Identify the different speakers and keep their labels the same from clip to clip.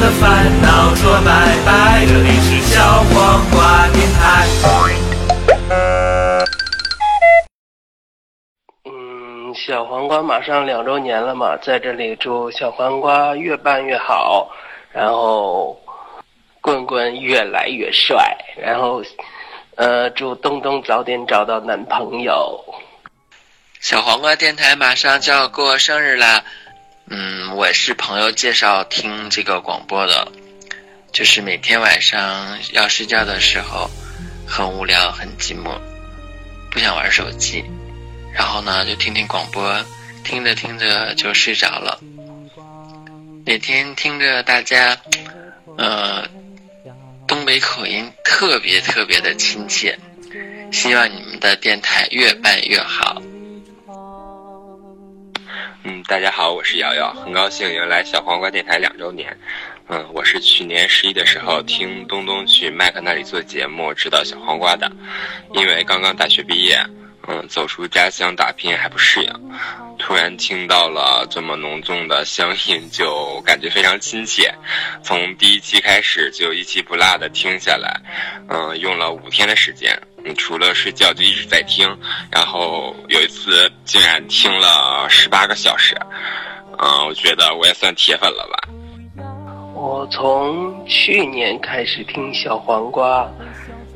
Speaker 1: 闹说拜拜，这里是小黄瓜电台。
Speaker 2: 嗯，小黄瓜马上两周年了嘛，在这里祝小黄瓜越办越好，然后棍棍越来越帅，然后呃，祝东东早点找到男朋友。
Speaker 3: 小黄瓜电台马上就要过生日啦，嗯，我是朋友介绍听这个广播的，就是每天晚上要睡觉的时候，很无聊，很寂寞，不想玩手机，然后呢就听听广播，听着听着就睡着了。每天听着大家，呃，东北口音特别特别的亲切，希望你们的电台越办越好。
Speaker 4: 嗯，大家好，我是瑶瑶，很高兴迎来小黄瓜电台两周年。嗯，我是去年十一的时候听东东去麦克那里做节目，知道小黄瓜的。因为刚刚大学毕业，嗯，走出家乡打拼还不适应，突然听到了这么浓重的乡音，就感觉非常亲切。从第一期开始就一期不落的听下来，嗯，用了五天的时间。嗯，除了睡觉就一直在听，然后有一次竟然听了十八个小时，嗯，我觉得我也算铁粉了吧。
Speaker 2: 我从去年开始听小黄瓜，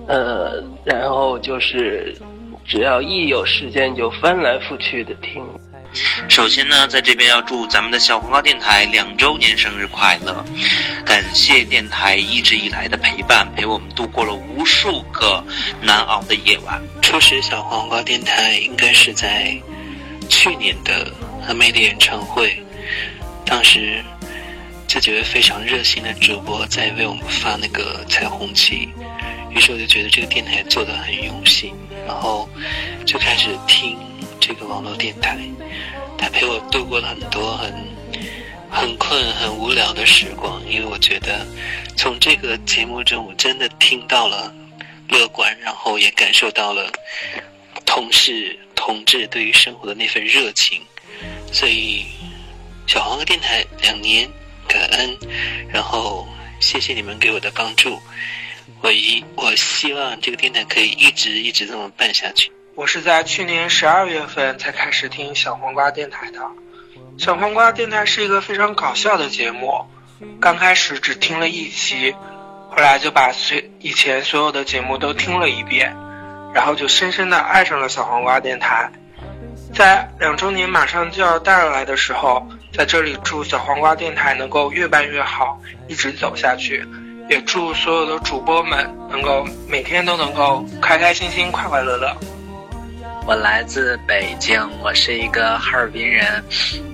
Speaker 2: 呃，然后就是只要一有时间就翻来覆去的听。
Speaker 5: 首先呢，在这边要祝咱们的小黄瓜电台两周年生日快乐！感谢电台一直以来的陪伴，陪我们度过了无数个难熬的夜晚。
Speaker 6: 初识小黄瓜电台应该是在去年的呃阿妹的演唱会，当时这几位非常热心的主播在为我们发那个彩虹旗，于是我就觉得这个电台做的很用心，然后就开始听这个网络电台，它陪我度过了很多很很困很无聊的时光，因为我觉得从这个节目中我真的听到了。乐观，然后也感受到了同事同志对于生活的那份热情。所以，小黄鹅电台两年感恩，然后谢谢你们给我的帮助。我一我希望这个电台可以一直一直这么办下去。
Speaker 7: 我是在去年十二月份才开始听小黄瓜电台的。小黄瓜电台是一个非常搞笑的节目，刚开始只听了一期，后来就把随以前所有的节目都听了一遍，然后就深深的爱上了小黄瓜电台。在两周年马上就要到来的时候，在这里祝小黄瓜电台能够越办越好，一直走下去，也祝所有的主播们能够每天都能够开开心心、快快乐乐。
Speaker 8: 我来自北京，我是一个哈尔滨人。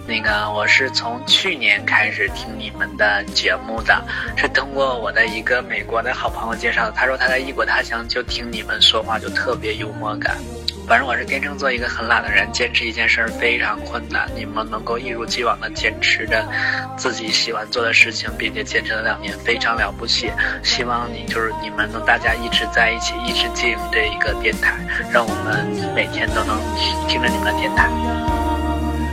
Speaker 8: 那个我是从去年开始听你们的节目的，是通过我的一个美国的好朋友介绍的。他说他在异国他乡就听你们说话，就特别幽默感。反正我是天生做一个很懒的人，坚持一件事儿非常困难。你们能够一如既往的坚持着自己喜欢做的事情，并且坚持了两年，非常了不起。希望你就是你们能大家一直在一起，一直经营这一个电台，让我们每天都能听着你们的电台。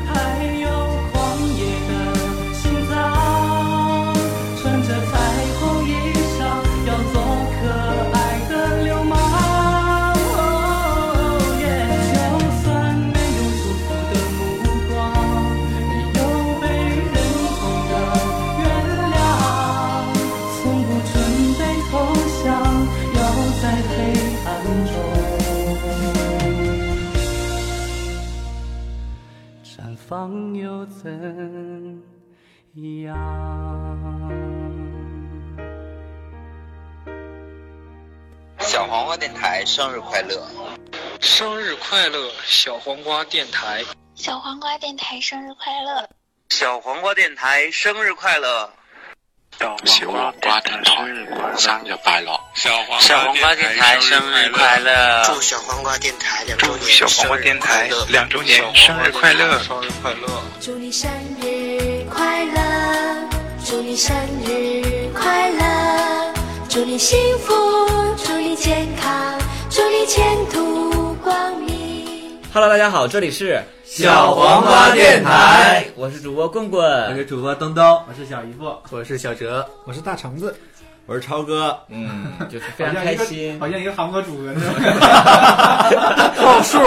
Speaker 1: 还有狂野的心脏，穿着彩虹衣裳，要做可爱的流氓。就算没有祝福的目光，没有被认同的原谅，从不准备投降，要在黑暗中。绽放又怎样？
Speaker 5: 小黄瓜电台生日快乐！
Speaker 9: 生日快乐，小黄瓜电台！
Speaker 10: 小黄瓜电台生日快乐！
Speaker 5: 小黄瓜电台生日快乐！
Speaker 3: 小黄瓜电台生日快乐！
Speaker 4: 小黄
Speaker 3: 小黄瓜电台生日快乐！
Speaker 6: 祝小黄瓜电台两周年
Speaker 9: 小黄瓜电台两周年生日快乐！
Speaker 4: 生日快乐！
Speaker 10: 祝你生日快乐！祝你生日快乐！祝你幸啊福，祝你健康，祝你前途光明。
Speaker 11: Hello，大家好，这里是
Speaker 12: 小黄瓜电台，
Speaker 11: 我是主播棍棍，
Speaker 12: 我是主播登登，
Speaker 13: 我是小姨夫，
Speaker 14: 我是小哲，
Speaker 15: 我是大橙子，
Speaker 12: 我是超哥。
Speaker 11: 嗯，就是非常开心，
Speaker 13: 好像一个韩国主播呢，
Speaker 11: 报 数。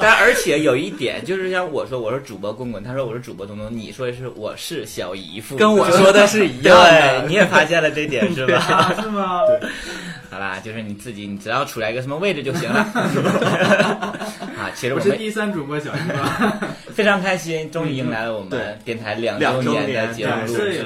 Speaker 11: 但而且有一点，就是像我说，我是主播棍棍，他说我是主播东东，你说的是我是小姨夫，
Speaker 14: 跟我说的是一样的。
Speaker 11: 对，你也发现了这点是吧？
Speaker 13: 是吗？
Speaker 11: 对。好啦，就是你自己，你只要处在一个什么位置就行了。啊，其实我
Speaker 13: 是第三主播小姨吧，
Speaker 11: 非常开心，终于迎来了我们电台两周
Speaker 13: 年
Speaker 11: 的节目录制。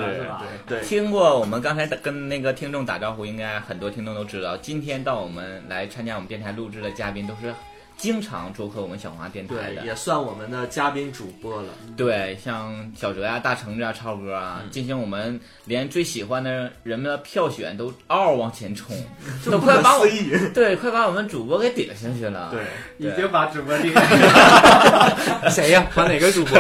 Speaker 13: 对，
Speaker 11: 听过我们刚才跟那个听众打招呼，应该很多听众都知道，今天到我们来参加我们电台录制的嘉宾都是。经常做客我们小黄电台的，
Speaker 14: 也算我们的嘉宾主播了。
Speaker 11: 对，像小哲呀、啊、大橙子啊、超哥啊，嗯、进行我们连最喜欢的人们的票选都嗷嗷往前冲，都快把我对，快把我们主播给顶上去了。
Speaker 13: 对，对已经把主播顶。
Speaker 14: 谁呀？把哪个主播？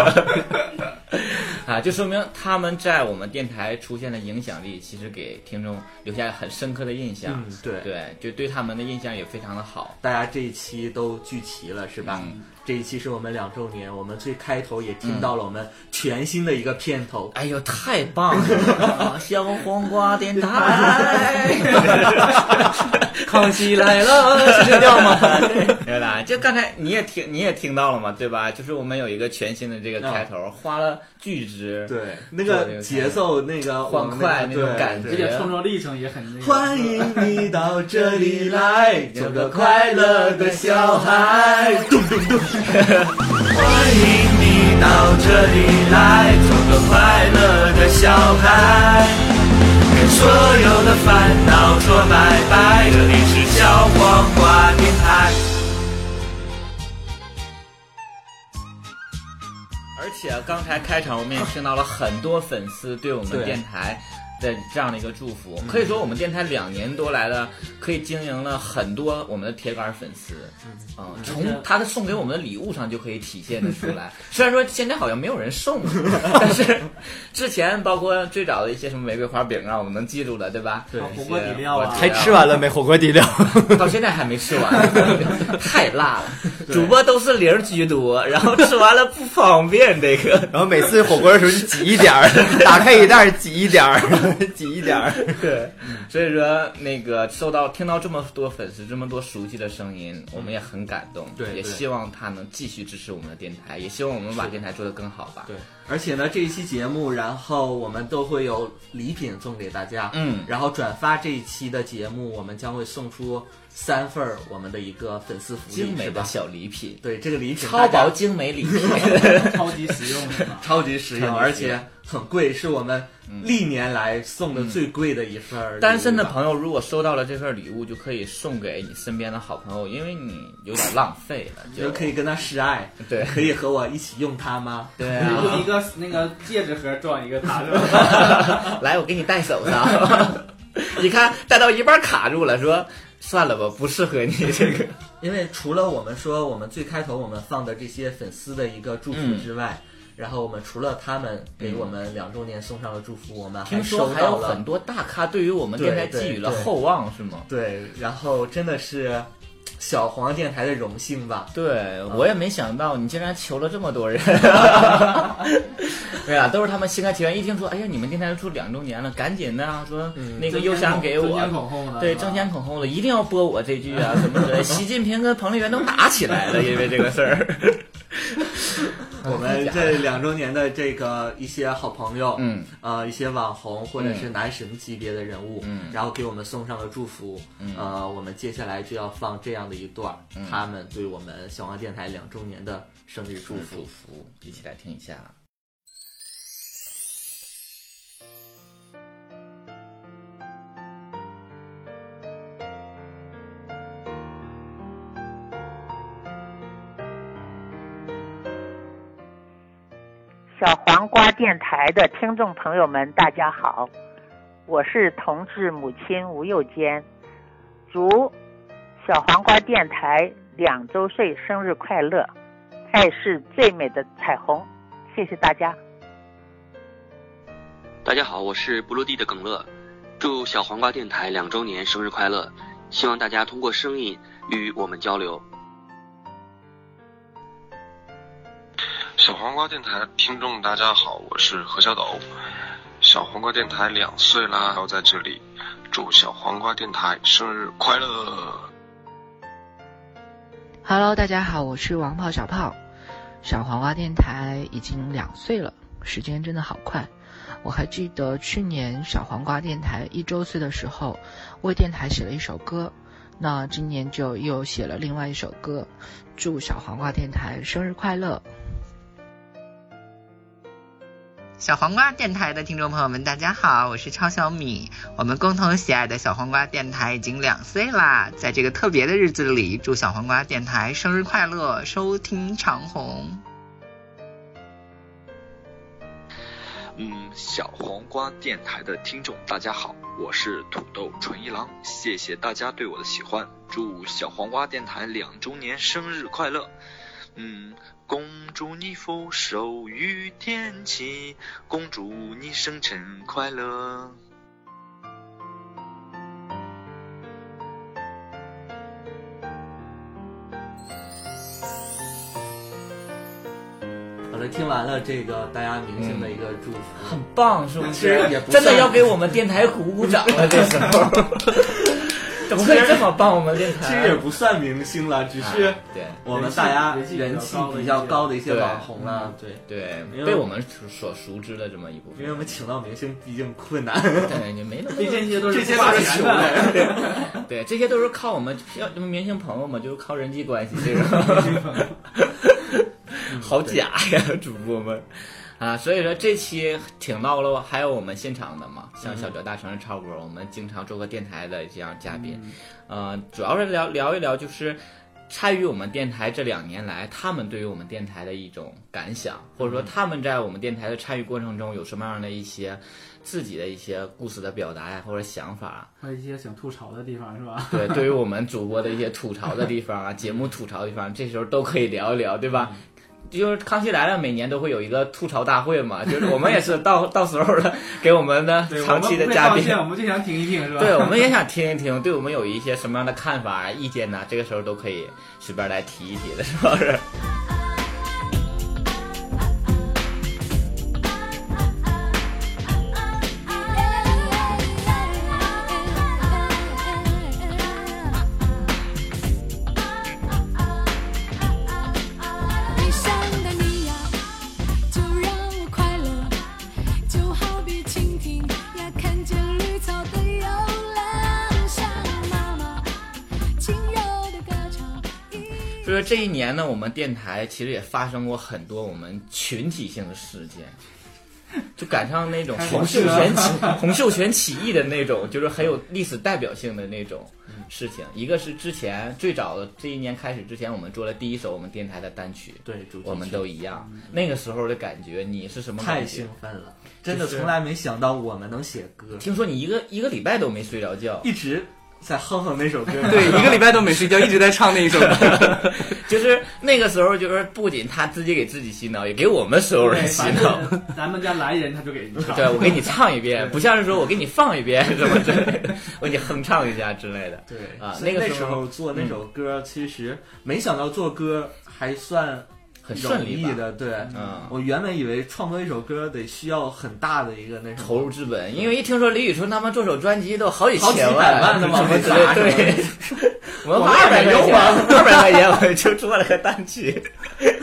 Speaker 11: 啊，就说明他们在我们电台出现的影响力，其实给听众留下很深刻的印象。
Speaker 14: 嗯，对
Speaker 11: 对，就对他们的印象也非常的好。
Speaker 14: 大家这一期都聚齐了，是吧？
Speaker 11: 嗯、
Speaker 14: 这一期是我们两周年，我们最开头也听到了我们全新的一个片头。
Speaker 11: 嗯、哎呦，太棒 了！哎小黄瓜电台。 康熙来了，是这调吗？ 对吧？就刚才你也听，你也听到了嘛，对吧？就是我们有一个全新的这个开头，花了巨资，
Speaker 14: 啊对那个节奏，那个
Speaker 11: 欢快那种感觉，
Speaker 13: 而且创造历程也很。
Speaker 14: 欢迎你到这里 来，做个快乐的小孩。咚咚咚！欢迎你到这里来，做个快乐的小孩。跟所有的烦恼说拜拜，这里是小黄瓜电台。
Speaker 11: 而且刚才开场我们也听到了很多粉丝对我们电台的这样的一个祝福，可以说我们电台两年多来了，可以经营了很多我们的铁杆粉丝。嗯，从他的送给我们的礼物上就可以体现的出来。虽然说现在好像没有人送，但是之前包括最早的一些什么玫瑰花饼啊，我们能记住的，对吧？
Speaker 13: 对，火锅底料啊，
Speaker 12: 还吃完了没？火锅底料
Speaker 11: 到现在还没吃完， 太辣 了。主播都是零居多，然后吃完了不方便这个。
Speaker 12: 然后每次火锅的时候你挤一点儿，打开一袋挤一点儿，挤一点 儿。
Speaker 11: 对，所以说那个受到听到这么多粉丝这么多熟悉的声音，我们也很。很感动，
Speaker 14: 嗯对，对
Speaker 11: 也希望他能继续支持我们的电台，也希望我们把电台做得更好吧。
Speaker 14: 对，而且呢，这一期节目，然后我们都会有礼品送给大家，
Speaker 11: 嗯，
Speaker 14: 然后转发这一期的节目，我们将会送出三份我们的一个粉丝福利，
Speaker 11: 精美的小礼品，
Speaker 14: 对，这个礼品
Speaker 11: 超薄精 美礼品，
Speaker 13: 超级实用，
Speaker 14: 超级实用，而且。很贵，是我们历年来送的最贵的一份、嗯。
Speaker 11: 嗯单身的朋友如果收到了这份礼物，就可以送给你身边的好朋友，因为你有点浪费了，就
Speaker 14: 可以跟他示爱。
Speaker 11: 对，
Speaker 14: 可以和我一起用它吗？
Speaker 11: 对啊，
Speaker 13: 用一个那个戒指盒装一个它。
Speaker 11: 来，我给你戴手 上，你看戴到一半卡住了，说算了吧，不适合你这个。
Speaker 14: 因为除了我们说我们最开头我们放的这些粉丝的一个祝福之外。
Speaker 11: 嗯
Speaker 14: 然后我们除了他们给我们两周年送上了祝福，嗯、我们
Speaker 11: 听说还有很多大咖对于我们电台寄予了厚望，是吗？
Speaker 14: 对，然后真的是小黄电台的荣幸吧？
Speaker 11: 对，我也没想到你竟然求了这么多人，对啊，都是他们心甘情愿。一听说，哎呀，你们电台出两周年了，赶紧的啊，说那个邮箱给我，
Speaker 13: 嗯、
Speaker 11: 对，争先恐后了，一定要播我这句啊 什么 的。习近平跟彭丽媛都打起来了，因为这个事儿。
Speaker 14: 我 们这两周年的这个一些好朋友，
Speaker 11: 嗯，
Speaker 14: 呃，一些网红或者是男神级别的人物，
Speaker 11: 嗯，
Speaker 14: 然后给我们送上了祝福，
Speaker 11: 嗯，
Speaker 14: 呃，我们接下来就要放这样的一段，
Speaker 11: 嗯、
Speaker 14: 他们对我们小王电台两周年的生日祝
Speaker 11: 福，祝福，一起来听一下。
Speaker 16: 小黄瓜电台的听众朋友们，大家好，我是同志母亲吴幼坚，祝小黄瓜电台两周岁生日快乐！爱是最美的彩虹，谢谢大家。
Speaker 17: 大家好，我是不落地的耿乐，祝小黄瓜电台两周年 生日快乐！希望大家通过声音与我们交流。
Speaker 4: 小黄瓜电台听众大家好，我是何小斗。小黄瓜电台两岁啦，要在这里祝小黄瓜电台生日快
Speaker 11: 呃
Speaker 4: 乐！
Speaker 18: Hello，大家好，我是王炮小炮。小黄瓜电台已经两岁了，时间真的好快。我还记得去年小黄瓜电台一周岁的时候，为电台写了一首歌。那今年就又写了另外一首歌，祝小黄瓜电台生日快乐！
Speaker 19: 小黄瓜电台的听众朋友们，大家好，我是超小米。我们共同喜爱的小黄瓜电台已经两岁啦，在这个特别的日子里，祝小黄瓜电台生日快乐，收听长虹。
Speaker 14: 嗯，小黄瓜电台的听众大家好，我是土豆纯一郎，谢谢大家对我的喜欢，祝小黄瓜电台两周年生日快乐。嗯，公主你俯首于天际，公主你生辰快乐。
Speaker 13: 好的，听完了这个大家明星的一个祝福，很
Speaker 11: 棒，是不
Speaker 13: 其
Speaker 11: 是
Speaker 13: 实也？不
Speaker 11: 嗯真的
Speaker 13: 算
Speaker 11: 要给我们电台鼓鼓 掌了，这时候怎么会这么棒？我们电台
Speaker 13: 其实也不算明星了，只是
Speaker 11: 啊对
Speaker 13: 我们大家
Speaker 11: 人气
Speaker 13: 人气比较高的一些网红啊了，对
Speaker 11: 啊对
Speaker 13: 因，为
Speaker 11: 被我们所熟知的这么一部分，
Speaker 13: 因为我们请到明星毕竟困难，
Speaker 11: 对，也没 那么多，
Speaker 13: 这些都是穷人，
Speaker 11: 对 对，这些都是靠我们要明星朋友嘛，就是靠人际关系这 种，好假呀，主播们。啊，所以说这期请到了，还有我们现场的嘛，
Speaker 13: 嗯
Speaker 11: 像小哲、大成、超哥，我们经常做过电台的这样嘉宾，呃，主要是聊聊一聊，就是参与我们电台这两年来，他们对于我们电台的一种感想，或
Speaker 20: 嗯
Speaker 11: 者说他们在我们电台的参与过程中有什么样的一些自己的一些故事的表达呀，或者想法。啊
Speaker 20: 还有一些想吐槽的地方是吧？
Speaker 11: 对， 对于我们主播的一些吐槽的地方啊，节目吐槽的地方，这时候都可以聊一聊，对
Speaker 20: 嗯
Speaker 11: 吧？就是《康熙来了》每年都会有一个吐槽大会嘛，就是我们也是到到时候了，给我们的
Speaker 20: 对，
Speaker 11: 长期的嘉宾，
Speaker 20: 我们不会道歉我们就想听一听是吧？
Speaker 11: 对，我 们也想听一听，对我们有一些什么样的看法、意见呢？这个时候都可以随便来提一提的，是不是？
Speaker 1: 悲伤的你呀，就让我快乐，就好比蜻蜓呀，看见绿草的幽蓝，像妈妈轻柔的歌唱。
Speaker 11: 所以说这一年呢，我们电台其实也发生过很多我们群体性的事件，就赶上那种
Speaker 20: 开始
Speaker 11: 红袖全起
Speaker 20: 是吧
Speaker 11: 红袖全起义的那种，就是很有历史代表性的那种事情。一个是之前最早的这一年开始之前，我们做了第一首我们电台的单曲，
Speaker 13: 对，
Speaker 11: 我们都一样。那个时候的感觉，你是什么感觉？
Speaker 13: 嗯太兴奋了，真的从来没想到我们能写歌，
Speaker 11: 听说你一个一个礼拜都没睡着觉，
Speaker 13: 一直在哼哼那首歌，
Speaker 11: 对一个礼拜都
Speaker 12: 没睡觉一直在唱那一首
Speaker 11: 歌， 就是那个时候，就是不仅他自己给自己洗脑，也给我们所有人洗
Speaker 20: 对
Speaker 11: 脑。
Speaker 20: 反正 咱们家来人他就给你唱，
Speaker 11: 对，我给 你唱一遍，不像是说我给你放一遍什么之类的， 我给你哼唱一下之类的。
Speaker 13: 对
Speaker 11: 啊，
Speaker 13: 所以
Speaker 11: 个
Speaker 13: 那时候做那首歌，其实没想到做歌还算
Speaker 11: 很顺利吧
Speaker 13: 容易的。对，
Speaker 11: 嗯
Speaker 13: 我原本以为创作一首歌得需要很大的一个那
Speaker 11: 投入资本，因为一听说李宇春他们做首专辑都好几
Speaker 13: 好几
Speaker 11: 千
Speaker 13: 百万
Speaker 11: 什
Speaker 13: 的嘛
Speaker 11: 么之类的，
Speaker 13: 我
Speaker 11: 对
Speaker 13: 们，
Speaker 11: 我们
Speaker 13: 我们
Speaker 11: 花百块
Speaker 13: 200
Speaker 11: 钱，
Speaker 13: 有吗
Speaker 11: 二百块钱我们就做了个单曲。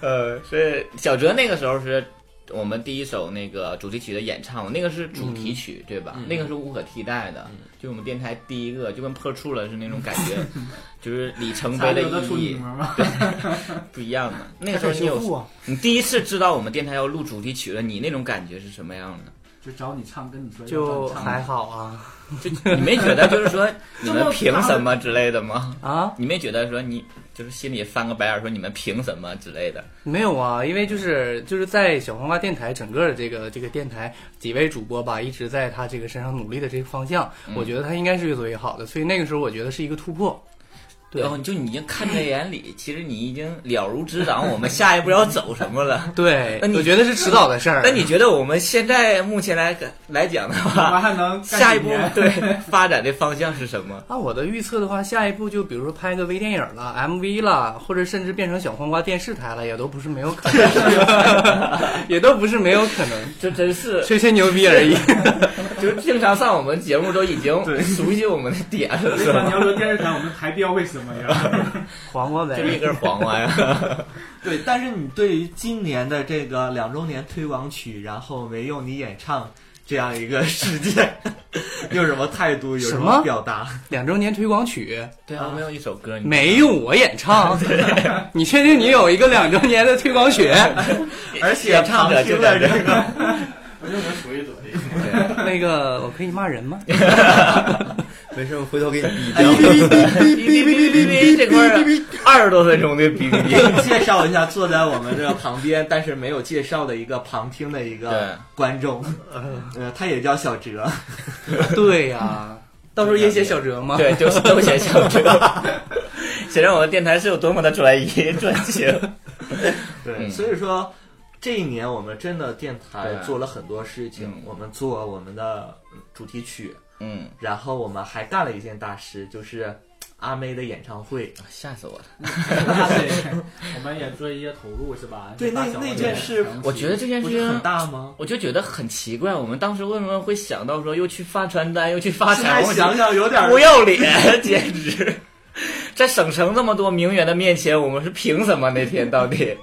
Speaker 11: 呃，所以小哲那个时候是我们第一首那个主题曲的演唱，那个是主题曲、对吧？
Speaker 13: 嗯
Speaker 11: 那个是无可替代的，就我们电台第一个，就跟破处了是那种感觉， 就是里程碑
Speaker 20: 咱
Speaker 11: 的
Speaker 20: 留得出
Speaker 11: 意义
Speaker 20: 影儿吗，
Speaker 11: 对，不一样的。那个时候你
Speaker 20: 还得修复
Speaker 11: 有
Speaker 20: 啊，
Speaker 11: 你第一次知道我们电台要录主题曲了，你那种感觉是什么样的？
Speaker 20: 就找你唱，跟你说
Speaker 12: 就还
Speaker 20: 好 啊，
Speaker 11: 就 你没觉得就 是说你
Speaker 20: 这
Speaker 11: 们
Speaker 20: 么
Speaker 11: 凭
Speaker 20: 大的
Speaker 11: 什么之类的吗？
Speaker 12: 啊，
Speaker 11: 你没觉得说你就是心里翻个白眼儿说你们凭什么之类的？
Speaker 12: 没有啊，因为就是就是在小黄瓜电台整个的这个这个电台几位主播吧，一直在他这个身上努力的这个方向，
Speaker 11: 嗯
Speaker 12: 我觉得他应该是越做越好的，所以那个时候我觉得是一个突破。
Speaker 11: 然后你哦就你已经看在眼里，其实你已经了如指掌，我们下一步要走什么了。
Speaker 12: 对
Speaker 11: 那，你
Speaker 12: 我觉得是迟早的事儿。
Speaker 11: 那你觉得我们现在目前来来讲的
Speaker 13: 我们
Speaker 11: 话，
Speaker 13: 还能干
Speaker 11: 下一
Speaker 13: 几
Speaker 11: 步
Speaker 13: 年
Speaker 11: 对发展的方向是什么？
Speaker 12: 按啊我的预测的话，下一步就比如说拍个微电影了、MV 了，或者甚至变成小黄瓜电视台了，也都不是没有可 能，也都不是没有可能。
Speaker 11: 这真是
Speaker 12: 吹吹牛逼而已。
Speaker 11: 就是经常上我们节目都已经熟悉我们的点了，是吧
Speaker 13: 你要说电视台，我们台标会什么样？
Speaker 12: 黄瓜呗，
Speaker 11: 就一根 黄瓜呀。
Speaker 14: 对，但是你对于今年的这个两周年推广曲，然后没用你演唱这样一个事件，有什么态度？有
Speaker 12: 什
Speaker 14: 么
Speaker 12: 么
Speaker 14: 表达？
Speaker 12: 两周年推广曲？
Speaker 11: 对啊，没有一首歌你
Speaker 12: 没用我演 唱，你确定你有一个两周年的推广 曲？
Speaker 14: 而且唱
Speaker 12: 着
Speaker 14: 听了这 个，
Speaker 13: 我就能数一朵。
Speaker 12: 那个，我可以骂人吗？
Speaker 11: 没事，我回头给你逼掉。哔哔哔哔，这块二十多分钟的哔哔哔。
Speaker 14: 介绍一下坐在我们这个旁边，但是没有介绍的一个旁听的一个观众，呃，他也叫小哲。
Speaker 12: 对呀、到时候也写小哲吗？
Speaker 11: 对，就是都写小哲， 显示我们电台是有多么的专一专 情。
Speaker 14: 对，
Speaker 11: 嗯
Speaker 14: 所以说这一年我们真的电台
Speaker 11: 对啊
Speaker 14: 做了很多事情，我们做我们的主题曲，
Speaker 11: 嗯，
Speaker 14: 然后我们还干了一件大事，就是阿妹的演唱会，
Speaker 11: 啊吓死我了。
Speaker 14: 对，
Speaker 13: 我们也做一些投入是吧？
Speaker 14: 对那
Speaker 13: 把小
Speaker 11: 啊
Speaker 13: 黄
Speaker 14: 那
Speaker 13: 瓜
Speaker 14: 件事
Speaker 13: 想起
Speaker 11: 我觉得这件事
Speaker 14: 不
Speaker 11: 情
Speaker 14: 是很大吗？
Speaker 11: 我就觉得很奇怪，我们当时为什么会想到说又去发传单，又去发
Speaker 14: 现在
Speaker 11: 财？
Speaker 14: 想想有点儿
Speaker 11: 不要脸， 简直！在省城那么多名媛的面前，我们是凭什么那天到底？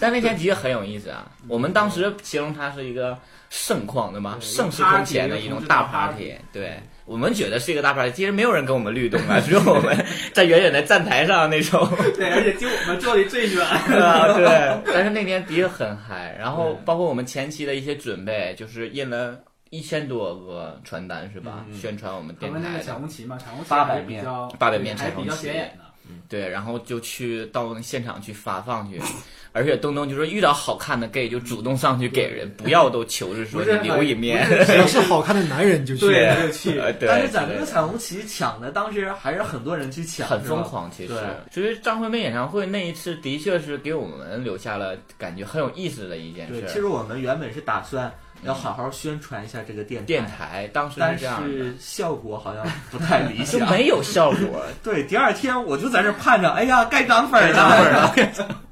Speaker 11: 但那天的确很有意思啊！我们当时形容它是一个盛况，对吗？盛世空前的一种大 party，对我们觉得是一个大 party，其实没有人跟我们律动啊，只有我们在远远的站台上那种。
Speaker 13: 对，而且就 我们坐的最远。
Speaker 11: 啊，对。但是那天的确很嗨，然后包括我们前期的一些准备，就是印了一千多个传单，是吧？宣传我们
Speaker 13: 我
Speaker 11: 电
Speaker 13: 们那
Speaker 11: 台
Speaker 13: 个
Speaker 11: 的
Speaker 13: 彩虹旗嘛，彩虹旗
Speaker 11: 八
Speaker 13: 还
Speaker 11: 百
Speaker 13: 是比
Speaker 11: 面
Speaker 13: 较，
Speaker 11: 八百面
Speaker 13: 还
Speaker 11: 彩
Speaker 13: 是
Speaker 11: 虹
Speaker 13: 比较
Speaker 11: 旗嗯
Speaker 13: 显眼的。
Speaker 11: 对，然后就去到那现场去发放去，而且东东就说遇到好看的 gay 就主动上去给人，不要都求着说
Speaker 14: 不是
Speaker 11: 你留一面，
Speaker 10: 只要是好看的男人就去，
Speaker 11: 呃对，
Speaker 14: 但是咱们
Speaker 11: 对
Speaker 14: 这个彩虹旗抢的，当时还是很多人去抢，
Speaker 11: 很
Speaker 14: 是吧
Speaker 11: 疯狂。其实
Speaker 14: 对，
Speaker 11: 其实张惠妹演唱会那一次的确是给我们留下了感觉很有意思的一件
Speaker 14: 对，
Speaker 11: 事。
Speaker 14: 其实我们原本是打算要好好宣传一下这个电台，
Speaker 11: 电台当时
Speaker 14: 但
Speaker 11: 这样的
Speaker 14: 是效果好像不太理想，
Speaker 11: 就没有效果。
Speaker 14: 对，第二天我就在这盼着，哎呀，该涨粉儿
Speaker 11: 该涨粉儿
Speaker 14: 了。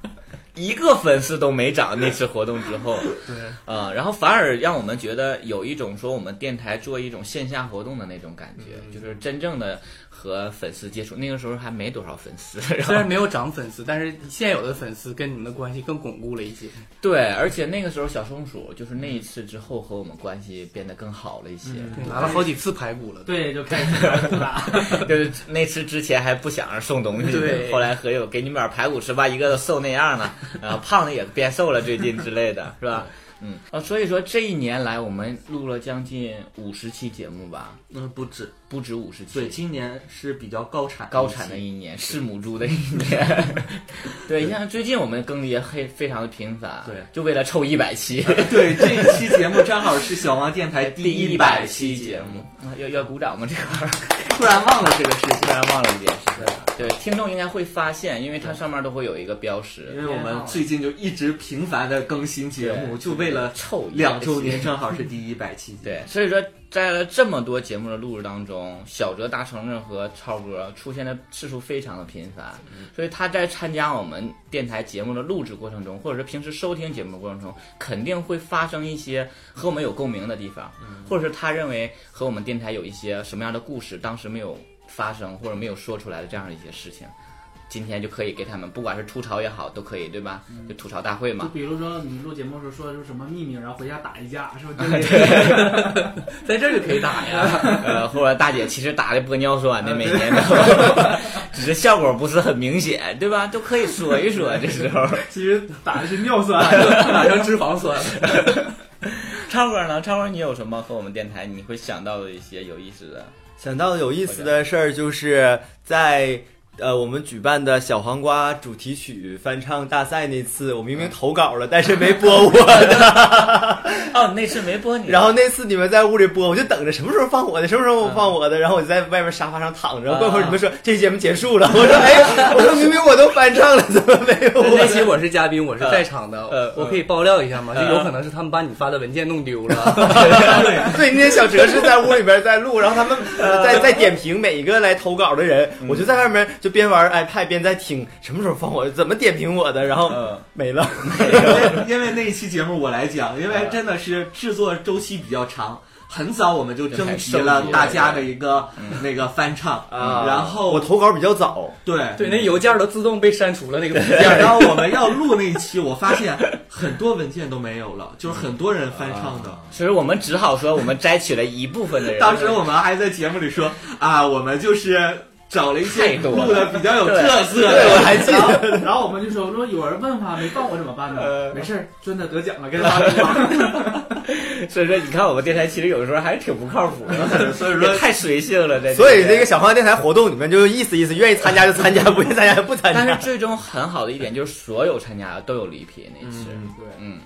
Speaker 11: 一个粉丝都没涨。那次活动之 后，对，呃，然后反而让我们觉得有一种说我们电台做一种线下活动的那种感觉，
Speaker 14: 嗯
Speaker 11: 就是真正的和粉丝接触。那个时候还没多少粉丝，
Speaker 14: 嗯
Speaker 11: 然后
Speaker 12: 虽然没有涨粉丝，但是现有的粉丝跟你们的关系更巩固了 一些。
Speaker 11: 对，而且那个时候小松鼠就是那一次之后和我们关系变得更好嗯了一些，
Speaker 12: 对拿了好几次排骨了对就开始排骨
Speaker 11: 了。 就是那次之前还不想着送东西，
Speaker 12: 对
Speaker 11: 后来和友给你们点排骨吃吧，一个都瘦那样 了，然后胖的也变瘦了，最近之类的是吧？嗯，啊，所以说这一年来我们录了将近五十期节目吧，
Speaker 14: 嗯，不止，
Speaker 11: 不止五十期。
Speaker 14: 对，今年是比较高产
Speaker 11: 高产的一年，是母猪的一年。 对，像最近我们更的也非非常的频繁，对，就为了凑一百期。
Speaker 14: 对，这一期节目正好是小王电台第
Speaker 11: 第一
Speaker 14: 百
Speaker 11: 百期节
Speaker 14: 节
Speaker 11: 目，啊要要鼓掌吗？这 块儿
Speaker 14: 突然忘了这个事情，突
Speaker 11: 然忘了这件事情。对，听众应该会发现，因为它上面都会有一个标识。
Speaker 14: 因为我们 最近就一直频繁的更新节目，
Speaker 11: 对
Speaker 14: 就为了
Speaker 11: 凑一百期
Speaker 14: 两周年，正 好是第一百期。
Speaker 11: 对，所以说在这么多节目的录制当中，小哲、大橙子和超哥出现的次数非常的频繁，所以他在参加我们电台节目的录制过程中，或者是平时收听节目的过程中，肯定会发生一些和我们有共鸣的地方，或者是他认为和我们电台有一些什么样的故事，当时没有发生或者没有说出来的这样的一些事情。今天就可以给他们，不管是吐槽也好，都可以，对吧？就吐槽大会
Speaker 14: 嗯
Speaker 11: 嘛
Speaker 13: 就。比如说你录节目的时候说出什么秘密，然后回家打一架， 是吧？
Speaker 11: 在这就可以打 呀。 呃，或者大姐其实打的玻尿酸 的，每年都，只是效果不是很明显，对吧？都可以说一说，这时 候
Speaker 13: 其实打的是尿 酸，
Speaker 11: 打成脂肪酸 了。超哥呢？超哥，你有什么和我们电台你会想到的一些有意思的？
Speaker 5: 想到有意思的事儿，就是在
Speaker 21: 呃，我们举办的小黄瓜主题曲翻唱大赛那次，我明明投稿了，但是 没播我
Speaker 11: 嗯
Speaker 21: 的。
Speaker 14: 嗯
Speaker 11: 哦，那次没播你。
Speaker 21: 然后那次你们在屋里播，我就等着什么时候放我的，什么时
Speaker 11: 嗯
Speaker 21: 候放我的，然后我就在外面沙发上躺着。过一会儿你们说这期节目结束了，我说哎，我说明明我都翻唱了，怎么没有我的？
Speaker 12: 那期我是嘉宾，我是在场的，
Speaker 21: 呃呃
Speaker 12: 我可以爆料一下吗？就
Speaker 21: 呃
Speaker 12: 有可能是他们把你发的文件弄丢了。
Speaker 21: 对，那天小哲是在屋里边在录，然后 他们呃在在点评每一个来投稿的人，我就在外面就边玩 iPad 边在听什么时候放我，怎么点评我的，然后
Speaker 11: 嗯
Speaker 21: 没 了。
Speaker 14: 因为那一期节目我来讲，因为真的是制作周期比较长。很早我们就征集了大家的一个
Speaker 11: 嗯
Speaker 14: 那个翻唱，
Speaker 21: 啊
Speaker 14: 然 后
Speaker 21: 我投稿比较早，
Speaker 14: 对
Speaker 12: 对，那邮件都自动被删除了那 个文件。
Speaker 14: 然后我们要录那一期，我发现很多文件都没有了，就是很多人翻唱的。
Speaker 11: 啊所以我们只好说，我们摘取了一部分的人。
Speaker 14: 当时我们还在节目里说啊，我们就是找了一些
Speaker 11: 多了
Speaker 14: 录的比较有特色的，
Speaker 11: 对我
Speaker 21: 还记 得
Speaker 14: 然后。
Speaker 21: 然
Speaker 14: 后我
Speaker 21: 们
Speaker 14: 就说，说有人问话没放我怎么办呢？
Speaker 11: 呃
Speaker 14: 没事儿，真的得奖了，跟
Speaker 11: 所以说，你看我们电台 其实有的时候还是挺不靠谱 的，
Speaker 21: 所以说
Speaker 11: 也太随性了。这
Speaker 21: 所以这个小黄电台活动，你们就意思意思，愿意参加就参加，不愿意参加就不参加。
Speaker 11: 但是最终很好的一点就是，所有参加的都有礼品那次，
Speaker 21: 嗯
Speaker 11: 对，嗯，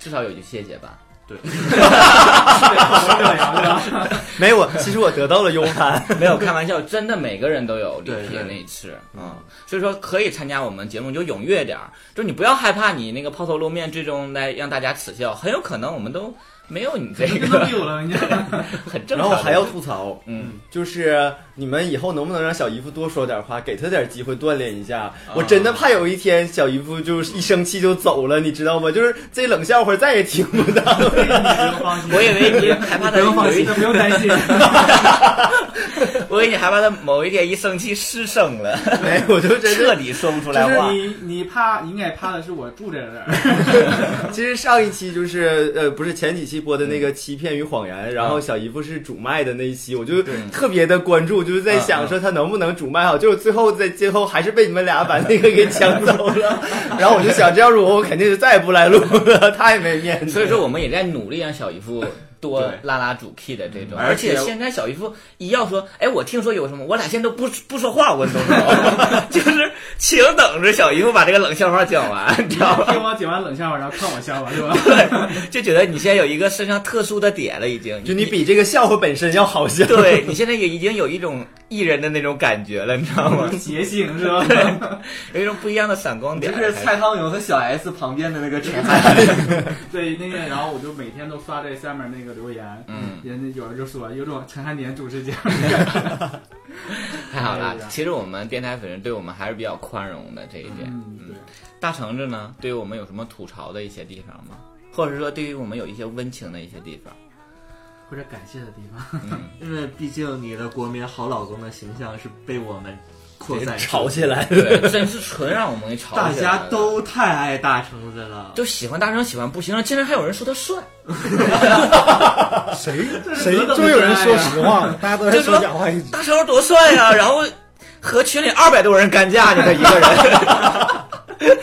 Speaker 11: 至少有句谢谢吧。对，
Speaker 21: 没有，其实我得到了优盘，
Speaker 11: 没有开玩笑，真的每个人都有礼
Speaker 21: 对
Speaker 11: 品
Speaker 21: 对
Speaker 11: 那一次，嗯，所以说可以参加我们节目你就踊跃点儿，就你不要害怕你那个抛头露面，最终来让大家耻笑，很有可能我们都没有你这个， 很正常。
Speaker 21: 然后我还要吐槽，
Speaker 11: 嗯，
Speaker 21: 就是你们以后能不能让小姨夫多说点话，给他点机会锻炼一
Speaker 11: 啊
Speaker 21: 下？我真的怕有一天小姨夫就是一生气就走了，你知道吗？就是这冷笑话再也听 不到。
Speaker 11: 我以为你害怕他有一天， 我以为你害怕他某一天一生气失声了，
Speaker 21: 没，我就真
Speaker 11: 彻底说不出来话。
Speaker 14: 你你怕，你应该怕的是我住在这 儿。
Speaker 21: 其实上一期就是呃，不是前几期播的那个《欺骗与谎
Speaker 11: 嗯
Speaker 21: 言》，然后小姨夫是主麦的那一期，我就特别的关注，就是在想
Speaker 11: 嗯
Speaker 21: 说他能不能主麦好。就是最后在最后还是被你们俩把那个给抢走 了，然后我就想，这要是我，我肯定就再也不来录了，太没面子。
Speaker 11: 所以说，我们也在努力让小姨夫多拉拉主 key 的这种。
Speaker 21: 嗯
Speaker 11: 而且
Speaker 21: 而且
Speaker 11: 现在小姨夫一要说，哎，我听说有什么，我俩现在都不不说话，我都知道 就是请等着小姨夫把这个冷笑话讲完，你
Speaker 21: 嗯
Speaker 11: 知道吧？
Speaker 14: 听我讲完冷笑话，然后看我笑话是吧？
Speaker 11: 就觉得你现在有一个身上特殊的点了，已经。
Speaker 21: 就你比这个笑话本身要好笑。
Speaker 11: 对你现在也已经有一种艺人的那种感觉了，你知道吗？
Speaker 14: 谐星是吧？
Speaker 11: 有一种不一样的闪光
Speaker 14: 就
Speaker 11: 点。
Speaker 14: 是蔡康永和小 S 旁边的那个陈汉。对，那个，然后我就每天都刷这下面那个留言，
Speaker 11: 嗯，
Speaker 14: 人家有人就说有种陈汉典主持节目，
Speaker 11: 太好了
Speaker 14: 哎，呀
Speaker 11: 其实我们电台粉丝对我们还是比较宽容的这一点。
Speaker 14: 嗯
Speaker 11: 嗯，大橙子呢，对于我们有什么吐槽的一些地方吗？或者是说对于我们有一些温情的一些地方？
Speaker 14: 或者感谢的地方，
Speaker 10: 嗯
Speaker 14: 因为毕竟你的国民好老公的形象是被我们扩散出
Speaker 21: 炒起来了
Speaker 11: 对， 真是纯让我们给吵起来
Speaker 14: 大
Speaker 11: 了
Speaker 14: 家 都太爱大橙子了，
Speaker 11: 就喜欢大成喜欢不行了，竟然还有人说他帅，
Speaker 2: 谁
Speaker 11: 谁
Speaker 2: 谁
Speaker 11: 真
Speaker 2: 真
Speaker 11: 有
Speaker 2: 有
Speaker 11: 人
Speaker 2: 人
Speaker 11: 说
Speaker 2: 说
Speaker 11: 实
Speaker 2: 实
Speaker 11: 话
Speaker 2: 话，
Speaker 11: 大
Speaker 2: 大
Speaker 11: 家
Speaker 2: 家都在
Speaker 11: 都在
Speaker 2: 说
Speaker 11: 说假
Speaker 2: 假
Speaker 11: 话
Speaker 2: 话
Speaker 11: 一大成多帅呀、然后和群里二百多人干架，你他一个人。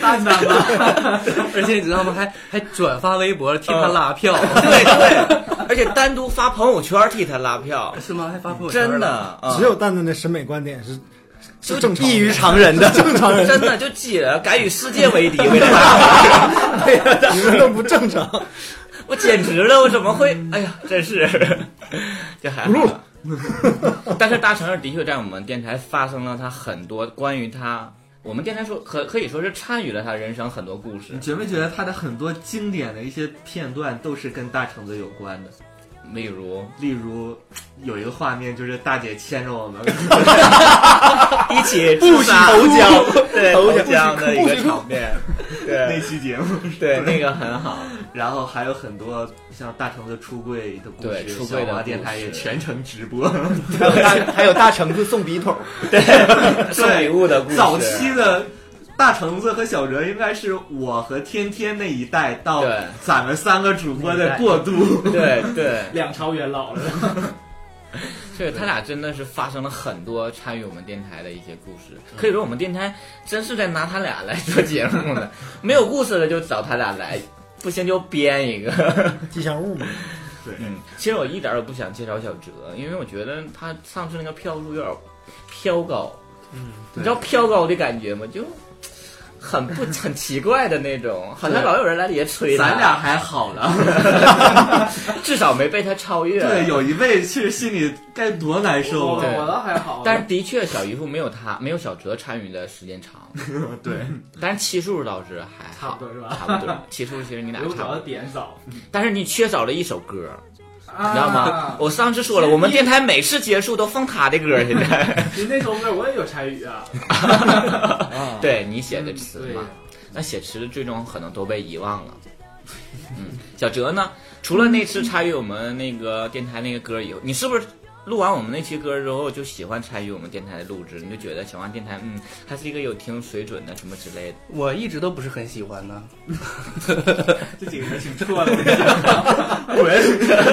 Speaker 12: 蛋蛋吧， 而且你知道吗？还还转发微博替他拉 票，
Speaker 11: 而且单独发朋友圈替他拉票，
Speaker 12: 是吗？还发朋友圈
Speaker 11: 真
Speaker 10: 啊
Speaker 11: 的，嗯
Speaker 2: 只有蛋蛋的审美观点是是
Speaker 11: 就
Speaker 2: 正常的，
Speaker 11: 异于
Speaker 21: 常人 的
Speaker 2: 是 正常人
Speaker 11: 真的就挤人，敢与世界 为敌，为了
Speaker 2: 的，你们都不正常。
Speaker 11: 我简直了，我怎么会？哎呀，真是，这还好
Speaker 2: 不录
Speaker 11: 了。但是大成儿的确在我们电台发生了他很多关于他，我们电台说可可以说是参与了他人生很多故事
Speaker 14: 你。觉没觉得他的很多经典的一些片段都是跟大橙子有关的？
Speaker 11: 例如，
Speaker 14: 例如有一个画面就是大姐牵着我们
Speaker 11: 一起
Speaker 14: 不许投
Speaker 11: 江，
Speaker 14: 江，
Speaker 11: 对
Speaker 14: 投
Speaker 11: 投江的一个场
Speaker 14: 面。
Speaker 11: 面，对
Speaker 14: 那期节目，
Speaker 11: 对那个很好。
Speaker 14: 然后还有很多像大橙子出柜的故事，
Speaker 11: 对出柜的
Speaker 14: 小华电台
Speaker 11: 故事
Speaker 14: 也全程直播，
Speaker 21: 还有大还有大橙子送 笔筒，
Speaker 14: 对
Speaker 21: 送礼物的故事
Speaker 14: 早期的。大橙子和小哲应该是我和天天那一代到咱们三个主播的过 渡，
Speaker 11: 对对
Speaker 14: 两朝元老了。
Speaker 11: 对他俩真的 是发生了很多参与我们电台的一些故事，可以说我们电台真是在拿他俩来做节目呢。没有故事了就找他俩来，不行就编一个
Speaker 2: 吉祥物嘛。
Speaker 14: 对，
Speaker 11: 嗯，其实我一点儿也不想介绍小哲，因为我觉得他上次那个票数有点儿飘高。嗯，你知道飘高的感觉吗？就很不很奇怪的那种，好像老有人来底下吹他。
Speaker 13: 咱俩还好 了，
Speaker 11: 至少没被他超越。
Speaker 13: 对，有一位是心里该多难受啊！
Speaker 11: 对
Speaker 14: 我倒还好，
Speaker 11: 但是的确，小姨夫没有他，没有小哲参与的时间长。
Speaker 13: 对，
Speaker 11: 但是七叔倒是还
Speaker 14: 差不多是吧
Speaker 11: 差不多，七叔其实你俩差
Speaker 14: 有
Speaker 11: 不
Speaker 14: 找
Speaker 11: 多
Speaker 14: 的。点少，
Speaker 11: 但是你缺少了一首歌，
Speaker 14: 啊
Speaker 11: 你知道吗？我上次说了，
Speaker 14: 是
Speaker 11: 我们电台每次结束都放他的歌，现 在。
Speaker 14: 你那首歌我也有参 与啊，
Speaker 11: 对你写的词
Speaker 14: 嗯对
Speaker 11: 嘛，那写词最终可能都被遗忘了。嗯，小哲呢？除了那次参与我们那个电台那个歌以后，你是不是录完我们那期歌之后就喜欢参与我们电台的录制？你就觉得小王电台，嗯，还是一个有挺水准的什么之类的。
Speaker 12: 我一直都不是很喜欢 呢。
Speaker 11: 这
Speaker 12: 几
Speaker 11: 几
Speaker 12: 个人
Speaker 11: 个人
Speaker 12: 挺
Speaker 11: 挺
Speaker 12: 错
Speaker 11: 错
Speaker 12: 的
Speaker 11: 的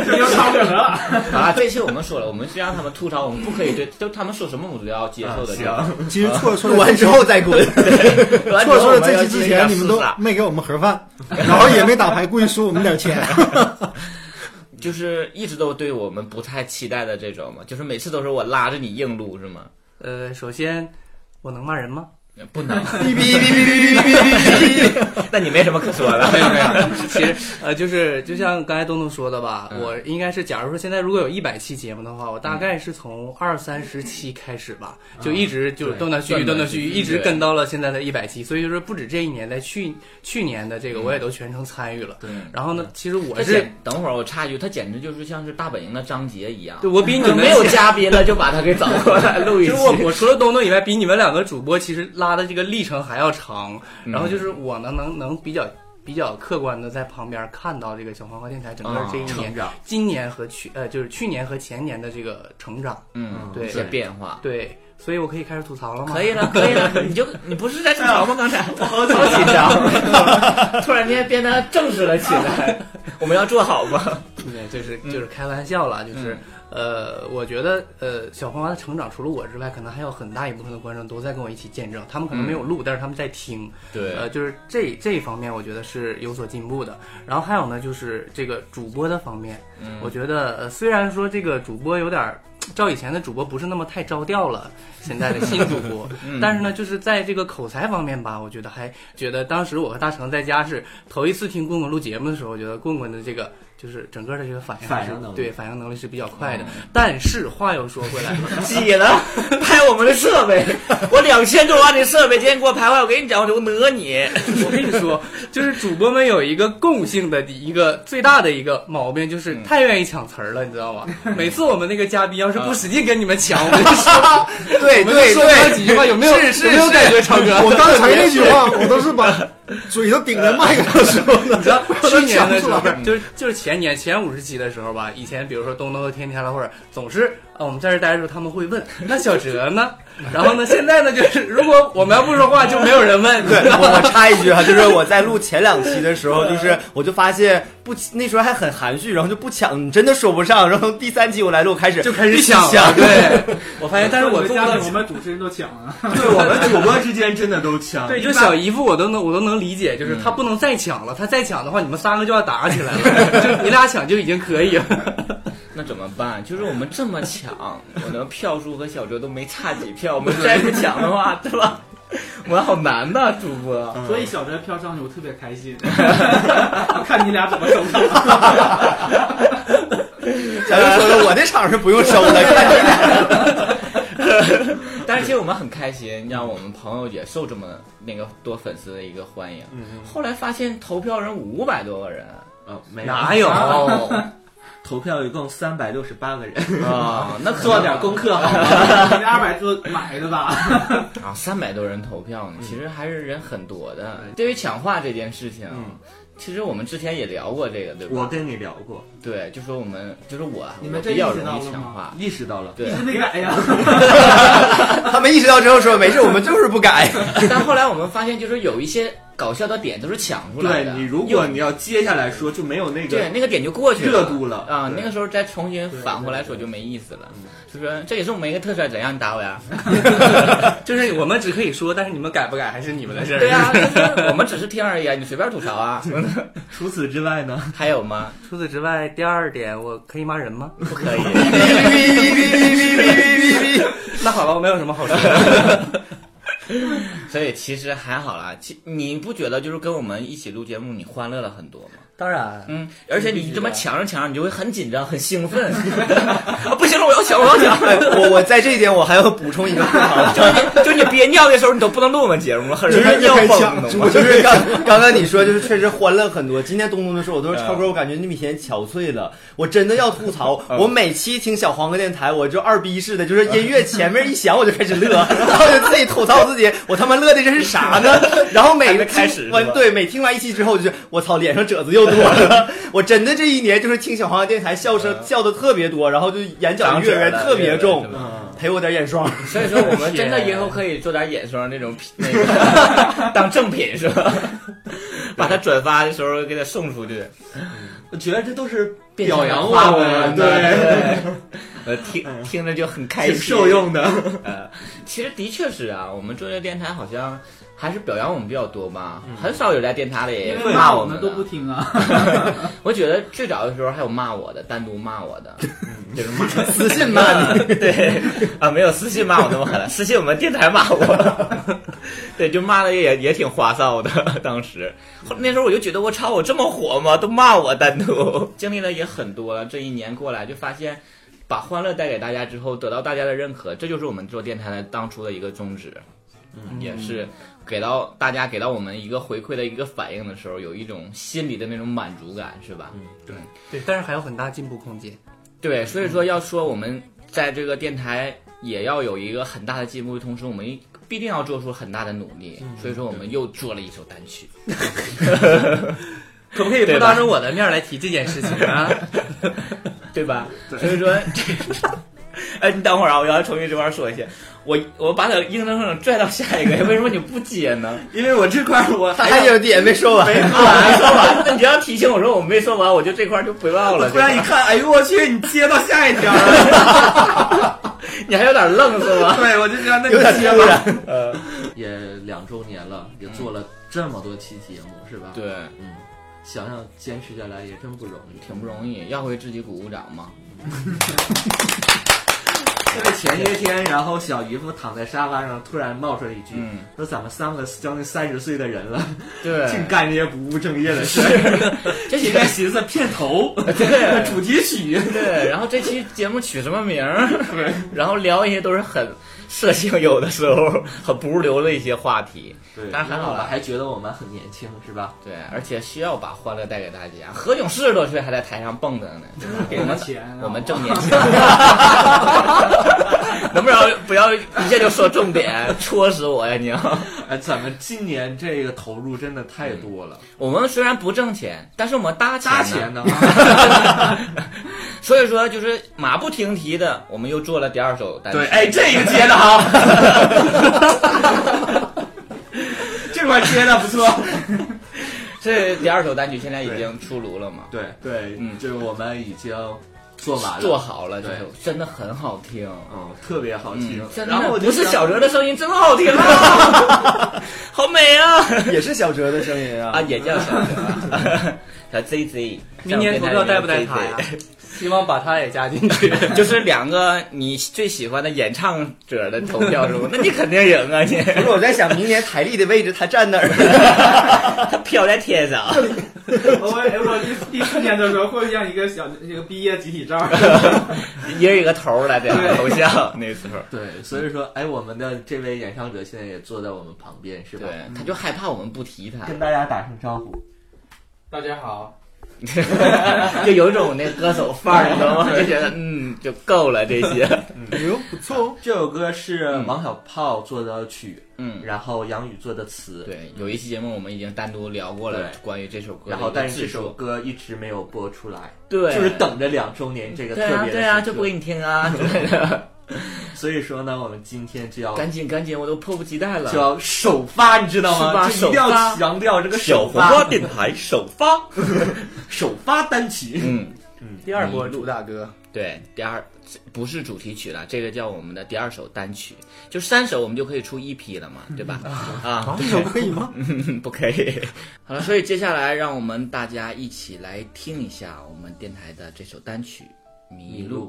Speaker 12: 滚
Speaker 14: 又差不了了
Speaker 11: 好啦，啊这期我们说了，我们是让他们吐槽，我们不可以对，都他们说什么我们都要接受的。
Speaker 10: 啊行
Speaker 11: 对吧
Speaker 10: 其实错说
Speaker 11: 录完之后再滚 录完之
Speaker 10: 错
Speaker 11: 后
Speaker 10: 说了
Speaker 11: 我们要
Speaker 10: 这期之
Speaker 11: 接一下
Speaker 10: 前，你们
Speaker 11: 厮
Speaker 10: 都
Speaker 11: 杀
Speaker 10: 没给我们盒饭，然后也没打牌，故意输我们点钱。
Speaker 11: 就是一直都对我们不太期待的这种嘛，就是每次都是我拉着你硬录是吗？
Speaker 12: 呃，首先我能骂人吗？
Speaker 11: 不能。
Speaker 12: 哔哔哔哔哔哔哔哔。
Speaker 11: 那你没什么可说的
Speaker 12: 没有没有。其实呃，就是就像刚才东东说的吧，
Speaker 11: 嗯
Speaker 12: 我应该是，假如说现在如果有一百期节目的话，我大概是从二三十期开始吧，就一直就
Speaker 11: 嗯对
Speaker 12: 断断续续、断
Speaker 11: 断断
Speaker 12: 断
Speaker 11: 续
Speaker 12: 续续，
Speaker 11: 续
Speaker 12: 一直
Speaker 11: 对
Speaker 12: 跟到了现在的一百期。所以就是不止这一年，在去去年的这个我也都全程参与了。
Speaker 11: 嗯对。
Speaker 12: 然后呢，其实我
Speaker 11: 他
Speaker 12: 是
Speaker 11: 简。等会儿我插一句，他简直就是像是大本营的张杰一样。
Speaker 12: 对我比你们
Speaker 11: 没有嘉宾了，就把 他给找过来录一期。
Speaker 12: 就是我我除了东东以外，比你们两个主播其实拉的这个历程还要长。
Speaker 11: 嗯
Speaker 12: 然后就是我呢，能能比较比较客观的在旁边看到这个小黄瓜电台整个
Speaker 11: 啊
Speaker 12: 这一年、
Speaker 11: 成长
Speaker 12: 今年和去呃就是去年和前年的这个成长，
Speaker 11: 嗯
Speaker 12: 对
Speaker 11: 这变化，
Speaker 12: 对，所以我可以开始吐槽了吗？
Speaker 11: 可以了，可 以了，你就你不是在吐槽吗？刚才我好
Speaker 12: 紧
Speaker 11: 紧
Speaker 12: 张
Speaker 11: 张，突然间变得正式了起来。 我们要做好吗？嗯
Speaker 12: 对，就是就是开玩笑啦，就是、呃，我觉得呃，小黄瓜的成长除了我之外，可能还有很大一部分的观众都在跟我一起见证，他们可能没有录，但是他们在听。
Speaker 11: 嗯对
Speaker 12: 呃，就是这这一方面，我觉得是有所进步的。然后还有呢，就是这个主播的方面，
Speaker 11: 嗯，
Speaker 12: 我觉得、呃、虽然说这个主播有点儿。照以前的主播不是那么太招调了，现在的新主播
Speaker 11: 嗯
Speaker 12: 但是呢，就是在这个口才方面吧，我觉得还觉得当时我和大成在家是头一次听棍棍录节目的时候，我觉得棍棍的这个就是整个的这个反应还是
Speaker 11: 反应能力
Speaker 12: 对反应能力是比较快的。但是话又说回 来，
Speaker 11: 挤了，拍我们的设 备，我两千多万的设备，今天给我拍坏，我跟你讲，我就讹 你。
Speaker 12: 我跟你说，就是主播们有一个共性的一个最大的一个毛病，
Speaker 10: 嗯
Speaker 12: 就是太愿意抢词儿了，你知道吗？每次我们那个嘉宾要是不使劲跟你们抢，我们就说，
Speaker 10: 嗯 对
Speaker 12: 我们就
Speaker 10: 对
Speaker 12: 说不了
Speaker 10: 对，
Speaker 12: 几句话，有没有
Speaker 10: 是是
Speaker 12: 有没有
Speaker 10: 是
Speaker 12: 感觉，超哥？
Speaker 10: 我刚 才那句话，我都是把嘴都顶在麦克上说的，
Speaker 12: 你知道去年的时候
Speaker 10: 我都讲，不出来
Speaker 12: 就是就是前年前五十期的时候吧，以前比如说东东和天天了，或者总是啊我们在这待的时候，他们会问那小哲呢？然后呢，现在呢就是如果我们要不说话，就没有人问。
Speaker 10: 对，我我插一句哈，就是我在录前两期的时候，就是我就发现不，那时候还很含蓄，然后就不抢，真的说不上。然后第三期我来录，开始就
Speaker 12: 开始抢了
Speaker 10: 对，
Speaker 12: 我发现，但是我做不
Speaker 10: 家
Speaker 12: 到
Speaker 10: 里
Speaker 12: 几
Speaker 10: 我
Speaker 12: 个
Speaker 10: 们主持人都抢了，
Speaker 13: 对我们主播之间真的都
Speaker 11: 啊
Speaker 13: 抢。
Speaker 12: 对，就小姨夫我都能我都能理解，就是他
Speaker 11: 嗯
Speaker 12: 不能再抢了，他再抢的话，你们三个就要打起来了，就你俩抢就已经可以 了。
Speaker 11: 那怎么办？就是我们这么抢，我的票数和小哲都没差几票，我们再不抢的话，对吧？我好难呐、主播。
Speaker 13: 嗯
Speaker 10: 所以小哲飘上去，我特别开 心，我看你俩怎么收场。 小哲说了，我的场是不用收 的，看你俩。
Speaker 11: 但是其实我们很开心，让我们朋友也受这么那个多粉丝的一个欢迎。
Speaker 10: 嗯
Speaker 11: 后来发现投票人五百多个人，
Speaker 13: 嗯，没
Speaker 11: 哪 有？
Speaker 13: 投票一共三百六十八个人
Speaker 11: 啊那可
Speaker 13: 做点功课好吗？
Speaker 10: 你二百多买的吧？
Speaker 11: 啊，三百多人投票呢，其实还是人很多的。对于抢话这件事情，其实我们之前也聊过这个，对吧？
Speaker 13: 我跟你聊过，
Speaker 11: 对，就说我们就是我，
Speaker 10: 你们
Speaker 11: 我
Speaker 10: 真
Speaker 11: 比较
Speaker 10: 意识
Speaker 11: 容
Speaker 10: 到
Speaker 11: 易
Speaker 10: 了
Speaker 11: 抢
Speaker 10: 吗
Speaker 11: 话，
Speaker 13: 意识到了，
Speaker 11: 对，
Speaker 10: 没改 呀。他们意识到之后说：“没事，我们就是不改。
Speaker 11: 但后来我们发现，就是有一些搞笑的点都是抢出来
Speaker 14: 对
Speaker 11: 的。
Speaker 14: 你，如
Speaker 11: 又
Speaker 14: 果你要接下来说，就没有那个
Speaker 11: 对那个点就过去了
Speaker 14: 热度了
Speaker 11: 啊，那个时
Speaker 14: 候
Speaker 11: 候再重新返回来说就没意思了。
Speaker 12: 嗯
Speaker 11: 所以说这也是我们一个特色，怎样你打我呀？
Speaker 12: 就是我们只可以说，但是你们改不改还是你们的事儿。
Speaker 11: 对 啊，就是我们只是听而已，啊，你随便吐槽啊。
Speaker 14: 除此之外呢？
Speaker 11: 还有吗？
Speaker 12: 除此之外，第二点，我可以骂人吗？不
Speaker 11: 可以。
Speaker 12: 那好了，我没有什么好说的。
Speaker 11: 所以其实还好啦，其你不觉得就是跟我们一起录节目，你欢乐了很多吗？
Speaker 12: 当然，啊
Speaker 11: 嗯，而且你这么抢着抢着，你就会很紧张、很 兴奋。 啊，不行了，我要抢，我要抢！
Speaker 12: 哎
Speaker 21: 我我在这一点我还要补充一个不好的，
Speaker 11: 就你憋尿的时候，你都不能录我们节目了，很容易尿
Speaker 21: 开
Speaker 11: 崩，
Speaker 21: 枪
Speaker 11: 你，懂吗
Speaker 21: 我就是刚刚刚你说，就是确实欢乐很多。今天东东就说，我都是
Speaker 11: 啊
Speaker 21: 超哥，我感觉你比以前憔悴了。我真的要吐槽，
Speaker 11: 啊
Speaker 21: 我每期听小黄瓜电台，我就二逼似的，就是音乐前面一响我就开始乐， 然后就自己吐槽自己，我他妈乐的这是啥呢？然后每个开始，完对每听完一期之后，我就觉得我操，脸上褶子又多了。 我真的这一年就是听小黄瓜电台，笑声笑的特别多，然后就眼角
Speaker 11: 嗯长
Speaker 21: 月
Speaker 11: 褶
Speaker 21: 圆
Speaker 11: 了
Speaker 21: 特别重
Speaker 11: 对啊吧，
Speaker 21: 赔我点眼霜。
Speaker 11: 所以说，我们真的以后可以做点眼霜那种品，那个当正品是吧？把它转发的时候给它送出去。
Speaker 14: 我觉得这都是
Speaker 11: 变成
Speaker 14: 表扬
Speaker 11: 花
Speaker 14: 我
Speaker 11: 纹
Speaker 14: 们，
Speaker 11: 对
Speaker 14: 对，
Speaker 11: 呃，听听着就很开心，
Speaker 14: 挺受用的。
Speaker 11: 呃，其实的确是啊，我们中央电台好像还是表扬我们比较多吧，很少有在电台里
Speaker 20: 因为
Speaker 11: 骂
Speaker 20: 我
Speaker 11: 们
Speaker 20: 们
Speaker 11: 的
Speaker 20: 都。不听啊。
Speaker 11: 我觉得最早的时候还有骂我的，单独骂我 的，就是骂
Speaker 21: 私信骂
Speaker 11: 你。对啊，没有私信骂我那么狠，私信我们电台骂我。 对，就骂的也也挺花哨的。当时后那时候我就觉得我操，我这么火吗？都骂我单独，经历了也很多了。这一年过来就发现，把欢乐带给大家之后，得到大家的认可，这就是我们做电台的当初的一个宗旨。
Speaker 21: 嗯
Speaker 11: 也是给到大家给到我们一个回馈的一个反应的时候，有一种心里的那种满足感，是吧？嗯，对
Speaker 12: 对，但是还有很大进步空间。
Speaker 11: 对，所以说要说我们在这个电台也要有一个很大的进步，同时我们必定要做出很大的努力，
Speaker 12: 嗯
Speaker 11: 所以说我们又做了一首单曲。
Speaker 12: 可不可以不
Speaker 11: 对吧
Speaker 12: 当着我的面来提这件事情啊？
Speaker 11: 对吧？
Speaker 12: 对
Speaker 11: 所以说， 哎，你等会儿啊，我要重新这块儿说一下，我我把他硬生生拽到下一个， 为什么你不接呢？
Speaker 14: 因为我这块儿我
Speaker 11: 还
Speaker 14: 还有
Speaker 21: 点没说完
Speaker 11: 没说完，没说完。 那你要提醒我说我没说完，我就这块儿就不要了。
Speaker 14: 突然一看，哎呦我去，你接到下一条了，
Speaker 11: 你还有点愣是吧？
Speaker 14: 对，我就觉得那
Speaker 11: 有点
Speaker 14: 你接
Speaker 11: 突
Speaker 14: 吧
Speaker 11: 然 呃
Speaker 20: 也两周年了，也做了这么多期节目，是吧？
Speaker 11: 嗯对，
Speaker 20: 嗯，想想坚持下来也真不容易，
Speaker 11: 挺不容易，要为自己鼓鼓掌 嘛。
Speaker 14: 就是前些天，然后小姨夫躺在沙发上，突然冒出来一句：“
Speaker 11: 嗯
Speaker 14: 说咱们三个将近三十岁的人了，
Speaker 11: 对”
Speaker 14: 净干这些不务正业的事。
Speaker 11: 这几
Speaker 14: 应
Speaker 11: 天
Speaker 14: 该寻思片 头，
Speaker 11: 对
Speaker 14: 主题曲，
Speaker 11: 对，然后这期节目取什么 名儿？然后聊一些都是很 色情，有的时候很不入流的一些话题。
Speaker 14: 对
Speaker 11: 但是还好
Speaker 14: 因为我
Speaker 11: 啦
Speaker 14: 们还觉得我们很年轻，是吧？
Speaker 11: 对，而且需要把欢乐带给大家。何炅四十多岁还在台上蹦跶呢，给我们我们正年轻， 能不能不要一下就说重点，戳死我呀你！
Speaker 14: 哎，咱们今年这个投入真的太多了。
Speaker 11: 嗯我们虽然不挣钱，但是我们搭钱
Speaker 14: 搭钱呢
Speaker 11: 所以说，就是马不停蹄的，我们又做了第二首单曲。
Speaker 14: 对，哎，这个接的 好，这块接的不错。
Speaker 11: 这第二首单曲现在已经出炉了嘛？
Speaker 14: 对对，嗯，就是我们已经做完了，
Speaker 11: 做好了，这
Speaker 14: 对
Speaker 11: 首真的很 好听，
Speaker 14: 嗯，特别好听
Speaker 11: 嗯、真的
Speaker 14: 然后我就
Speaker 11: 不是
Speaker 14: 想
Speaker 11: 小哲的声 音，真好听啊，好美啊！
Speaker 21: 也是小哲的声音啊，
Speaker 11: 啊，也叫小 哲啊，小 Z Z。
Speaker 12: 嗯明年投票带不带他 呀？希望把他也加进去。
Speaker 11: 就是两个你最喜欢的演唱者的投票是 吧？那你肯定赢啊！你
Speaker 21: 不是我在想，明年台历的位置他站哪儿？
Speaker 11: 他飘在啊天上。
Speaker 20: 我也我第第四年的时候会像一个小那个毕业集体照，
Speaker 11: 一人一个头儿来的
Speaker 14: 对
Speaker 11: 头像，那时候。
Speaker 14: 对，所以说，哎，我们的这位演唱者现在也坐在我们旁边，是吧？嗯
Speaker 11: 对，他就害怕我们不提他，
Speaker 14: 跟大家打声招呼。
Speaker 20: 大家好，
Speaker 11: 就有一种那歌手范儿，你知道吗？就 觉得嗯，就够了这些。哎
Speaker 14: 哟，不错嗯 哦。这首歌是王小炮做的曲，
Speaker 11: 嗯，
Speaker 14: 然后杨宇做的词，
Speaker 11: 对，有一期节目我们已经单独聊过了
Speaker 14: 对
Speaker 11: 关于这首歌的
Speaker 14: 然
Speaker 11: 一个制作，
Speaker 14: 后但是这首歌一直没有播出来，
Speaker 11: 对
Speaker 14: 就是等着两周年这个
Speaker 11: 对
Speaker 14: 特
Speaker 11: 啊
Speaker 14: 别的
Speaker 11: 对啊，
Speaker 14: 时刻
Speaker 11: 就不给你听啊之类的。
Speaker 14: 所以说呢，我们今天就要
Speaker 11: 赶紧赶紧，我都迫不及待了，
Speaker 14: 就要首发，你知道
Speaker 11: 是吧
Speaker 14: 吗？就一定
Speaker 11: 首发
Speaker 14: 要强调这个首
Speaker 11: 小黄瓜
Speaker 14: 发。
Speaker 11: 电
Speaker 14: 台首发，首发单曲。
Speaker 11: 嗯
Speaker 14: 嗯，
Speaker 11: 第二波
Speaker 14: 陆大哥，
Speaker 11: 对，第二这不是主题曲了，这个叫我们的第二首单曲，就三首我们就可以出一批了嘛，对吧？啊，
Speaker 22: 这首可以吗？
Speaker 11: 不可以。 好了，所以接下来让我们大家一起来听一下我们电台的这首单曲《迷
Speaker 22: 迷
Speaker 11: 路
Speaker 22: 路》。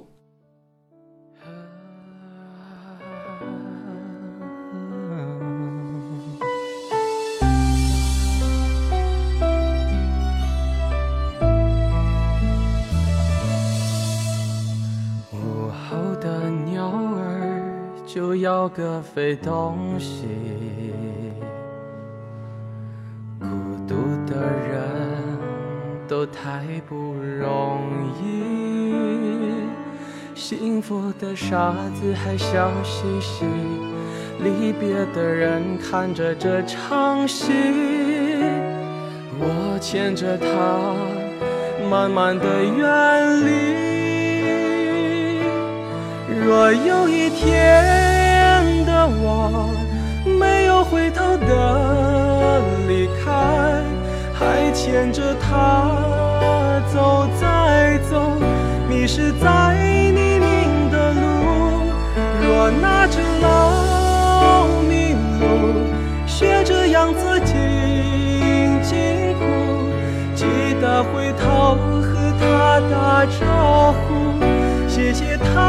Speaker 10: 午后的鸟儿就要各飞东西，孤独的人都太不容易，幸福的傻子还笑嘻嘻，离别的人看着这场戏，我牵着他，慢慢的远离。若有一天的我没有回头的离开，还牵着她走再走，迷失在泥泞的路。若那只老麋鹿学着样子紧紧哭，记得回头和它打招呼。谢谢他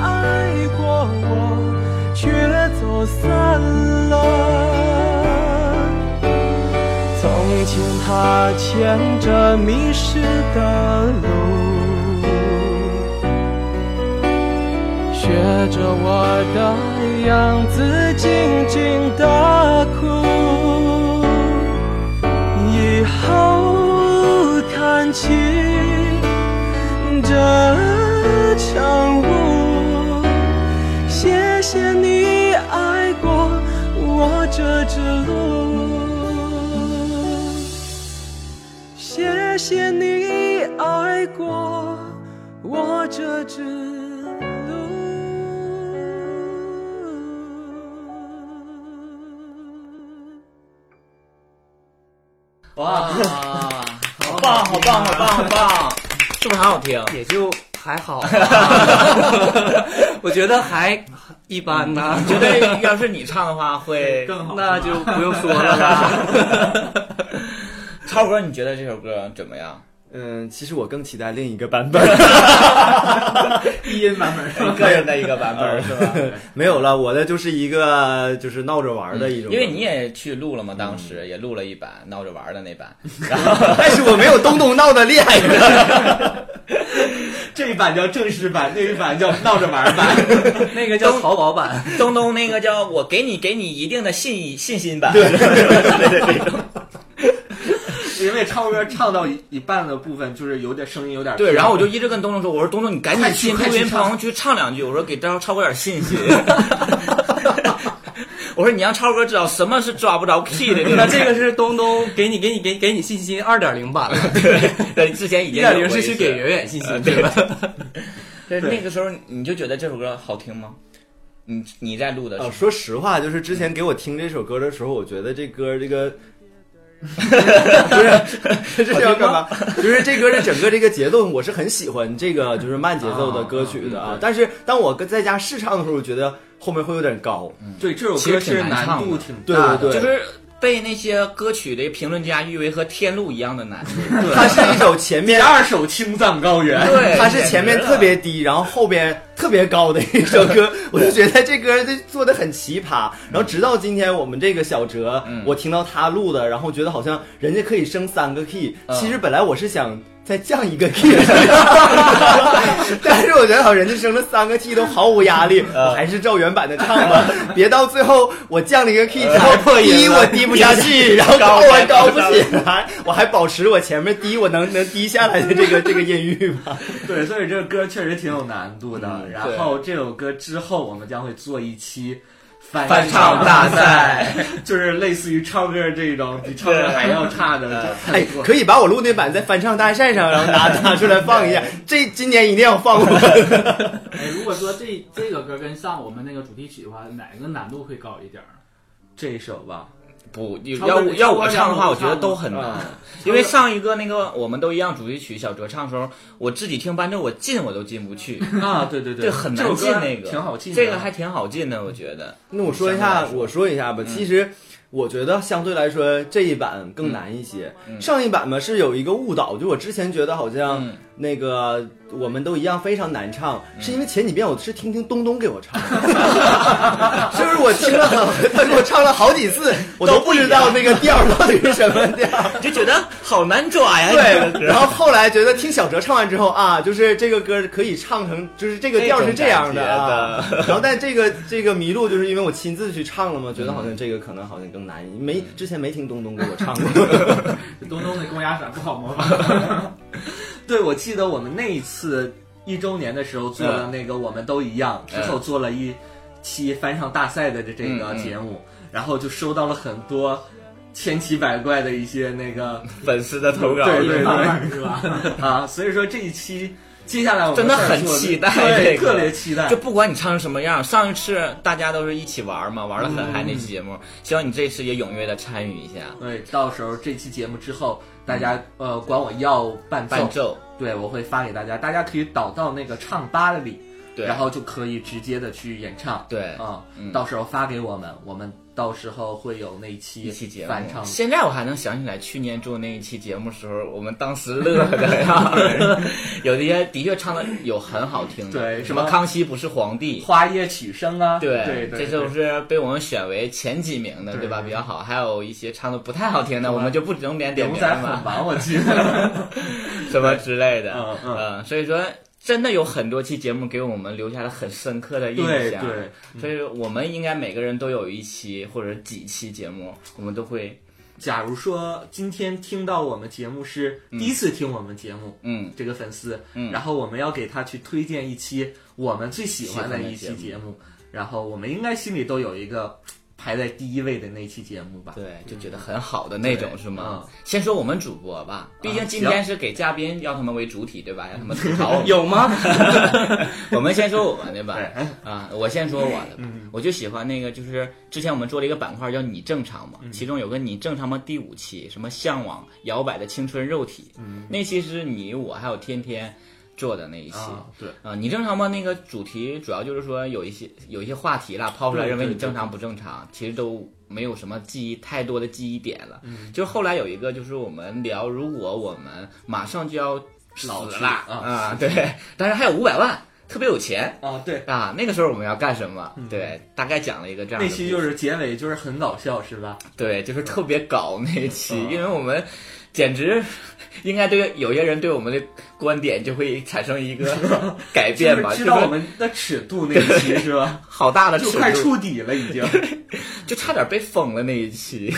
Speaker 10: 爱过我，却走散了。从前他牵着迷失的路，学着我的样子静静的哭。以后看清。这场雾。谢谢你爱过我这只鹿，谢谢你爱过我这只鹿。
Speaker 11: 哇，好棒，好棒，好棒，好棒！是不是很好听？
Speaker 12: 也就还 好吧，我觉得还一般吧。
Speaker 11: 你觉得要是你唱的话会更好？
Speaker 12: 那就不用说 了吧。
Speaker 11: 超哥，你觉得这首歌怎么样？
Speaker 21: 嗯，其实我更期待另一个版 本，
Speaker 14: 低音版本，
Speaker 11: 个人的一个版本是吧？
Speaker 21: 啊 没有了，我的就是一个就是闹着玩儿的一种，
Speaker 11: 嗯因为你也去录了嘛，
Speaker 14: 嗯
Speaker 11: 当时也录了一版闹着玩儿的 那版，
Speaker 21: 但是我没有东东闹的厉害。
Speaker 14: 这一版叫正式版，那一版叫闹着玩儿版。
Speaker 11: 那个叫淘宝版，东东那个叫我给你给你一定的信信心版，
Speaker 14: 因为超哥唱到一一半的部分，就是有点声音有点
Speaker 11: 对，然后我就一直跟东东说，我说东东你赶紧去录
Speaker 14: 快去快去
Speaker 11: 音
Speaker 14: 唱
Speaker 11: 棚去唱两句，我说给超超哥点信心。我说你让超哥知道什么是抓不着 key 的
Speaker 12: 那
Speaker 11: 那
Speaker 12: 这个是东东给你给你给给你信心二点零版了，
Speaker 11: 对，之前已
Speaker 12: 一
Speaker 11: 经
Speaker 12: 点零
Speaker 11: 有过
Speaker 12: 是
Speaker 11: 一
Speaker 12: 去
Speaker 11: 次
Speaker 12: 给圆圆信
Speaker 11: 呃
Speaker 12: 心，
Speaker 11: 对
Speaker 12: 吧？
Speaker 11: 对，
Speaker 21: 对
Speaker 11: 那个时候你就觉得这首歌好听吗？你你在录的时候
Speaker 21: 呃，说实话，就是之前给我听这首歌的时候，我觉得这歌这 个。不是， 这是要干嘛？就是这歌的整个这个节奏，我是很喜欢这个就是慢节奏的歌曲的啊。但是当我在家试唱的时候，我觉得后面会有点高。
Speaker 14: 对，这首
Speaker 11: 其
Speaker 14: 歌
Speaker 11: 实挺
Speaker 14: 是
Speaker 11: 难
Speaker 14: 难
Speaker 11: 唱
Speaker 14: 度
Speaker 11: 的
Speaker 14: 挺
Speaker 21: 对
Speaker 14: 大
Speaker 21: 对对，
Speaker 11: 就是被那些歌曲的评论家誉为和天路一样 的难。
Speaker 21: 它是一首前面
Speaker 14: 第二首青藏高原，
Speaker 11: 对
Speaker 21: 它是前面特别低，然后后边特别高的一首歌，我就觉得这歌这做的很奇葩。然后直到今天我们这个小哲，
Speaker 14: 嗯
Speaker 21: 我听到他录的，然后觉得好像人家可以升三个 key，
Speaker 11: 嗯
Speaker 21: 其实本来我是想。再降一个 key，但是我觉得好，像人家升了三个 key 都毫无压力，
Speaker 14: 嗯
Speaker 21: 我还是照原版的唱 吧，别到最后我降了一个 key 之后
Speaker 14: 呃
Speaker 11: 还破，音
Speaker 21: 低
Speaker 11: 了
Speaker 21: 我低不下 去，然后高
Speaker 11: 高还
Speaker 21: 还
Speaker 11: 高
Speaker 21: 高
Speaker 11: 不
Speaker 21: 不
Speaker 11: 上
Speaker 21: 起来，我还保持我前面低我能能低下来的这个这个音域 吧。
Speaker 14: 对，所
Speaker 11: 嗯
Speaker 14: 以这个歌确实挺有难度的。然后这首歌之后，我们将会做一期
Speaker 13: 翻
Speaker 11: 唱大赛，
Speaker 13: 就是类似于超哥这种比超哥还要差的。就
Speaker 10: 哎，可以把我录那版在翻唱大赛上，然后拿拿出来放一下。这今年一定要放过。
Speaker 20: 哎，如果说这这个歌跟上我们那个主题曲的话，哪个难度会高一点儿？
Speaker 13: 这一首吧，
Speaker 11: 不
Speaker 20: 超
Speaker 11: 要
Speaker 20: 哥
Speaker 11: 我要
Speaker 20: 超哥
Speaker 11: 我呃唱的话，
Speaker 20: 让我
Speaker 11: 我觉得
Speaker 20: 唱
Speaker 11: 都
Speaker 20: 吧
Speaker 11: 很
Speaker 20: 啊
Speaker 11: 难，因为上一个那个我们都一样主题曲，小哲唱的时候，我自己听伴奏，我进我都进不去
Speaker 13: 啊对对对
Speaker 11: 这很
Speaker 13: 这
Speaker 11: 难
Speaker 13: 首
Speaker 11: 进
Speaker 13: 歌
Speaker 11: 那个，
Speaker 13: 挺好进的
Speaker 11: 这个还挺好进的，我觉得。
Speaker 10: 那我说一
Speaker 11: 相对
Speaker 10: 下
Speaker 11: 来，说嗯
Speaker 10: 我说一下吧。其实我觉得相对来说这一版更难一些。
Speaker 11: 嗯
Speaker 10: 上一版嘛是有一个误导，就我之前觉得好像那个我们都一样非常难唱，
Speaker 11: 嗯
Speaker 10: 是因为前几遍我是听听东东给我唱， 是不是我听了他给我唱了好几 次，我都不知道那个调儿到底是什么调儿，
Speaker 11: 就觉得好难抓呀
Speaker 10: 对，然后后来觉得听小哲唱完之后啊，就是这个歌可以唱成，就是这个调儿是这样的啊
Speaker 11: 这种感觉的。
Speaker 10: 然后但这个这个迷路，就是因为我亲自去唱了嘛，觉得
Speaker 2: 嗯
Speaker 10: 好像这个可能好像更难，没之前没听东东给我唱过。
Speaker 20: 东东的公鸭嗓不好模 仿。
Speaker 13: 对，我记得我们那一次一周年的时候做了
Speaker 11: 嗯
Speaker 13: 那个《我们都一样》，之后做了一期翻唱大赛的这这
Speaker 11: 嗯
Speaker 13: 个节目，然后就收到了很多千奇百怪的一些那个
Speaker 11: 粉丝的投稿
Speaker 13: 对对
Speaker 11: 一方面
Speaker 13: 对，
Speaker 11: 是吧？
Speaker 13: 啊，所以说这一期接下来我们
Speaker 11: 真的
Speaker 13: 再
Speaker 11: 很
Speaker 13: 做
Speaker 11: 期待，
Speaker 13: 对，
Speaker 11: 这个
Speaker 13: 特别期待
Speaker 11: 就。不管你唱成什么样，上一次大家都是一起玩嘛，玩的很嗨
Speaker 13: 嗯
Speaker 11: 那期节目，希望你这次也踊跃的参与一下。
Speaker 13: 对，到时候这期节目之后，大家呃管我要伴奏，
Speaker 11: 嗯伴奏
Speaker 13: 对我会发给大家，大家可以导到那个唱吧里，
Speaker 11: 对
Speaker 13: 然后就可以直接的去演唱，
Speaker 11: 对
Speaker 13: 啊、
Speaker 11: 嗯
Speaker 13: 到时候发给我们，我们到时候会有那一期
Speaker 11: 一期节目
Speaker 13: 翻唱，
Speaker 11: 现在我还能想起来去年做那一期节目时候，我们当时乐的 呀，有的些的确唱的有很好听的，
Speaker 13: 对
Speaker 11: 什么
Speaker 13: 什么
Speaker 11: 康熙不是皇帝，
Speaker 13: 花叶曲声啊，
Speaker 11: 对
Speaker 13: 对
Speaker 11: 这
Speaker 13: 对，
Speaker 11: 就是被我们选为前几名的，
Speaker 13: 对
Speaker 11: 对吧？
Speaker 13: 对
Speaker 11: 比较好，还有一些唱的不太好听的，我们就不重点点
Speaker 13: 牛
Speaker 11: 名
Speaker 13: 仔
Speaker 11: 了
Speaker 13: 很
Speaker 11: 嘛，
Speaker 13: 忙，我记得。
Speaker 11: 什么之类 的，嗯嗯，所以说。真的有很多期节目给我们留下了很深刻的印象，
Speaker 13: 对对嗯
Speaker 11: 所以我们应该每个人都有一期或者几期节目，我们都会
Speaker 13: 假如说今天听到我们节目是第一次听我们节目，
Speaker 11: 嗯，
Speaker 13: 这个粉丝，
Speaker 11: 嗯
Speaker 13: 然后我们要给他去推荐一期我们最喜欢的一
Speaker 11: 喜
Speaker 13: 期
Speaker 11: 欢的节
Speaker 13: 节目，然后我们应该心里都有一个排在第一位的那期节目吧？嗯
Speaker 11: 对，就觉得很好的那种是吗？先说我们主播吧，毕竟今
Speaker 13: 行
Speaker 11: 天是给嘉宾，要他们为主体对吧？让他们吐槽 有
Speaker 13: 吗？
Speaker 11: 我们先说我们的吧，啊，我先说我的吧，我就喜欢那个，就是之前我们做了一个板块叫“你正常吗”，嗯其中有个“你正常吗”第五期，什么向往摇摆的青春肉体，
Speaker 20: 嗯
Speaker 11: 那期是你我还有天天。做的那一期，
Speaker 13: 啊对
Speaker 11: 啊，你正常吗？那个主题主要就是说有一些有一些话题啦，抛出来
Speaker 13: 对
Speaker 11: 认为
Speaker 13: 对
Speaker 11: 你正
Speaker 13: 对
Speaker 11: 常不正常，其实都没有什么记忆太多的记忆点了。
Speaker 13: 嗯
Speaker 11: 就后来有一个就是我们聊，如果我们马上就要死
Speaker 13: 老去
Speaker 11: 了
Speaker 13: 啊
Speaker 11: 啊，对，但是还有五百万，特别有钱
Speaker 13: 啊，嗯对
Speaker 11: 啊，那个时候我们要干什么？对，大概讲了一个这样
Speaker 13: 那
Speaker 11: 的
Speaker 13: 期
Speaker 11: 故
Speaker 13: 就
Speaker 11: 事
Speaker 13: 是结尾就是很搞笑是吧？
Speaker 11: 对，就是特别搞那一
Speaker 13: 啊
Speaker 11: 期，因为我们简直应该对有些人对我们的观点就会产生一个改变吧，
Speaker 13: 就是知
Speaker 11: 就
Speaker 13: 道
Speaker 11: 是
Speaker 13: 我们的尺度那一 期是吧？
Speaker 11: 好大的尺度，
Speaker 13: 就快触底了已经，
Speaker 11: 就差点被封了那一 期。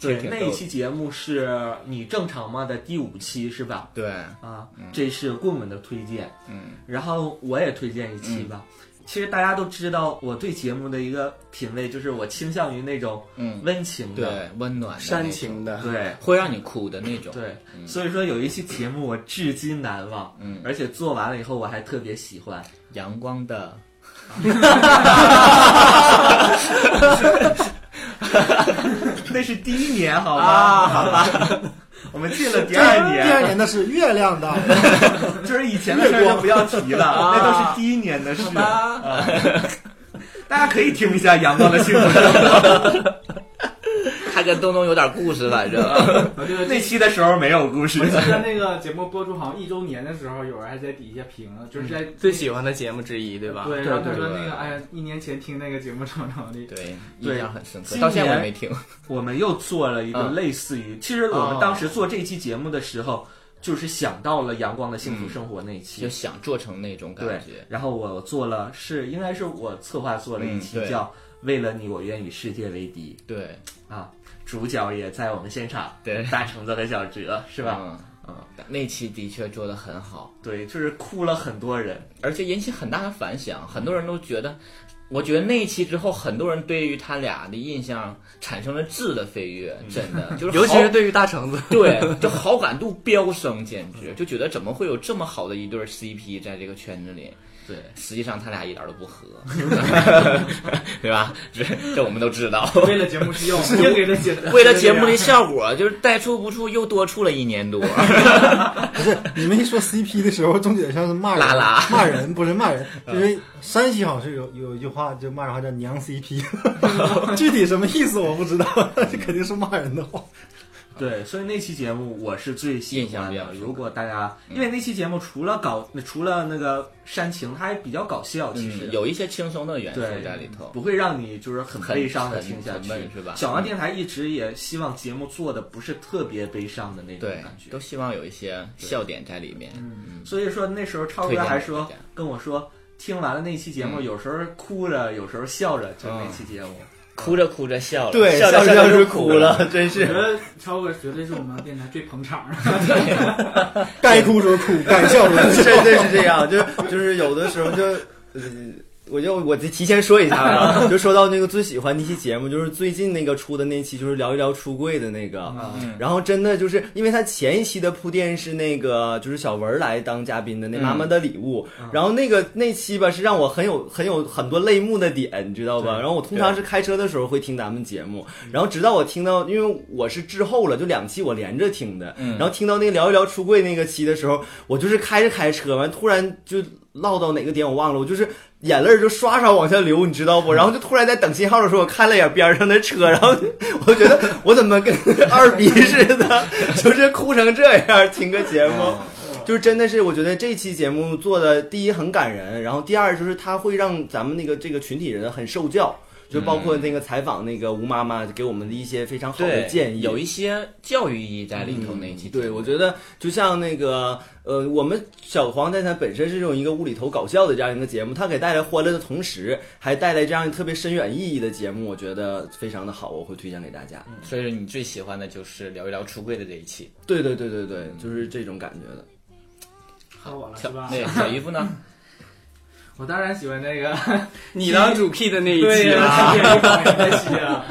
Speaker 13: 对
Speaker 11: 挺，
Speaker 13: 那
Speaker 11: 逗
Speaker 13: 一
Speaker 11: 的
Speaker 13: 期节目是你正常吗的第五期是吧？
Speaker 11: 对
Speaker 13: 啊，这是棍棍的推荐，
Speaker 11: 嗯，
Speaker 13: 然后我也推荐一期吧。其实大家都知道我对节目的一个品味，就是我倾向于那种
Speaker 11: 嗯
Speaker 13: 温情的、
Speaker 11: 对温暖的煽那种情的
Speaker 13: 对，
Speaker 11: 会让你哭的那种。
Speaker 13: 对，所以说有一期节目我至今难忘，嗯，而且做完了以后我还特别喜欢
Speaker 11: 阳光的。
Speaker 13: 那是第一年，好吧？
Speaker 14: 啊
Speaker 13: 好吧，我们进了第二年，
Speaker 14: 第二年的是月亮的，
Speaker 13: 就是以前的事儿就不要提了，
Speaker 14: 啊
Speaker 13: 那都是第一年的事。
Speaker 14: 好吧
Speaker 13: 啊大家可以听一下《阳光的幸福生活》，
Speaker 11: 他跟东东有点故事，反正
Speaker 13: 那期的时候没有故事
Speaker 20: 我。记得那个节目播出好像一周年的时候，有人还在底下评论，就是在
Speaker 12: 最喜欢的节目之一，嗯啊对吧？
Speaker 20: 对，然后他说那个哎呀，一年前听那个节目怎么怎么的，
Speaker 11: 对，
Speaker 13: 对，
Speaker 11: 在我也
Speaker 13: 今 年
Speaker 11: 没听。
Speaker 13: 我们又做了一个
Speaker 11: 嗯
Speaker 13: 类似于，其实我
Speaker 11: 哦
Speaker 13: 们当时做这期节目的时候，就是想到了《阳光的幸福生活》那一
Speaker 11: 嗯
Speaker 13: 期，
Speaker 11: 就想做成那种感
Speaker 13: 对
Speaker 11: 觉。
Speaker 13: 然后我做了，是应该是我策划做了一
Speaker 11: 嗯
Speaker 13: 期
Speaker 11: 对
Speaker 13: 叫《为了你，我愿与世界为敌》。
Speaker 11: 对
Speaker 13: 啊，主角也在我们现场，
Speaker 11: 对
Speaker 13: 大橙子和小哲是吧？
Speaker 11: 嗯那期的确做的很好，
Speaker 13: 对，就是哭了很多人，
Speaker 11: 而且引起很大的反响，很多人都觉得。我觉得那一期之后，很多人对于他俩的印象产生了质的飞跃，
Speaker 13: 嗯
Speaker 11: 真 的就是好，
Speaker 12: 尤其是对于大橙子，
Speaker 11: 对，就好感度飙升，简直就觉得怎么会有这么好的一对儿 CP 在这个圈子里？
Speaker 12: 对，
Speaker 11: 实际上他俩一点都不合， 对吧？ 这这我们都知道。
Speaker 20: 为了节目 需要，硬给他解释
Speaker 11: 为了节目的效果，就是代出不出又多出了一年多。
Speaker 2: 不是 你们一说 CP 的时候，钟姐像是骂人，
Speaker 11: 拉拉嗯
Speaker 2: 骂人不是骂 人，因为山西好像是有有一句话，就骂人话叫“娘 CP”，具体什么意思我不知道，这肯定是骂人的话。
Speaker 13: 对，所以那期节目我是最喜欢
Speaker 11: 啊印象
Speaker 13: 的。如果大家
Speaker 11: 嗯
Speaker 13: 因为那期节目除了搞除了那个煽情，它还比较搞笑，其实、
Speaker 11: 嗯有一些轻松的元素
Speaker 13: 对
Speaker 11: 在里头
Speaker 13: 不会让你就是很
Speaker 11: 很
Speaker 13: 悲伤的
Speaker 11: 很
Speaker 13: 听下
Speaker 11: 很
Speaker 13: 去
Speaker 11: 闷，是吧
Speaker 13: 小王电台一直也希望节目做的不是特别悲 伤的那种
Speaker 11: 对
Speaker 13: 感觉，
Speaker 11: 都希望有一些笑点在里面。
Speaker 13: 嗯，所以说那时候超
Speaker 11: 推
Speaker 13: 哥
Speaker 11: 荐
Speaker 13: 还
Speaker 11: 给
Speaker 13: 说
Speaker 11: 大家
Speaker 13: 跟我说，听完了那期节目，
Speaker 11: 嗯
Speaker 13: 有时候哭着，有时候笑着，就是那期节目。
Speaker 11: 哭着哭着笑了，
Speaker 13: 对
Speaker 11: 笑着着
Speaker 13: 笑着笑着
Speaker 11: 就
Speaker 13: 哭
Speaker 11: 哭
Speaker 13: 了
Speaker 11: 了，真
Speaker 20: 我
Speaker 11: 是
Speaker 20: 觉。得超哥绝对是我们电台最捧场的。
Speaker 2: 该哭时候哭，该笑时候笑。
Speaker 21: 真的是这样，就是就是有的时候就，呃我就我得提前说一下 啊，就说到那个最喜欢的一期节目，就是最近那个出的那期，就是聊一聊出柜的那个。
Speaker 11: 嗯
Speaker 21: 然后真的就是因为他前一期的铺垫是那个就是小文儿来当嘉宾的那
Speaker 11: 嗯
Speaker 21: 妈妈的礼物，然后那个那期吧是让我很有很有很多泪目的点，你知道吧？然后我通常是开车的时候会听咱们节目，然后直到我听到，因为我是滞后了，就两期我连着听的，
Speaker 11: 嗯
Speaker 21: 然后听到那个聊一聊出柜那个期的时候，我就是开着开着车，完突然就唠到哪个点我忘了，我就是眼泪儿就刷刷往下流，你知道 不？然后就突然在等信号的时候，我看了一眼边上的车，然后我觉得我怎么跟二逼似的，就是哭成这样听个节
Speaker 11: 嗯
Speaker 21: 目。就是真的是，我觉得这期节目做的第一很感人，然后第二就是它会让咱们那个这个群体人很受教，就包括那个采访那个吴妈妈给我们的一些非常好的
Speaker 11: 嗯对，
Speaker 21: 建议，
Speaker 11: 有一些教育意义在里头。那一期
Speaker 21: 嗯对，我觉得就像那个呃，我们小黄电台本身是这种一个无厘头搞笑的这样一个节目，它给带来欢乐的同时，还带来这样特别深远意义的节目，我觉得非常的好，我会推荐给大家。
Speaker 11: 嗯所以说你最喜欢的就是聊一聊出柜的这一期。
Speaker 21: 嗯对对对对对，就是这种感觉的。
Speaker 20: 到我了是
Speaker 11: 小
Speaker 20: 吧？
Speaker 11: 对小姨夫呢？
Speaker 20: 我当然喜欢那个
Speaker 12: 你当主 key 的那一期
Speaker 11: 对
Speaker 12: 了
Speaker 11: 呀欺 骗与谎言那期 啊。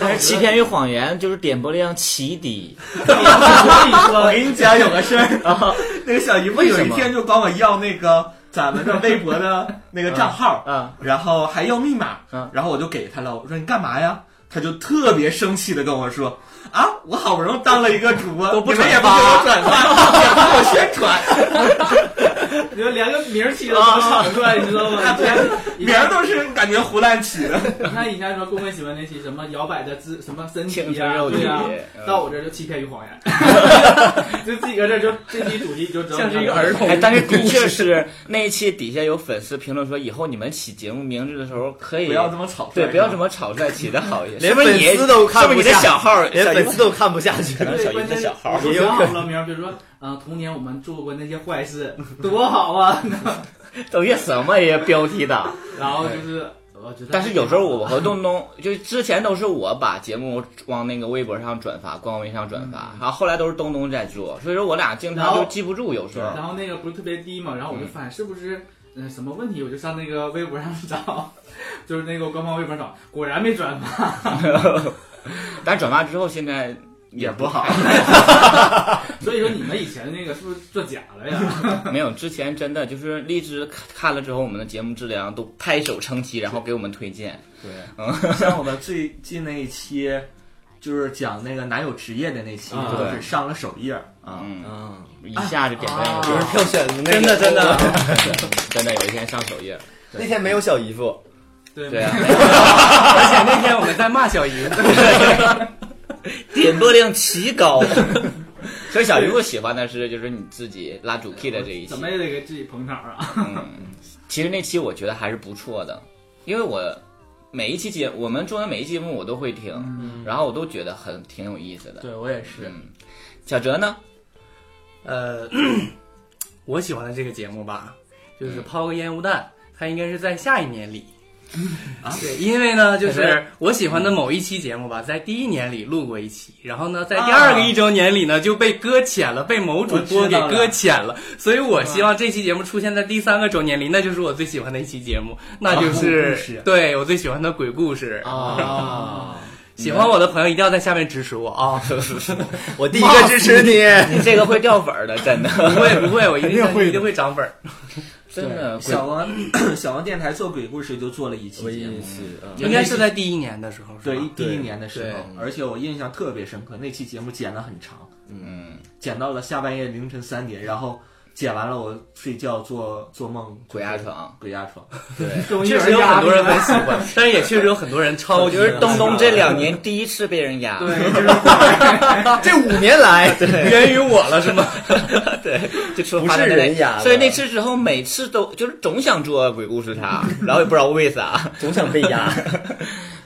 Speaker 11: 但是《
Speaker 20: 是
Speaker 11: 欺骗与谎言》就是点播量奇低，
Speaker 13: 我跟你讲有个事儿
Speaker 11: 啊，
Speaker 13: 那个小姨夫有一天就管我要那个咱们的微博的那个账号，
Speaker 11: 嗯，
Speaker 13: 然后还要密码，
Speaker 11: 嗯，
Speaker 13: 然后我就给他了，我说你干嘛呀？他就特别生气的跟我说。啊！我好不容易当了一个主播，
Speaker 20: 不
Speaker 13: 你们也
Speaker 20: 转
Speaker 13: 不
Speaker 20: 发
Speaker 13: 给我转发，也不给我宣传，
Speaker 20: 你就连个名儿起的都想出来，你知道吗？
Speaker 13: 啊名儿都是感觉胡乱起的。
Speaker 20: 你看以前说公会喜欢那期什么摇摆的姿什么身体
Speaker 11: 青春
Speaker 20: 呀、
Speaker 11: 肉体
Speaker 20: 对呀、啊
Speaker 11: 嗯
Speaker 20: 到我这儿就欺骗与谎言， 就这几个字儿就这期主题就整
Speaker 11: 像是一个儿童。哎，但是的确是那一期底下有粉丝评论说，以后你们起节目名字的时候可以
Speaker 21: 不要这么草率
Speaker 11: 对，不要这么草率，起的好一些。
Speaker 21: 连
Speaker 11: 是不是
Speaker 21: 粉
Speaker 11: 你也
Speaker 21: 丝都看
Speaker 11: 是不是
Speaker 21: 不
Speaker 11: 你的
Speaker 21: 下
Speaker 11: 小号，
Speaker 21: 连
Speaker 11: 小姨
Speaker 21: 粉
Speaker 11: 夫
Speaker 21: 丝都看不下去
Speaker 11: 可能
Speaker 21: 对
Speaker 11: 小姨夫
Speaker 21: 关
Speaker 11: 的
Speaker 21: 键
Speaker 11: 小号
Speaker 20: 我就想好了名儿，比如说，嗯、童年我们做过那些坏事，多好啊！
Speaker 11: 都越什么呀标题党。
Speaker 20: 然后就是，我觉得，
Speaker 11: 但是有时候我和东东，就之前都是我把节目往那个微博上转发，官微上转发，
Speaker 13: 嗯
Speaker 11: 然后后来都是东东在做，所以说我俩经常
Speaker 20: 然后
Speaker 11: 就记不住，有时候
Speaker 20: 然后那个不是特别低嘛，然后我就发现是不是嗯、呃什么问题，我就上那个微博上找， 就是那个官方微博上找，果然没转发，
Speaker 11: 但转发之后现在也不好。
Speaker 20: 所以说你们以前那个是不是作假了呀？
Speaker 11: 没有，之前真的就是荔枝看了之后，我们的节目质量都拍手称奇，然后给我们推荐。
Speaker 13: 对
Speaker 11: 嗯，
Speaker 13: 像我们最近那一期，就是讲那个男友职业的那期，
Speaker 11: 啊
Speaker 13: 就
Speaker 11: 对
Speaker 13: 是上了首页，
Speaker 11: 嗯 一下就点赞
Speaker 13: 啊
Speaker 11: 了，
Speaker 13: 就是票选的那个
Speaker 11: 真的真的
Speaker 13: 对
Speaker 11: 真的有一天上首页。对
Speaker 21: 那天没有小姨夫，
Speaker 20: 对
Speaker 11: 对啊，
Speaker 21: 而
Speaker 11: 且那天我们在骂 小姨夫，点播量奇高，所以小姨夫喜欢的是就是你自己拉主 key 的这一期
Speaker 20: 怎。么也得给自己捧场啊！
Speaker 11: 嗯其实那期我觉得还是不错的，因为我每一期节我们做的每一期节目我都会听，
Speaker 13: 嗯
Speaker 11: 然后我都觉得很挺有意思的。
Speaker 12: 对我也是
Speaker 11: 嗯，小哲呢？
Speaker 12: 呃，我喜欢的这个节目吧，就是抛个烟雾弹，它应该是在下一年里。
Speaker 11: 嗯
Speaker 12: 啊，对，因为呢，就
Speaker 13: 对
Speaker 12: 是我喜欢的某一期节目吧，在第一年里录过一期，然后呢，在第
Speaker 11: 啊
Speaker 12: 二个一周年里呢就被搁浅了，被某主播给搁浅了，所以我希望这期节目出现在第三个周年里，那就是我最喜欢的一期节目，那就
Speaker 13: 啊
Speaker 12: 是
Speaker 13: 故事
Speaker 12: 对我最喜欢的鬼故事啊。喜欢我的朋友一定要在下面支持我啊！
Speaker 21: 我第一个支持你
Speaker 11: 你这个会掉粉儿的，真的
Speaker 12: 不会不会，我一定
Speaker 11: 肯定会的
Speaker 12: 一定会涨粉儿。
Speaker 11: 真的鬼
Speaker 13: 小王 小王电台做鬼故事就做了一期节目，嗯
Speaker 12: 应该是在第一年的时候是
Speaker 13: 对
Speaker 12: 吧，
Speaker 13: 第一年的时
Speaker 12: 对
Speaker 13: 候，嗯而且我印象特别深刻，那期节目剪了很长，
Speaker 11: 嗯，
Speaker 13: 剪到了下半夜凌晨三点，然后。剪完了，我睡觉做做梦，鬼压床，鬼压床，
Speaker 12: 对确实有很多人很喜欢，但是也确实有很多人超
Speaker 11: 我
Speaker 12: 级
Speaker 11: 觉得东东这两年第一次被人压，
Speaker 21: 这五年来
Speaker 11: 源于我了是 吗？对，就出发在
Speaker 21: 不
Speaker 11: 那
Speaker 21: 是人压的
Speaker 11: 所以那次之后，每次都就是总想做鬼故事 他，然后也不知道为啥，
Speaker 21: 总想被压。嗯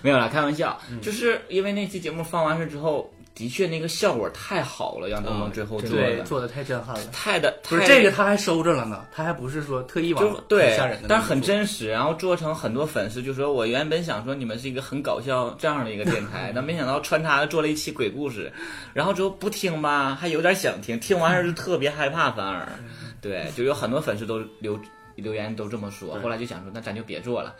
Speaker 11: 没有啦，开玩笑，就是因为那期节目放完事之后，的确那个效果太好了，让东
Speaker 21: 啊
Speaker 11: 东最后做
Speaker 12: 对
Speaker 11: 的。
Speaker 12: 做的太震撼了，
Speaker 11: 太的
Speaker 12: 不是
Speaker 11: 太
Speaker 12: 这个他还收着了呢，他还不是说特意往
Speaker 11: 就对
Speaker 12: 很吓人的那种做，，
Speaker 11: 但是很真实，然后做成很多粉丝就说，我原本想说你们是一个很搞笑这样的一个电台，但没想到穿插做了一期鬼故事，然后之后不听吧，还有点想听，听完事儿就特别害怕，反而，对，就有很多粉丝都留留言都这么说，后来就想说，那咱就别做了。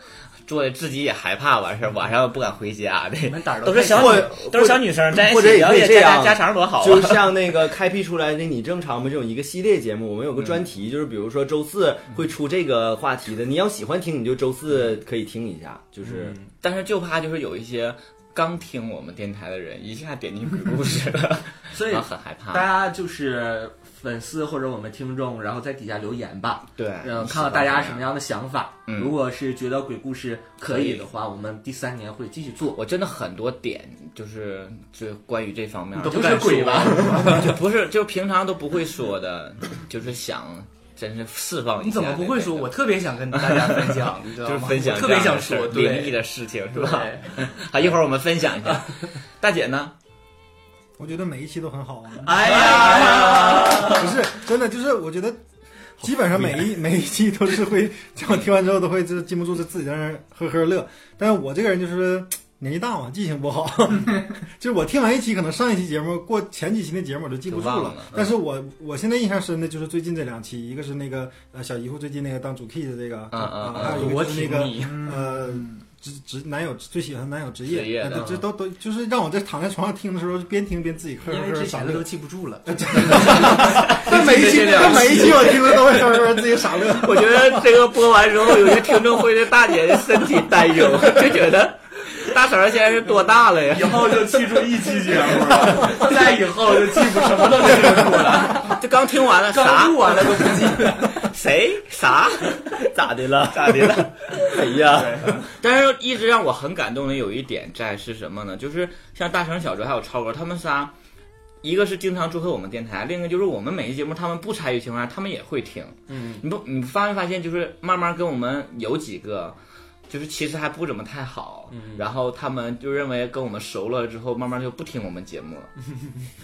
Speaker 11: 做的自己也害怕完事儿，晚上不敢回家，对，都是小
Speaker 21: 或
Speaker 11: 女，都是小女生在一
Speaker 21: 或者
Speaker 11: 起
Speaker 21: 也
Speaker 11: 了
Speaker 21: 可以
Speaker 11: 解
Speaker 21: 这
Speaker 11: 家
Speaker 21: 样
Speaker 11: 家家常多好啊！
Speaker 21: 就像那个开辟出来那你正常吗？这种一个系列节目，我们有
Speaker 11: 嗯
Speaker 21: 个专题，就是比如说周四会出这个话题的，你要喜欢听，你就周四可以听一下，就是。
Speaker 11: 嗯但是就怕就是有一些刚听我们电台的人一下点进鬼故 事了，
Speaker 13: 所以
Speaker 11: 然后很害怕。
Speaker 13: 大家就是粉丝或者我们听众，然后在底下留言吧。
Speaker 11: 对
Speaker 13: 嗯，看看大家什么样的想法。
Speaker 11: 嗯
Speaker 13: 如果是觉得鬼故事可以的话，
Speaker 11: 可以
Speaker 13: 我们第三年会继续做。
Speaker 11: 我真的很多点就是就关于这方面
Speaker 13: 你都
Speaker 11: 就
Speaker 13: 不敢
Speaker 11: 说
Speaker 13: 说吧
Speaker 11: 就不是就平常都不会说的，就是想真是释放一下。
Speaker 12: 你怎么不会说？我特别想跟大家分 享，你知道
Speaker 11: 就是
Speaker 12: 吗？
Speaker 11: 分享
Speaker 12: 我特
Speaker 11: 这
Speaker 12: 别
Speaker 11: 样的
Speaker 12: 想
Speaker 11: 事儿
Speaker 12: 说
Speaker 11: 灵异
Speaker 12: 对
Speaker 11: 的事情是吧？ 好，一会儿我们分享一 下。大姐呢？
Speaker 2: 我觉得每一期都很好啊。
Speaker 13: 哎
Speaker 2: 呀，不是真的，就是我觉得基本上每一 每一期都是会，我听完之后都会就是禁不住就自己在那儿呵呵乐。但是我这个人就是年纪大嘛，记性不 好，就是我听完一期，可能上一期节目过前几期的节目我都记不住
Speaker 11: 就忘
Speaker 2: 了。
Speaker 11: 了嗯
Speaker 2: 但是我我现在印象深的就是最近这两期，一个是那个呃小姨夫最近那个当主 key 的这个，
Speaker 11: 嗯嗯嗯
Speaker 2: 还有一个就是那
Speaker 11: 我
Speaker 2: 个
Speaker 11: 挺你
Speaker 2: 呃。职职男友最喜欢男友职业，
Speaker 11: 职业的
Speaker 2: 呃这都都就是让我在躺在床上听的时候，边听边自己呵呵
Speaker 12: 因
Speaker 2: 呵
Speaker 12: 为之
Speaker 2: 傻
Speaker 12: 前
Speaker 2: 乐
Speaker 12: 的都记不住了。
Speaker 2: 但每一期，但每一期我听的都会呵呵自己傻乐。
Speaker 11: 我觉得这个播完之后，有些听众会对大姐身体担忧，就觉得大婶儿现在是多大了呀？以
Speaker 13: 后就记住一期节目 了，再以后就记不什么都记不住了，
Speaker 11: 就刚听完了，啥
Speaker 13: 刚录完了都不记。
Speaker 11: 谁啥？咋的了？咋的了？哎
Speaker 21: 呀！
Speaker 11: 但是一直让我很感动的有一点在是什么呢？就是像大成、小哲还有超哥他们仨，一个是经常做客我们电台，另一个就是我们每一节目他们不参与情况下，他们也会听。
Speaker 13: 嗯，
Speaker 11: 你不，你发没发现，就是慢慢跟我们有几个，就是其实还不怎么太好，
Speaker 13: 嗯
Speaker 11: 然后他们就认为跟我们熟了之后，慢慢就不听我们节 目了，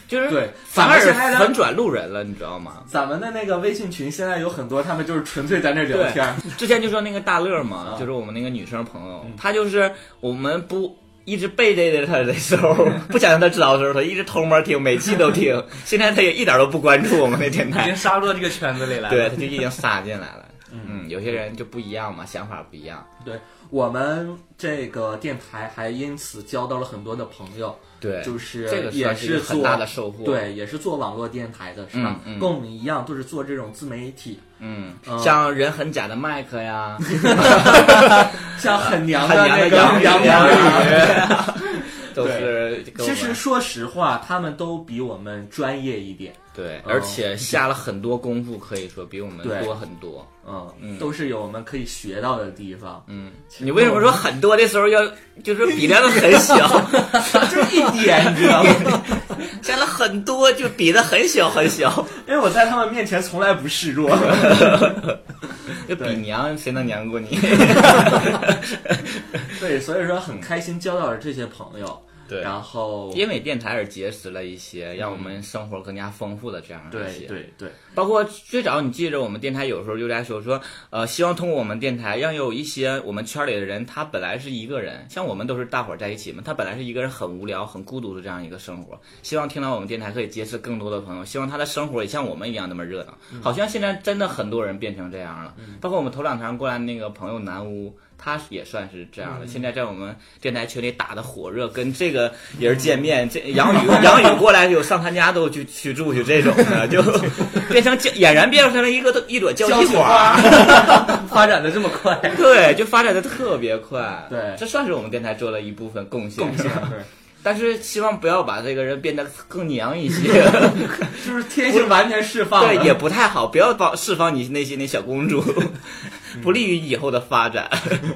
Speaker 11: 就是
Speaker 13: 对
Speaker 11: 反
Speaker 13: 反而
Speaker 11: 而
Speaker 13: 现在的
Speaker 11: 反转路人了，你知道吗？
Speaker 13: 咱们的那个微信群现在有很多，他们就是纯粹在那聊天儿。啊嗯
Speaker 11: 对之前就说那个大乐嘛，就是我们那个女生朋友，她就是我们不。一直背对着她的时候， 不想让她知道的时候，她一直偷摸听，每期都听。现在她也一点都不关注我们的电
Speaker 12: 已
Speaker 11: 台
Speaker 12: 经，杀入到这个圈子里来了。
Speaker 11: 对，她就已经撒进来了。嗯，有些人就不一样嘛，想法不一样。
Speaker 13: 对我们这个电台还因此交到了很多的朋友，
Speaker 11: 对
Speaker 13: 就是
Speaker 11: 这个
Speaker 13: 也
Speaker 11: 算是一个
Speaker 13: 做
Speaker 11: 很大的收获
Speaker 13: 对，也是做网络电台的，是吧？
Speaker 11: 嗯嗯
Speaker 13: 跟我们一样，都是做这种自媒体，
Speaker 11: 嗯
Speaker 13: 嗯
Speaker 11: 像人很假的麦克呀，
Speaker 13: 像很娘
Speaker 11: 很
Speaker 13: 的
Speaker 11: 娘
Speaker 13: 那
Speaker 11: 的
Speaker 13: 个
Speaker 11: 杨
Speaker 13: 杨
Speaker 11: 杨
Speaker 13: 宇
Speaker 11: 都是
Speaker 13: 对
Speaker 11: 跟我
Speaker 13: 其
Speaker 11: 们
Speaker 13: 实说实话，他们都比我们专业一点，
Speaker 11: 对，
Speaker 13: 嗯
Speaker 11: 而且下了很多功夫，可以说比我们多很多。
Speaker 13: 嗯
Speaker 11: 嗯，
Speaker 13: 都是有我们可以学到的地方。
Speaker 11: 嗯，你为什么说很多的时候要就是比量的很小，
Speaker 13: 就是一点，你知道吗？
Speaker 11: 下了很多就比的很小很小，
Speaker 13: 因为我在他们面前从来不 示弱。
Speaker 11: 就比娘谁能娘 过你？
Speaker 13: 对，所以说很开心交到了这些朋友。
Speaker 11: 对，
Speaker 13: 然后
Speaker 11: 因为电台而结识了一些让我们生活更加丰富的这样的
Speaker 13: 对
Speaker 11: 一些
Speaker 13: 对对，
Speaker 11: 包括最早你记着我们电台有时候就在说说，呃，希望通过我们电台让有一些我们圈里的人，他本来是一个人，像我们都是大伙儿在一起嘛，他本来是一个人很无聊、很孤独的这样一个生活，希望听到我们电台可以结识更多的朋友，希望他的生活也像我们一样那么热闹。
Speaker 13: 嗯
Speaker 11: 好像现在真的很多人变成这样了，包括我们头两天过来那个朋友南屋。他也算是这样的，
Speaker 13: 嗯
Speaker 11: 现在在我们电台群里打的火热，跟这个人见面，这杨宇杨宇过来有上他家都去去住去这种的， 就 变成交俨然变成了一个一朵交际花，
Speaker 13: 发展的这么快，
Speaker 11: 对，就发展的特别快，
Speaker 13: 对
Speaker 11: 这算是我们电台做了一部分贡献，
Speaker 13: 贡献
Speaker 11: 对。但是希望不要把这个人变得更娘一些，
Speaker 13: 就是天性完全释放了
Speaker 11: 对，也不太好，不要把释放你内心的小公主，
Speaker 13: 嗯
Speaker 11: 不利于以后的发展。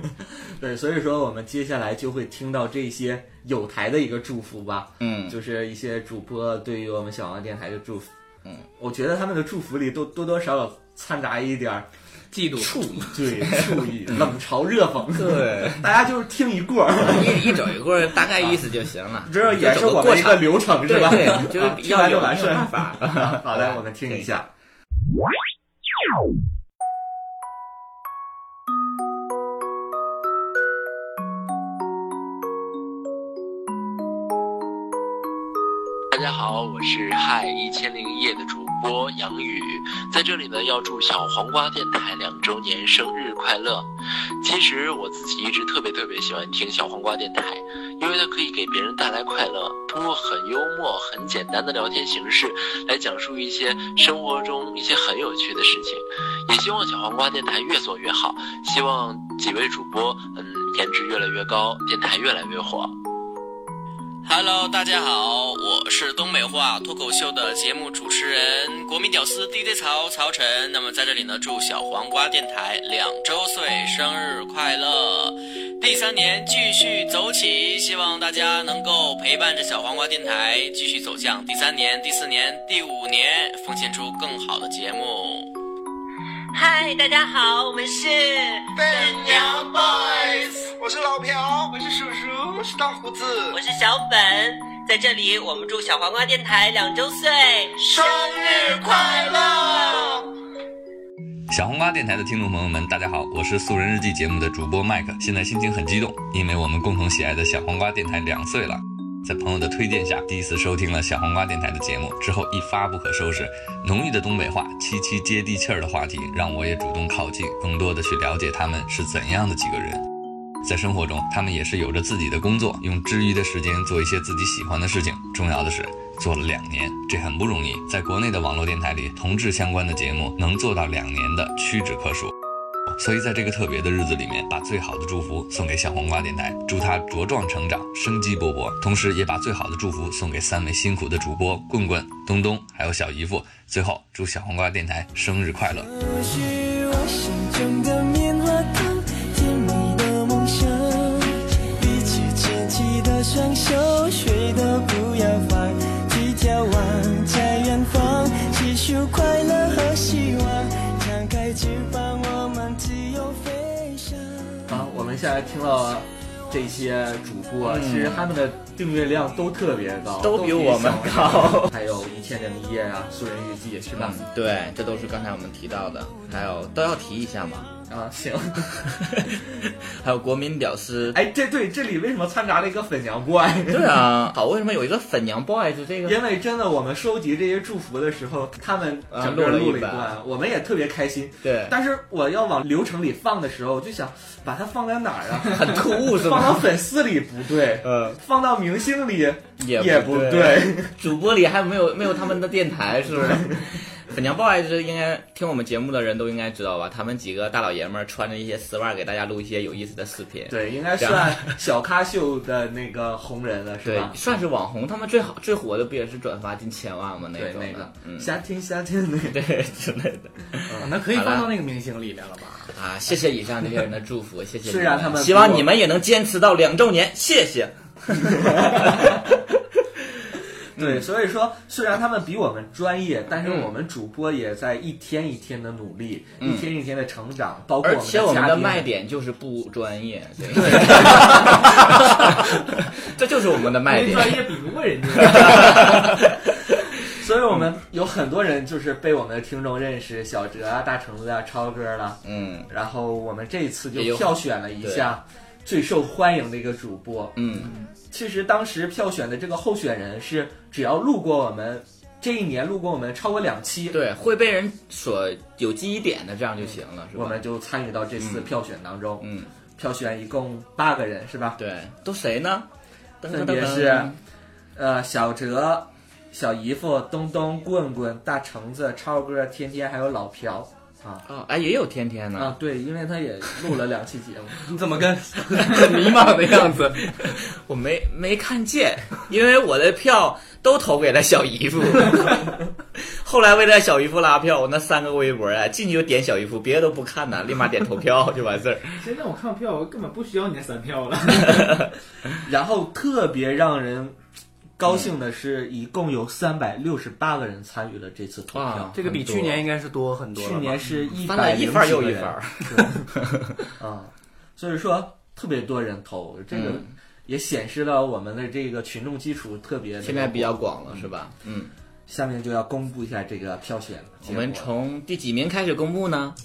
Speaker 13: 对，所以说我们接下来就会听到这些有台的一个祝福吧，
Speaker 11: 嗯
Speaker 13: 就是一些主播对于我们小王电台的祝福，嗯，我觉得他们的祝福里都多多少少掺杂一点儿
Speaker 12: 嫉妒、
Speaker 13: 醋意，对， 醋意、冷嘲热讽，
Speaker 11: 对，
Speaker 13: 大家就是听一过儿，
Speaker 11: 一一走一过，大概意思就行了。
Speaker 13: 这也是我
Speaker 11: 过
Speaker 13: 们一个流程是吧？
Speaker 11: 对，对就是
Speaker 13: 啊
Speaker 11: 比
Speaker 13: 听
Speaker 11: 较
Speaker 13: 完
Speaker 11: 有
Speaker 13: 就完事
Speaker 11: 有
Speaker 13: 儿
Speaker 11: 办法。
Speaker 13: 好的，我们听一下。
Speaker 17: 大家好，我是《嗨一千零一夜》的主播杨宇，在这里呢要祝小黄瓜电台两周年生日快乐。其实我自己一直特别特别喜欢听小黄瓜电台，因为它可以给别人带来快乐，通过很幽默、很简单的聊天形式来讲述一些生活中一些很有趣的事情。也希望小黄瓜电台越做越好，希望几位主播嗯颜值越来越高，电台越来越火。
Speaker 7: Hello，大家好，我是东北话脱口秀的节目主持人，嗯国民屌丝 DJ 曹曹晨。那么在这里呢，祝小黄瓜电台两周岁生日快乐，第三年继续走起，希望大家能够陪伴着小黄瓜电台继续走向第三年、第四年、第五年，奉献出更好的节目。
Speaker 8: 嗨，大家好，我们是笨
Speaker 7: 娘
Speaker 8: boys，我是老朴，我是叔叔，我是大胡子，我是小粉，在这里我们祝小黄瓜电台两周岁生日快乐！
Speaker 23: 小黄瓜电台的听众朋友们，大家好，我是《素人日记》节目的主播麦克，现在心情很激动，因为我们共同喜爱的小黄瓜电台两岁了。在朋友的推荐下，第一次收听了小黄瓜电台的节目之后，一发不可收拾。浓郁的东北话，七七接地气儿的话题，让我也主动靠近，更多的去了解他们是怎样的几个人。在生活中，他们也是有着自己的工作，用之余的时间做一些自己喜欢的事情。重要的是，做了两年，这很不容易。在国内的网络电台里，同志相关的节目能做到两年的屈指可数。所以，在这个特别的日子里面，把最好的祝福送给小黄瓜电台，祝他茁壮成长，生机勃勃。同时，也把最好的祝福送给三位辛苦的主播棍棍、东东，还有小姨夫。最后，祝小黄瓜电台生日快乐！
Speaker 1: 我是我心中的棉花糖，甜蜜的梦想。一起牵起的双手，谁都不要放，去眺望在远方，细数快乐和希望。张开翅膀，我们自由飞翔。
Speaker 13: 啊，我们现在听到这些主播，
Speaker 11: 嗯
Speaker 13: 其实他们的订阅量都特别高，
Speaker 11: 都比我们
Speaker 13: 小黄
Speaker 11: 高
Speaker 13: 还有一千零一夜啊，素人日记是吧？
Speaker 11: 嗯，对，这都是刚才我们提到的，还有都要提一下嘛。
Speaker 13: 啊，行。
Speaker 11: 还有国民屌丝，
Speaker 13: 哎，这对这里为什么掺杂了一个粉娘 boy？
Speaker 11: 对啊，好，为什么有一个粉娘 boy 就这个？
Speaker 13: 因为真的，我们收集这些祝福的 时候，他们
Speaker 11: 啊
Speaker 13: 整个录
Speaker 11: 录了
Speaker 13: 了一
Speaker 11: 一
Speaker 13: 段，
Speaker 11: 段
Speaker 13: 我们也特别开心。
Speaker 11: 对
Speaker 13: 但是我要往流程里放的时候，我就想把它放在哪儿啊？ 很
Speaker 11: 突兀是吗
Speaker 13: 放到粉丝里不对，
Speaker 11: 嗯，
Speaker 13: 放到明星里
Speaker 11: 也
Speaker 13: 不
Speaker 11: 不
Speaker 13: 对。
Speaker 11: 主播里还没有没有他们的电台，是不是？ 粉娘 boy 是应该听我们节目的人都应该知道吧？他们几个大老爷们儿穿着一些丝袜，给大家录一些有意思的视频。
Speaker 13: 对，应该
Speaker 11: 这样
Speaker 13: 算小咖秀的那个红人了，是
Speaker 11: 对
Speaker 13: 吧，？
Speaker 11: 算是网红。他们最好最火的不也是转发近千万吗？那
Speaker 13: 对
Speaker 11: 种
Speaker 13: 那个
Speaker 11: 的，嗯，
Speaker 13: 夏天夏天那个，
Speaker 11: 对之类的，
Speaker 13: 啊那可以
Speaker 11: 好了
Speaker 13: 放到那个明星里面了吧？
Speaker 11: 啊，谢谢以上这些人的祝福，谢谢你们。
Speaker 13: 虽然他们
Speaker 11: 希望你们也能坚持到两周年，谢谢。
Speaker 13: 对，所以说虽然他们比我们专业，但是我们主播也在一天一天的努力，
Speaker 11: 嗯
Speaker 13: 一天一天的成 长，包括
Speaker 11: 而且我
Speaker 13: 们
Speaker 11: 们
Speaker 13: 的
Speaker 11: 的啊
Speaker 13: 嘉宾
Speaker 11: 卖点就是不专业，对， 这就是我们的卖点。
Speaker 13: 专业比不 过人家。所以我们有很多人就是被我们的听众认识，小哲啊、大橙子啊、超哥了，
Speaker 11: 嗯，
Speaker 13: 然后我们这次
Speaker 11: 也有
Speaker 13: 就票选了一下最受欢迎的一个主播，
Speaker 11: 嗯，
Speaker 13: 其实当时票选的这个候选人是只要路过我们这一年路过我们超过两期，
Speaker 11: 对，会被人所有记忆点的，这样就行了，是吧？
Speaker 13: 我们就参与到这次
Speaker 11: 嗯
Speaker 13: 票选当中，
Speaker 11: 嗯，
Speaker 13: 票选一共八个人是吧？
Speaker 11: 对，都谁呢？
Speaker 13: 分别是呃小哲、小姨夫、东东、棍棍、大橙子、超哥、天天，还有老朴啊。
Speaker 11: 哦，哎，也有天天呢。
Speaker 13: 啊，对，因为他也录了两期节目。
Speaker 11: 你嗯怎么跟很迷茫的样子？ 我没没看见，因为我的票都投给了小姨夫。 后来为了小姨夫拉票，我那三个微博啊，进去就点小姨夫，别的都不看呐，立马点投票 就完事儿。
Speaker 20: 现在我看票，我根本不需要你那三 票了。
Speaker 13: 然后特别让人高兴的是，一共有三百六十八个人参与了这次投票，
Speaker 12: 这个比去年 应该是多很多了
Speaker 13: 去
Speaker 12: 吧。
Speaker 13: 年是
Speaker 12: 嗯
Speaker 13: 一
Speaker 12: 翻了
Speaker 13: 百
Speaker 12: 一番儿又一番儿。
Speaker 13: 啊，所以说特别多人投，这个
Speaker 11: 嗯
Speaker 13: 也显示了我们的这个群众基础特别
Speaker 11: 现在比较广了，是吧？嗯，
Speaker 13: 下面就要公布一下这个票选
Speaker 11: 我们从第几名开始公布呢？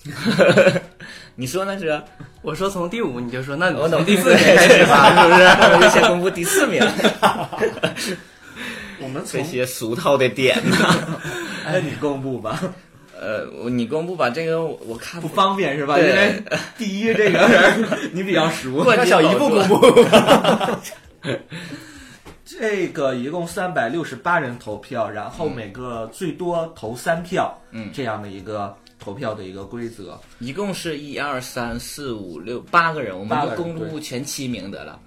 Speaker 11: 你说那是？
Speaker 12: 我说从第五，你就说那你
Speaker 11: 我从
Speaker 12: 从
Speaker 11: 第
Speaker 12: 第
Speaker 11: 四
Speaker 12: 四名
Speaker 11: 名开
Speaker 12: 开
Speaker 11: 始
Speaker 12: 始
Speaker 11: 吧
Speaker 12: 吧，
Speaker 11: 是
Speaker 12: 是不
Speaker 11: 不是
Speaker 12: 是？
Speaker 11: 我就先公布第四名。
Speaker 13: 我们从
Speaker 11: 这些俗套的点呢？
Speaker 13: 哎，你公布吧。
Speaker 11: 呃，我你公布吧，这个我我看
Speaker 13: 不方便是吧？因
Speaker 11: 对
Speaker 13: 为第一这个人 你比较熟，
Speaker 11: 冠军宝座。
Speaker 13: 这个一共三百六十八人投票，然后每个最多投三票，
Speaker 11: 嗯
Speaker 13: 这样的一个投票的一个规则。
Speaker 11: 一共是一二三四五六八个人，我们
Speaker 13: 八
Speaker 11: 就
Speaker 13: 个人
Speaker 11: 公
Speaker 13: 对
Speaker 11: 布前七名得了，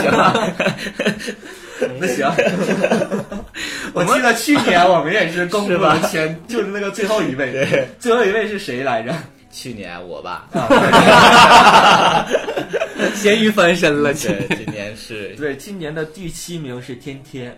Speaker 11: 行吧？
Speaker 13: 那行， 我记得去年我们也是公布了 前，就是那个最后一位，最后一位是谁来着？啊
Speaker 11: 去年我吧，
Speaker 13: 咸鱼翻身了，
Speaker 11: 对， 今年是
Speaker 13: 对，今年的第七名是天天，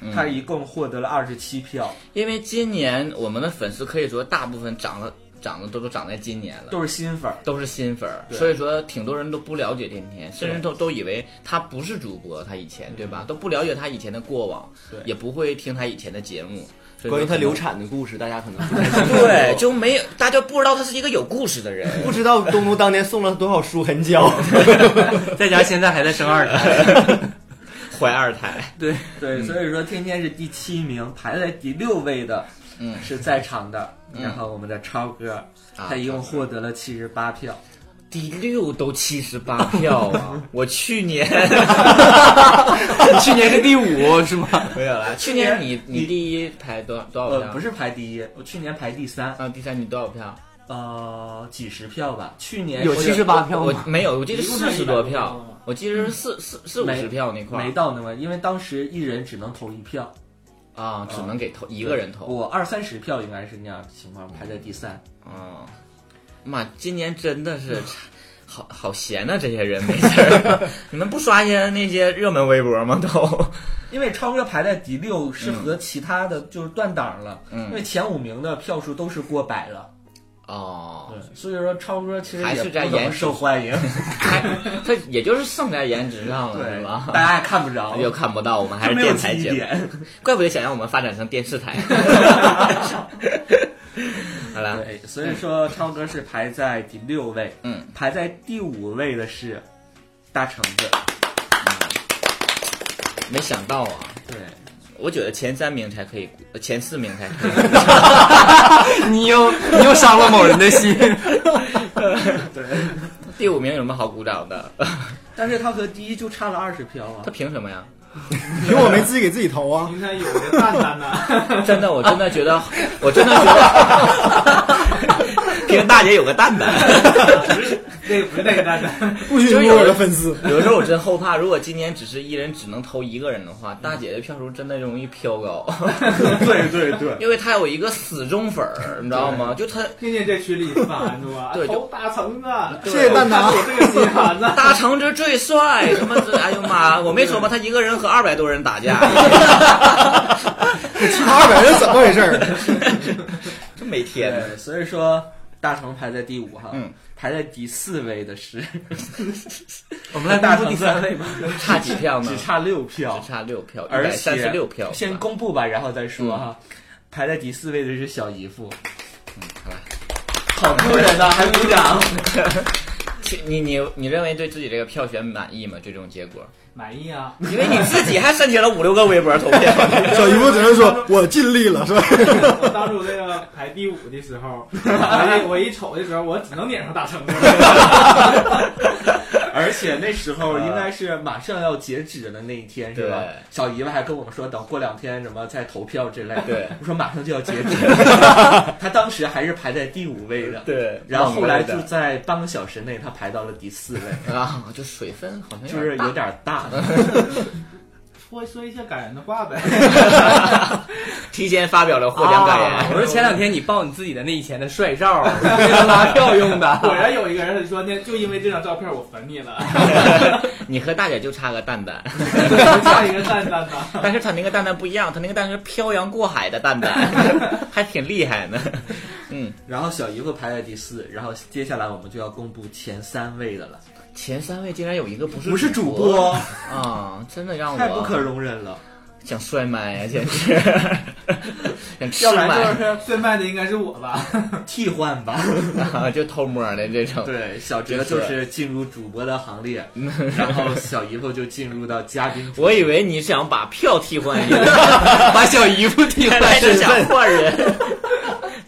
Speaker 11: 嗯
Speaker 13: 他一共获得了二十七票，
Speaker 11: 因为今年我们的粉丝可以说大部分涨了，涨了都都涨在今年了，
Speaker 13: 都是新粉儿，
Speaker 11: 都是新粉儿，
Speaker 13: 对
Speaker 11: 所以说挺多人都不了解天天，甚至都都以为他不是主播，他以前对吧，都不了解他以前的过往
Speaker 13: 嗯对，
Speaker 11: 也不会听他以前的节目。所以说
Speaker 12: 关于他
Speaker 11: 可能
Speaker 12: 流产的故事，大家可能
Speaker 11: 对，就没有大家不知道他是一个有故事的人。
Speaker 21: 不知道东东当年送了多少舒痕 胶，
Speaker 12: 在家现在还在生二胎，
Speaker 11: 怀二胎。
Speaker 12: 对
Speaker 11: 嗯
Speaker 13: 对，所以说天天是第七名，排在第六位的，
Speaker 11: 嗯
Speaker 13: 是在场的，
Speaker 11: 嗯
Speaker 13: 然后我们的超哥，
Speaker 11: 啊
Speaker 13: 他一共获得了七十八票，
Speaker 11: 第六都七十八票 啊！我去年，
Speaker 12: 去年是第五是吗？
Speaker 11: 没有 啦，去年你你第一排多少多少
Speaker 13: 呃
Speaker 11: 票？
Speaker 13: 不是排第一，我去年排第三，
Speaker 11: 啊，第三你多少票？
Speaker 13: 呃，几十票吧，去年
Speaker 11: 有
Speaker 13: 是
Speaker 11: 78票吗我没有我记得
Speaker 13: 一共才
Speaker 11: 40多
Speaker 13: 100
Speaker 11: 票
Speaker 13: 嘛
Speaker 11: 我记得是四四四五十
Speaker 13: 没
Speaker 11: 票那块儿
Speaker 13: 没到那么，因为当时一人只能投一票。
Speaker 11: 啊，只能给投一个
Speaker 13: 对
Speaker 11: 人投。
Speaker 13: 我二三十票应该是那样的情况，排在第三。
Speaker 11: 啊，妈，今年真的是 好好闲呐、这些人没事儿， 你们不刷一些那些热门微博吗？都
Speaker 13: 因为超哥排在第六是和其他的就是断档了，
Speaker 11: 嗯
Speaker 13: 因为前五名的票数都是过百了，
Speaker 11: 哦，
Speaker 13: 所以说超哥其实
Speaker 11: 还是在
Speaker 13: 也不怎
Speaker 11: 颜
Speaker 13: 么
Speaker 11: 值
Speaker 13: 受欢 迎，
Speaker 11: 他也就是剩在颜值上了，
Speaker 13: 对
Speaker 11: 是吧？
Speaker 13: 大家也看不着
Speaker 11: 又看不到，我们还是
Speaker 13: 就没有
Speaker 11: 电台节
Speaker 13: 记忆
Speaker 11: 目
Speaker 13: 点，
Speaker 11: 怪不得想让我们发展成电视 台。好了，
Speaker 13: 对，哎所以说超哥是排在第六位，
Speaker 11: 嗯，
Speaker 13: 排在第五位的是大橙子，
Speaker 11: 没想到啊，
Speaker 13: 对，
Speaker 11: 我觉得前三名才可以，呃前四名才可以。
Speaker 12: 你又你又伤了某人的心。
Speaker 13: 对，
Speaker 11: 第五名有什么好鼓掌的？
Speaker 13: 但是他和第一就差了二十票啊，
Speaker 11: 他凭什么呀？
Speaker 2: 凭我 没自己给自己投啊！
Speaker 11: 应
Speaker 20: 该有的蛋蛋呐！
Speaker 11: 真的，我真的觉得，我真的觉得，
Speaker 3: 听大姐有个蛋 蛋，
Speaker 20: 那个不是那个蛋蛋，
Speaker 11: 就是有人
Speaker 2: 丝
Speaker 11: 有的时候我真后怕，如果今年只是一人只能投一个人的话，大姐的票数真的容易飘高。
Speaker 13: 对对对，
Speaker 11: 因为她有一个死忠粉儿，你知道吗？就她
Speaker 20: 天天在群里发是吧？啊
Speaker 11: 对就
Speaker 20: 投大橙子，
Speaker 11: 谢谢蛋挞
Speaker 20: 我看过这个心寒呐，
Speaker 11: 大橙子最帅什么之？哎呦妈！我没说吗？他一个人和二百多人打 架，
Speaker 2: 其他二百人怎么回事儿？，
Speaker 11: 这没天
Speaker 13: 对，所以说大成排在第五哈，排在第四位的 是
Speaker 11: 我们来
Speaker 13: 大
Speaker 11: 公布
Speaker 13: 成
Speaker 11: 第
Speaker 13: 三
Speaker 11: 三
Speaker 13: 位吧，
Speaker 11: 差几票呢
Speaker 13: 只 差六票，只
Speaker 11: 差六票
Speaker 13: 而且
Speaker 11: 136票嗯
Speaker 13: 先公布吧，然后再说哈。排在第四位的是小姨夫，嗯好多人呐，还 鼓掌。
Speaker 11: 其你你你认为对自己这个票选满意吗？最终结果？
Speaker 20: 满意啊？
Speaker 11: 因为你自己还申请了五六个微博投票
Speaker 2: 小姨夫只能说我尽力了，是吧？
Speaker 20: 我当初那个排第五的时 候，我一我一瞅的时候，我只能撵上大橙子。
Speaker 13: 而且那时候应该是马上要截止的那一天，是吧
Speaker 11: 对？
Speaker 13: 小姨夫还跟我们说，等过两天什么再投票之类的。
Speaker 11: 对
Speaker 13: 我说马上就要截 止，他当时还是排在第五位的。
Speaker 11: 对
Speaker 13: 然后后来就
Speaker 11: 忘了的
Speaker 13: 在半个小时内，他排到了第四位
Speaker 11: 啊，就水分好像
Speaker 13: 就是有点大。
Speaker 20: 说说一些感人的话呗。
Speaker 11: 提前发表了
Speaker 20: 获奖感言
Speaker 12: 啊我说前两天你爆你自己的那以前的帅照，为 了拉票用的。
Speaker 20: 果然有一个人说呢，就因为这张照片我粉你了，
Speaker 11: 你 和大姐就差个蛋蛋，
Speaker 20: 差一个蛋蛋吧。
Speaker 11: 但是他那个蛋蛋不一样，他那个蛋蛋是漂洋过海的蛋蛋， 还挺厉害呢。嗯，
Speaker 13: 然后小姨夫排在第四，然后接下来我们就要公布前三位的了。
Speaker 11: 前三位竟然有一个不是
Speaker 13: 不是
Speaker 11: 主
Speaker 13: 主播
Speaker 11: 啊，真的让我
Speaker 13: 太不可容忍了，
Speaker 11: 想摔麦啊，简 直想吃
Speaker 20: 要不
Speaker 11: 麦
Speaker 20: 然。就是最卖的应该是我 吧？
Speaker 13: 替 换吧，
Speaker 11: 啊， 就偷摸的这种。
Speaker 13: 对，小哲就是进入主播的行 列，然后小姨夫就进入到嘉宾组。
Speaker 11: 我以为你想把票替换一 个，把小姨夫替
Speaker 13: 换
Speaker 11: 是
Speaker 13: 身份
Speaker 11: 想换 人，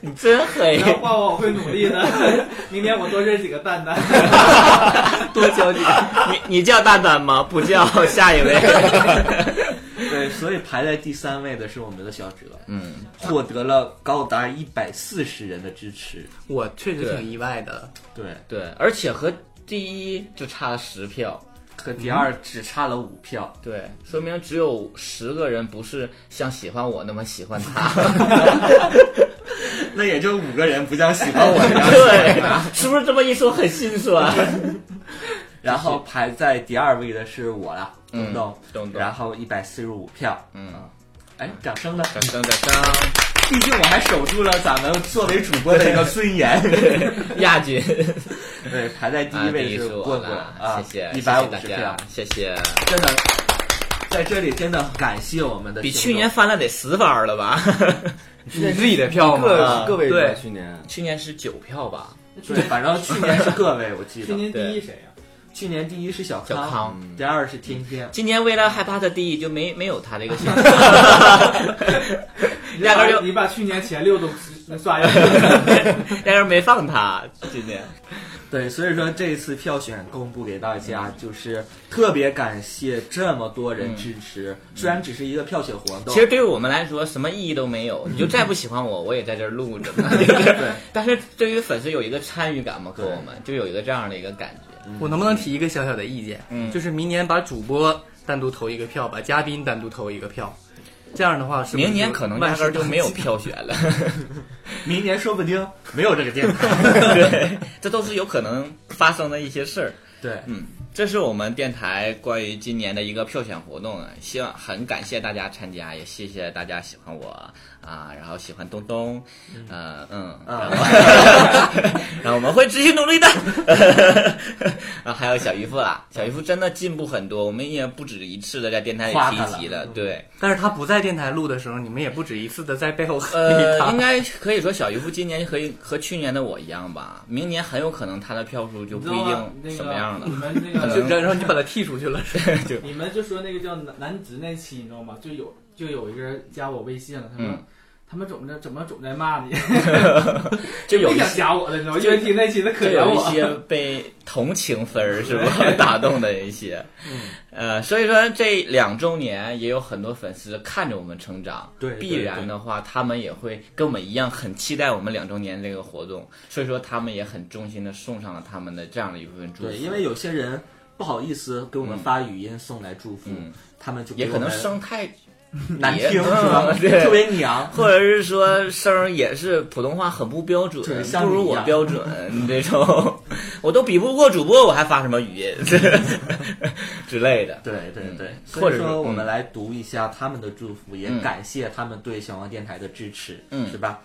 Speaker 11: 你真黑
Speaker 20: 然。后换我，我会努力的。明年我多认几个蛋蛋。
Speaker 11: 多教几个。你你叫 蛋蛋吗？不叫，下一位。
Speaker 13: 对，所以排在第三位的是我们的小哲，
Speaker 11: 嗯，
Speaker 13: 获得了高达一百四十人的支持，
Speaker 12: 我确实挺意外的。
Speaker 13: 对
Speaker 11: 对，而且和第一就差了十票，
Speaker 13: 和第二只差了五票，
Speaker 11: 对，说明只有十个人不是像喜欢我那么喜欢他。
Speaker 13: 那也就五个人不像喜欢我 这样喜欢他
Speaker 11: 嗯对，是不是这么一说很心酸？
Speaker 13: 然后排在第二位的是我啦，
Speaker 11: 嗯
Speaker 13: 东东，
Speaker 11: 东东
Speaker 13: 然后一百四十五票，
Speaker 11: 嗯，
Speaker 13: 哎，掌声呢？
Speaker 11: 掌声，掌声！，
Speaker 13: 毕竟我还守住了咱们作为主播的一个尊严
Speaker 11: 亚军。
Speaker 13: 对，排在第一
Speaker 11: 啊
Speaker 13: 位
Speaker 11: 第一
Speaker 13: 是
Speaker 11: 是我
Speaker 13: 棍棍
Speaker 11: 啦
Speaker 13: 啊，
Speaker 11: 谢谢
Speaker 13: 一百五
Speaker 11: 谢
Speaker 13: 十
Speaker 11: 谢大
Speaker 13: 票
Speaker 11: 家，谢谢。
Speaker 13: 真的，在这里真的感谢我们的
Speaker 11: 比
Speaker 13: 听
Speaker 11: 去
Speaker 13: 众
Speaker 11: 年翻了得十番了 吧？
Speaker 13: 你自己的票吗
Speaker 11: 啊
Speaker 13: 个位数吧
Speaker 11: 对，
Speaker 13: 去年
Speaker 11: 去年是九票吧？
Speaker 13: 对，反正去年是各位，我记得。
Speaker 11: 去年第一
Speaker 13: 谁呀、去年第一是小
Speaker 11: 小康
Speaker 13: 嗯第二是天天。
Speaker 11: 今年为了害怕他第一，就没没有他这个 选项，压根儿就
Speaker 20: 你把去年前六都刷一 遍。
Speaker 11: 压根儿没放他。今年
Speaker 13: 对，所以说这次票选公布给大家，就是特别感谢这么多人支持。虽然只是一个票选活动，
Speaker 11: 其实对于我们来说，什么意义都没有。你就再不喜欢 我，我也在这儿录着呢。就是但是对于粉丝有一个参与感嘛，和我们就有一个这样的一个感觉。
Speaker 12: 我能不能提一个小小的意见？嗯，就是明年把主播单独投一个票，把嘉宾单独投一个票，这样的话是不是
Speaker 11: 明年可能压根儿就没有票选了。
Speaker 13: 明年说不定没有这个电台。
Speaker 11: 对，这都是有可能发生的一些事儿。
Speaker 13: 对，
Speaker 11: 嗯，这是我们电台关于今年的一个票选活动，啊，希望很感谢大家参加，也谢谢大家喜欢我啊，然后喜欢东东，呃嗯，然
Speaker 13: 啊
Speaker 11: 后 然后我们会持续努力的。 啊，还有小姨夫啦，小姨夫真的进步很多，我们也不止一次的在电台里
Speaker 12: 夸他
Speaker 11: 哎提及
Speaker 13: 嗯
Speaker 11: 了，嗯对。
Speaker 12: 但是他不在电台录的时候，你们也不止一次的在背后黑他。
Speaker 11: 呃，应该可以说小姨夫今年和和去年的我一样吧，明年很有可能他的票数 就不一定什么样了。
Speaker 20: 你知道吗那个你们那个
Speaker 11: 可能
Speaker 20: 就然后
Speaker 12: 你把他剔出去 了，
Speaker 11: 就
Speaker 20: 你们就说那个叫男男直那期，你知道吗？就有就有一个人加我微信了，他说、
Speaker 11: 嗯
Speaker 20: 他们总在怎么总在骂 你，
Speaker 11: 这有
Speaker 20: 不
Speaker 11: 一
Speaker 20: 想
Speaker 11: 些
Speaker 20: 加我的，你知道吗？
Speaker 11: 这
Speaker 20: 因为听那期的可
Speaker 11: 这
Speaker 20: 怜
Speaker 11: 有一
Speaker 20: 我。
Speaker 11: 些被同情分儿是吧 打动的一些，
Speaker 20: 嗯
Speaker 11: 呃，所以说这两周年也有很多粉丝看着我们成长，
Speaker 21: 对对
Speaker 11: 必然的话他们也会跟我们一样很期待我们两周年这个活动，所以说他们也很衷心的送上了他们的这样的一部分祝福，
Speaker 13: 对，因为有些人不好意思给我们发语音送来祝福，
Speaker 11: 嗯
Speaker 13: 他们就
Speaker 11: 也
Speaker 13: 给
Speaker 11: 可
Speaker 13: 我
Speaker 11: 能
Speaker 13: 们
Speaker 11: 生态
Speaker 13: 难听
Speaker 11: 也
Speaker 13: 是吧
Speaker 11: 嗯对
Speaker 13: 特 别娘
Speaker 11: 或者是说声儿也是普通话很不标准
Speaker 13: 对，像
Speaker 11: 不如
Speaker 13: 你一
Speaker 11: 我
Speaker 13: 样
Speaker 11: 标准，你这种我都比不过主播，我还发什么语音 之类的？
Speaker 13: 对对对，
Speaker 11: 或
Speaker 13: 所以
Speaker 11: 者
Speaker 13: 说我们
Speaker 11: 嗯
Speaker 13: 来读一下他们的祝福，也
Speaker 11: 嗯
Speaker 13: 感谢他们对小王电台的支持，
Speaker 11: 嗯
Speaker 13: 是吧？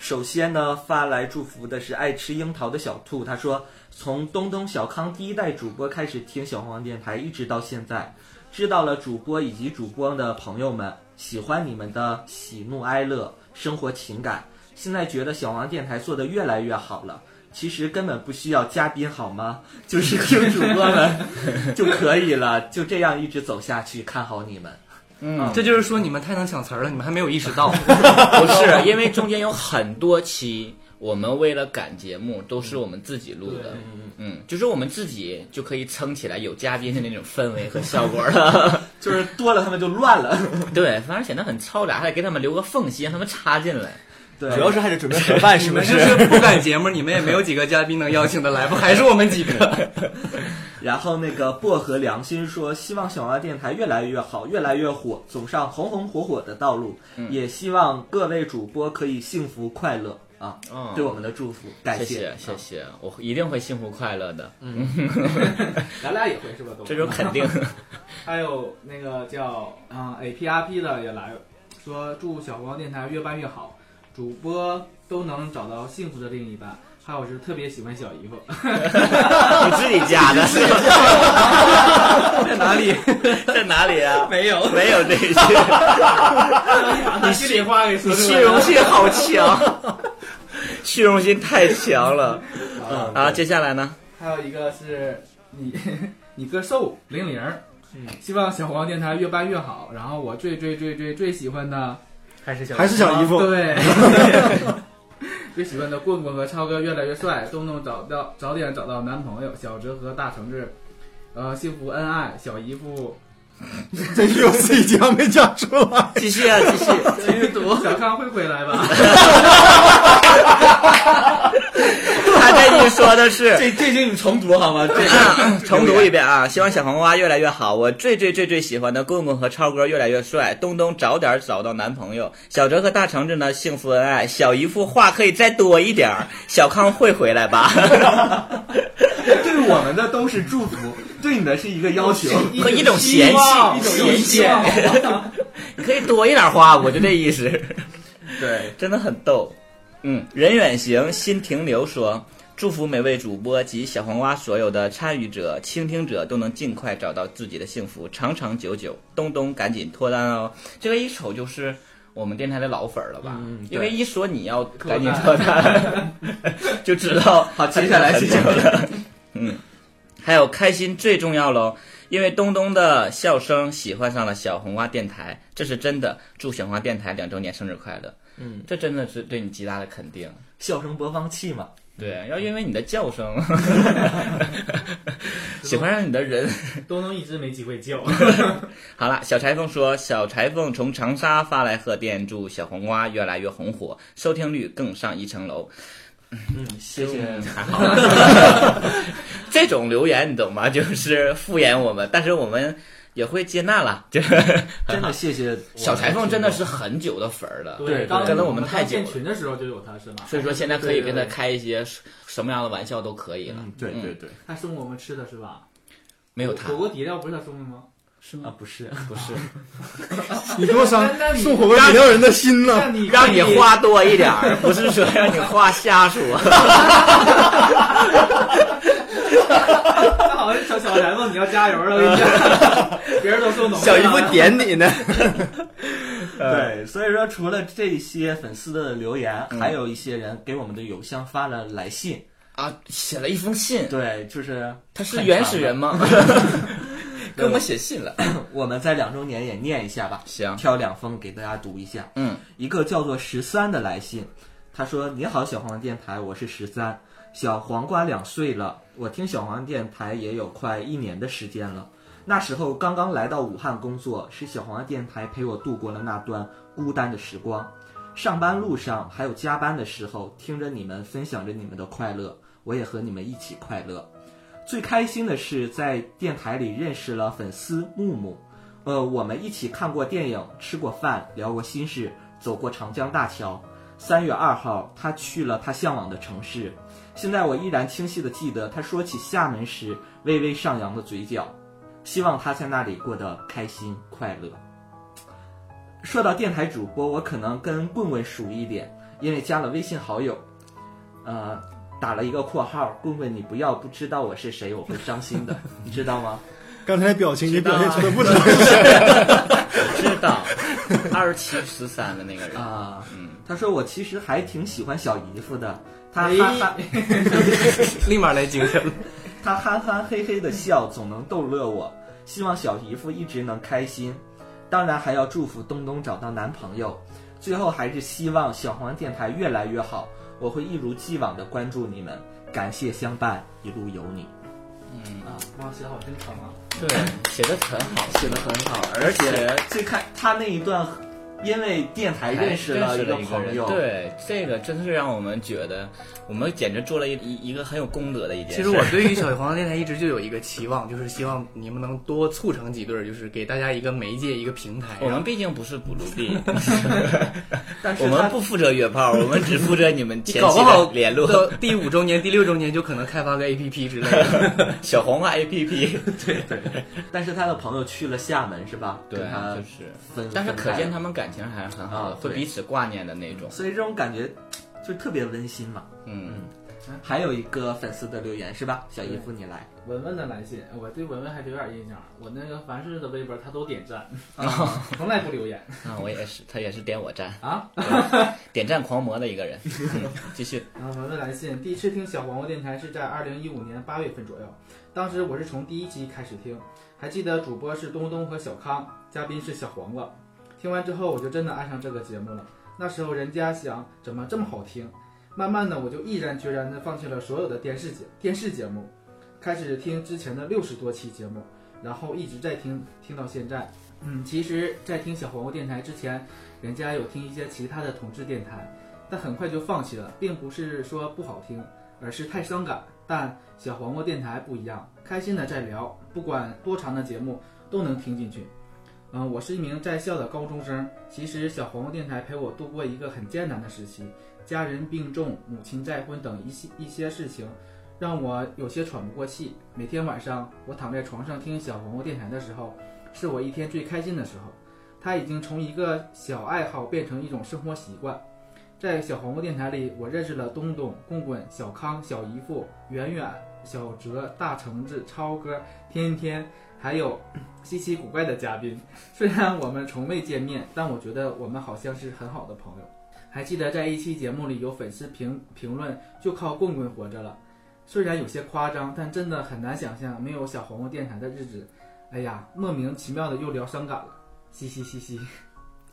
Speaker 13: 首先呢，发来祝福的是爱吃樱桃的小兔，他说从东东小康第一代主播开始听小黄电台，一直到现在，知道了主播以及主播的朋友们，喜欢你们的喜怒哀乐、生活情感，现在觉得小王电台做的越来越好了。其实根本不需要嘉宾好吗？就是听主播们就可以了，就这样一直走下去，看好你们。
Speaker 11: 嗯
Speaker 12: 这就是说你们太能抢词儿了，你们还没有意识到。
Speaker 11: 不是，因为中间有很多期，我们为了赶节目，都是我们自己录的
Speaker 13: 对，
Speaker 11: 嗯，就是我们自己就可以撑起来有嘉宾的那种氛围和效果了，
Speaker 13: 就是多了他们就乱了，
Speaker 11: 对，反而显得很嘈杂，还得给他们留个缝隙，让他们插进来。
Speaker 13: 对
Speaker 12: 主要是还得准备盒饭是不是你 们就是不赶节目你们也没有几个嘉宾能邀请得来不还是我们几 个？
Speaker 13: 然后那个薄荷良心说，希望小蛙电台越来越好，越来越火，走上红红火火的道路。
Speaker 11: 嗯
Speaker 13: 也希望各位主播可以幸福快乐啊！
Speaker 11: 嗯
Speaker 13: 对我们的祝福，感
Speaker 11: 谢
Speaker 13: 谢
Speaker 11: 谢谢，我一定会幸福快乐的。
Speaker 13: 嗯
Speaker 20: 咱俩也会是吧？都
Speaker 11: 这种肯定。
Speaker 20: 还有那个叫啊 A P R P 的也来说，祝小黄电台越办越好，主播都能找到幸福的另一半。还有是特别喜欢小姨夫，
Speaker 11: 你自己加 的
Speaker 20: 自己加的
Speaker 11: 在哪里？ 在哪里啊？
Speaker 20: 没有，
Speaker 11: 没有这些。
Speaker 20: 把心里话给说出来
Speaker 11: 虚荣心好强， 虚荣心太强了。
Speaker 20: 嗯
Speaker 11: 啊，接下来呢？
Speaker 20: 还有一个是你 你哥瘦零零，
Speaker 11: 嗯
Speaker 20: 希望小黄电台越办越好。然后我最最最最最喜欢的还是小
Speaker 2: 还是小姨夫
Speaker 20: 对。最喜欢的棍棍和超哥越来越帅，东东找到早点找到男朋友，小哲和大橙子，呃，幸福恩爱，小姨夫。
Speaker 2: 这句我自己讲没讲出来。
Speaker 11: 继续啊，继续，
Speaker 20: 继续 读。小康会回来 吧？
Speaker 11: 他这句说的 是
Speaker 13: 这这句你重读 好吗？
Speaker 11: 这重读一遍啊！希望小黄瓜越来越好。我最最最最喜欢的棍棍和超哥越来越帅，东东早点找到男朋友，小哲和大橙子呢幸福恩爱，小姨夫话可以再多一点儿，小康会回来吧。
Speaker 13: 对我们的都是祝福， 对你的是一个要求
Speaker 11: 和一种嫌弃，嫌弃。 你可以多一点花，我就这意思。
Speaker 13: 对，
Speaker 11: 真的很逗。嗯，人远行，心停留说。祝福每位主播及小黄瓜所有的参与者、倾听者都能尽快找到自己的幸福，长长久久。东东，赶紧脱单哦！这个一瞅就是我们电台的老粉儿了吧？
Speaker 13: 嗯对
Speaker 11: 因为一说你要赶 紧脱单，就知道
Speaker 13: 好接下来
Speaker 11: 很
Speaker 13: 是这
Speaker 11: 久
Speaker 13: 个
Speaker 11: 了。嗯，还有开心最重要喽，因为东东的笑声喜欢上了小红花电台，这是真的。祝小红花电台两周年生日快乐！
Speaker 13: 嗯，
Speaker 11: 这真的是对你极大的肯定。
Speaker 13: 笑声播放器嘛。
Speaker 11: 对，要因为你的叫声，喜欢上你的人。
Speaker 20: 东东一直没机会叫。
Speaker 11: 好了，小裁缝说，小裁缝从长沙发来贺电，祝小黄瓜越来越红火，收听率更上一层楼。
Speaker 13: 嗯，谢谢
Speaker 11: 还好。 这种留言你懂吗？就是敷衍我们，但是我们也会接纳了。就是
Speaker 13: 真的谢谢
Speaker 11: 小裁缝，真的是很久的粉儿了，
Speaker 20: 当
Speaker 11: 跟了
Speaker 20: 我
Speaker 11: 们太久
Speaker 20: 建
Speaker 11: 了。
Speaker 20: 群的时候就有他是吗？
Speaker 11: 所以说现在可以跟他
Speaker 20: 对对对
Speaker 11: 开一些什么样的玩笑都可以了。
Speaker 13: 对
Speaker 11: 嗯
Speaker 13: 对对，
Speaker 20: 他送我们吃的是吧？
Speaker 11: 没有他
Speaker 20: 火锅底料不是他送的吗？
Speaker 11: 是
Speaker 13: 吗？啊，不是，
Speaker 11: 不是。
Speaker 2: 你给我伤
Speaker 20: 那那你
Speaker 2: 送火锅底料人的心呐
Speaker 20: 那你
Speaker 11: 让你
Speaker 20: 可以
Speaker 11: 话多一点儿，不是说让你话瞎啊 说。
Speaker 20: 那好像小小然后你要加油了，我跟你 讲，别人都送农
Speaker 13: 小姨夫点
Speaker 21: 你 呢。
Speaker 13: 对，所以说除了这些粉丝的留言，
Speaker 11: 呃嗯
Speaker 13: 还有一些人给我们的邮箱发了来信
Speaker 11: 啊，写了一封信。
Speaker 13: 对，就是
Speaker 11: 他是原始人吗？给我们写信了。
Speaker 13: 我们在两周年也念一下吧。
Speaker 11: 行，
Speaker 13: 挑两封给大家读一下。
Speaker 11: 嗯，
Speaker 13: 一个叫做十三的来信，他说：“你好，小黄瓜电台，我是十三。小黄瓜两岁了，我听小黄瓜电台也有快一年的时间了。那时候刚刚来到武汉工作，是小黄瓜电台陪我度过了那段孤单的时光。上班路上还有加班的时候，听着你们分享着你们的快乐，我也和你们一起快乐。”最开心的是在电台里认识了粉丝木木，呃，我们一起看过电影，吃过饭，聊过心事，走过长江大桥。三月二号，他去了他向往的城市。现在我依然清晰的记得他说起厦门时微微上扬的嘴角。希望他在那里过得开心快乐。说到电台主播，我可能跟棍棍熟一点，因为加了微信好友。呃，打了一个括号，棍棍你不要不知道我是谁，我会伤心的，你知道吗？
Speaker 2: 刚才表情你表现出的不知
Speaker 13: 道
Speaker 2: 道
Speaker 13: 啊
Speaker 2: 是谁。
Speaker 11: 知道，二十七十三的那个人嗯
Speaker 13: 啊，他说我其实还挺喜欢小姨夫的，他
Speaker 12: 哎
Speaker 13: 哈 哈，
Speaker 12: 立马来精神了。
Speaker 13: 他憨憨嘿嘿的笑，总能逗乐我。希望小姨夫一直能开心，当然还要祝福东东找到男朋友。最后还是希望小黄电台越来越好，我会一如既往的关注你们，感谢相伴，一路有你。
Speaker 11: 嗯
Speaker 12: 啊，哇，写的好真诚啊！
Speaker 11: 对，写的很好，
Speaker 13: 写的很好，而且最看他那一段，因为电台认识了
Speaker 11: 一
Speaker 13: 一
Speaker 11: 个
Speaker 13: 个朋友，
Speaker 11: 人对，这个真是让我们觉得，我们简直做了一一一个很有功德的一件事。
Speaker 12: 其实我对于小黄电台一直就有一个期望，就是希望你们能多促成几对儿，就是给大家一个媒介，一个平台。
Speaker 11: 我们毕竟不是补录地，
Speaker 12: 但是
Speaker 11: 我
Speaker 12: 他
Speaker 11: 们不负责约炮，我们只负责你们前
Speaker 12: 搞
Speaker 11: 期
Speaker 12: 不好
Speaker 11: 的联络。
Speaker 12: 到第 五周年、第六周年就可能开发个 APP 之类的
Speaker 11: 小啊黄瓜 APP。
Speaker 13: 对对。但是他的朋友去了厦门是吧？
Speaker 11: 对啊
Speaker 13: 跟他
Speaker 11: 就是
Speaker 13: 分，
Speaker 11: 但是可见他
Speaker 13: 们
Speaker 11: 们感情还是很好的，
Speaker 13: 啊
Speaker 11: 会
Speaker 13: 对
Speaker 11: 彼此挂念的那种。
Speaker 13: 所以这种感觉就特别温馨嘛。
Speaker 11: 嗯，
Speaker 13: 还有一个粉丝的留言是吧？小姨夫你来，
Speaker 20: 文文的来信，我对文文还是有点印象。我那个凡是的微博他都点赞，
Speaker 11: 啊
Speaker 20: 从来不留言。
Speaker 11: 啊，我也是，他也是点我赞
Speaker 20: 啊
Speaker 11: 对点赞狂魔的一个人。嗯继续，
Speaker 20: 啊，文文来信，第一次听小黄瓜电台是在二零一五年八月份左右，当时我是从第一集开始听，还记得主播是东东和小康，嘉宾是小黄瓜。听完之后，我就真的爱上这个节目了。那时候人家想怎么这么好听，慢慢的我就毅然决然的放弃了所有的电视节电视节目，开始听之前的六十多期节目，然后一直在听，听到现在。嗯，其实，在听小黄瓜电台之前，人家有听一些其他的同志电台，但很快就放弃了，并不是说不好听，而是太伤感。但小黄瓜电台不一样，开心的在聊，不管多长的节目都能听进去。嗯，我是一名在校的高中生。其实小黄瓜电台陪我度过一个很艰难的时期，家人病重、母亲再婚等一些一些事情，让我有些喘不过气。每天晚上我躺在床上听小黄瓜电台的时候，是我一天最开心的时候。它已经从一个小爱好变成一种生活习惯。在小黄瓜电台里，我认识了东东、棍棍、小康、小姨父、圆圆、小哲、大橙子、超哥、天天，还有 稀奇古怪的嘉宾。虽然我们从未见面，但我觉得我们好像是很好的朋友。还记得在一期节目里有粉丝评评论，就靠棍棍活着了。虽然有些夸张，但真的很难想象没有小黄瓜电台的日子。哎呀，莫名其妙的又聊伤感了，嘻嘻嘻嘻。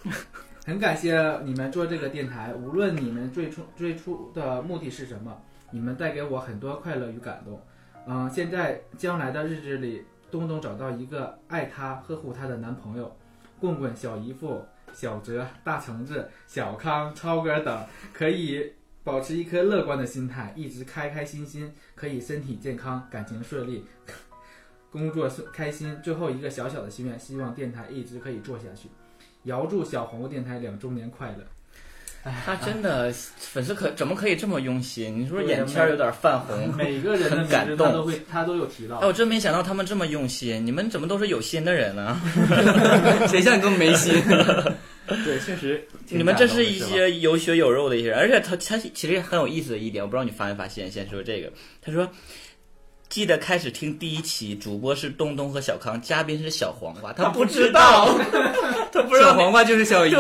Speaker 20: 很感谢你们做这个电台，无论你们最初最初的目的是什么，你们带给我很多快乐与感动。嗯，现在将来的日子里，东东找到一个爱他、呵护他的男朋友，棍棍、小姨夫、小哲、大橙子、小康、超哥等，可以保持一颗乐观的心态，一直开开心心，可以身体健康、感情顺利，工作顺开心。最后一个小小的心愿，希望电台一直可以做下去。遥祝小黄瓜电台两周年快乐！
Speaker 11: 他真的粉丝可怎么可以这么用心？你说
Speaker 20: 对
Speaker 11: 眼圈儿有点泛 红，
Speaker 20: 每每个人的
Speaker 11: 很
Speaker 20: 名字
Speaker 11: 感
Speaker 20: 他都
Speaker 11: 动
Speaker 20: 会。他都有提到。
Speaker 11: 哎，我真没想到他们这么用心，你们怎么都是有心的人呢？
Speaker 12: 谁像你这么没心
Speaker 11: 对，确实
Speaker 12: 挺
Speaker 11: 你们这是
Speaker 12: 感动的
Speaker 11: 一
Speaker 12: 是吧
Speaker 11: 些有血有肉的一些人，而且他他其实很有意思的一点，我不知道你发没发现，先说这个，他说。记得开始听第一期，主播是东东和小康，嘉宾是小黄瓜，他不知道， 他不知道
Speaker 12: 小黄瓜就是小姨夫，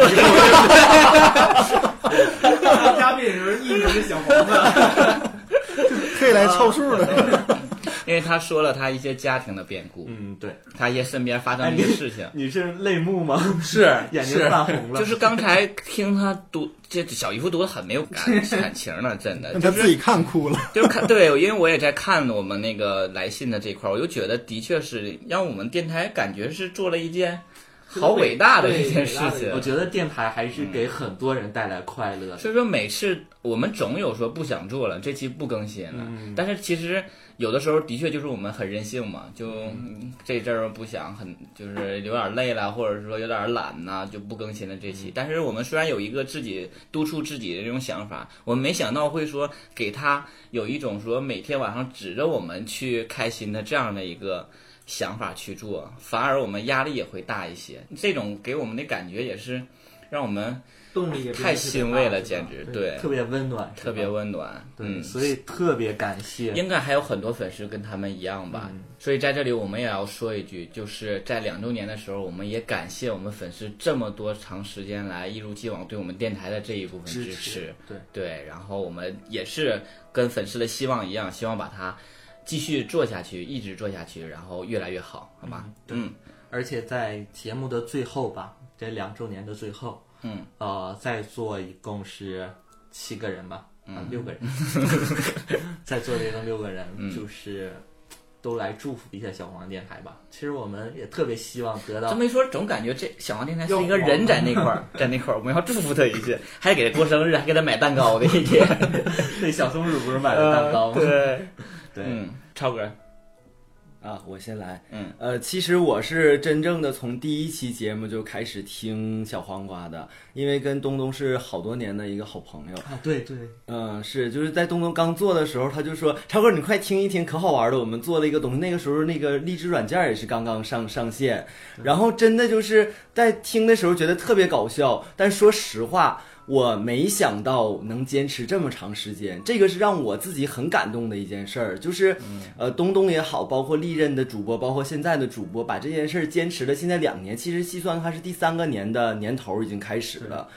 Speaker 20: 嘉宾也是一直是小黄瓜，
Speaker 13: 啊
Speaker 2: 可以来凑数的。
Speaker 11: 因为他说了他一些家庭的变故，
Speaker 13: 嗯，对，
Speaker 11: 他一些身边发生
Speaker 13: 哎
Speaker 11: 的一
Speaker 13: 你
Speaker 11: 些事情。
Speaker 13: 你是泪目吗？
Speaker 11: 是
Speaker 13: 眼睛泛红了。
Speaker 11: 就是刚才听他读这小姨夫读的很没有 感感情了，真的。
Speaker 2: 让
Speaker 11: 就
Speaker 2: 他
Speaker 11: 是
Speaker 2: 自己看哭了。
Speaker 11: 就是看对，因为我也在看我们那个来信的这块儿，我就觉得的确是让我们电台感觉是做了一件好伟大的一件事情。
Speaker 13: 我觉得电台还是给很多人带来快乐的。
Speaker 11: 所以说每次我们总有说不想做了，这期不更新了。但是其实有的时候的确就是我们很任性
Speaker 13: 嗯
Speaker 11: 嘛，就、嗯这阵儿不想很就是有点累了，或者说有点懒呐、就不更新了这期。但是我们虽然有一个自己督促自己的这种想法，我们没想到会说给他有一种说每天晚上指着我们去开心的这样的一个。想法去做，反而我们压力也会大一些。这种给我们的感觉也是让我们
Speaker 21: 动力也变得
Speaker 11: 太
Speaker 21: 特别
Speaker 11: 欣
Speaker 21: 大
Speaker 11: 慰
Speaker 21: 了
Speaker 11: 了，
Speaker 21: 是
Speaker 11: 简
Speaker 21: 吧
Speaker 11: 直
Speaker 21: 对
Speaker 11: 对，
Speaker 21: 特别温暖
Speaker 11: 特别温暖。
Speaker 13: 对
Speaker 11: 嗯，
Speaker 13: 所以特别感谢嗯
Speaker 11: 应该还有很多粉丝跟他们一样吧。所以在这里我们也要说一句，就是在两周年的时候，我们也感谢我们粉丝这么多长时间来一如既往对我们电台的这一部分
Speaker 13: 支
Speaker 11: 支
Speaker 13: 持对
Speaker 11: 对，然后我们也是跟粉丝的希望一样，希望把它继续做下去，一直做下去，然后越来越好，好吗？嗯，
Speaker 13: 而且在节目的最后吧，这两周年的最后，
Speaker 11: 嗯，
Speaker 13: 呃，在座一共是七个人吧，啊
Speaker 11: 嗯
Speaker 13: 六个人，在座的一共六个人，就是都来祝福一下小黄电台吧。其实我们也特别希望得到，
Speaker 11: 这么一说，总感觉这小王电台是一个人在那块儿，在那块儿，我们要祝福他一句，还给他过生日，还给他买蛋糕的一 天。
Speaker 13: 对，小松鼠不是买了蛋糕吗？
Speaker 11: 呃对，
Speaker 13: 对
Speaker 11: 嗯，超哥，
Speaker 21: 啊，我先来。
Speaker 11: 嗯，
Speaker 21: 呃，其实我是真正的从第一期节目就开始听小黄瓜的，因为跟东东是好多年的一个好朋友。
Speaker 13: 啊，对对，
Speaker 21: 嗯，是，就是在东东刚做的时候，他就说：“超哥，你快听一听，可好玩了。”我们做了一个东西，那个时候那个荔枝软件也是刚刚上上线，然后真的就是在听的时候觉得特别搞笑，但说实话，我没想到能坚持这么长时间，这个是让我自己很感动的一件事儿。就是，呃，东东也好，包括历任的主播，包括现在的主播，把这件事儿坚持了现在两年，其实细算它是第三个年的年头已经开始了。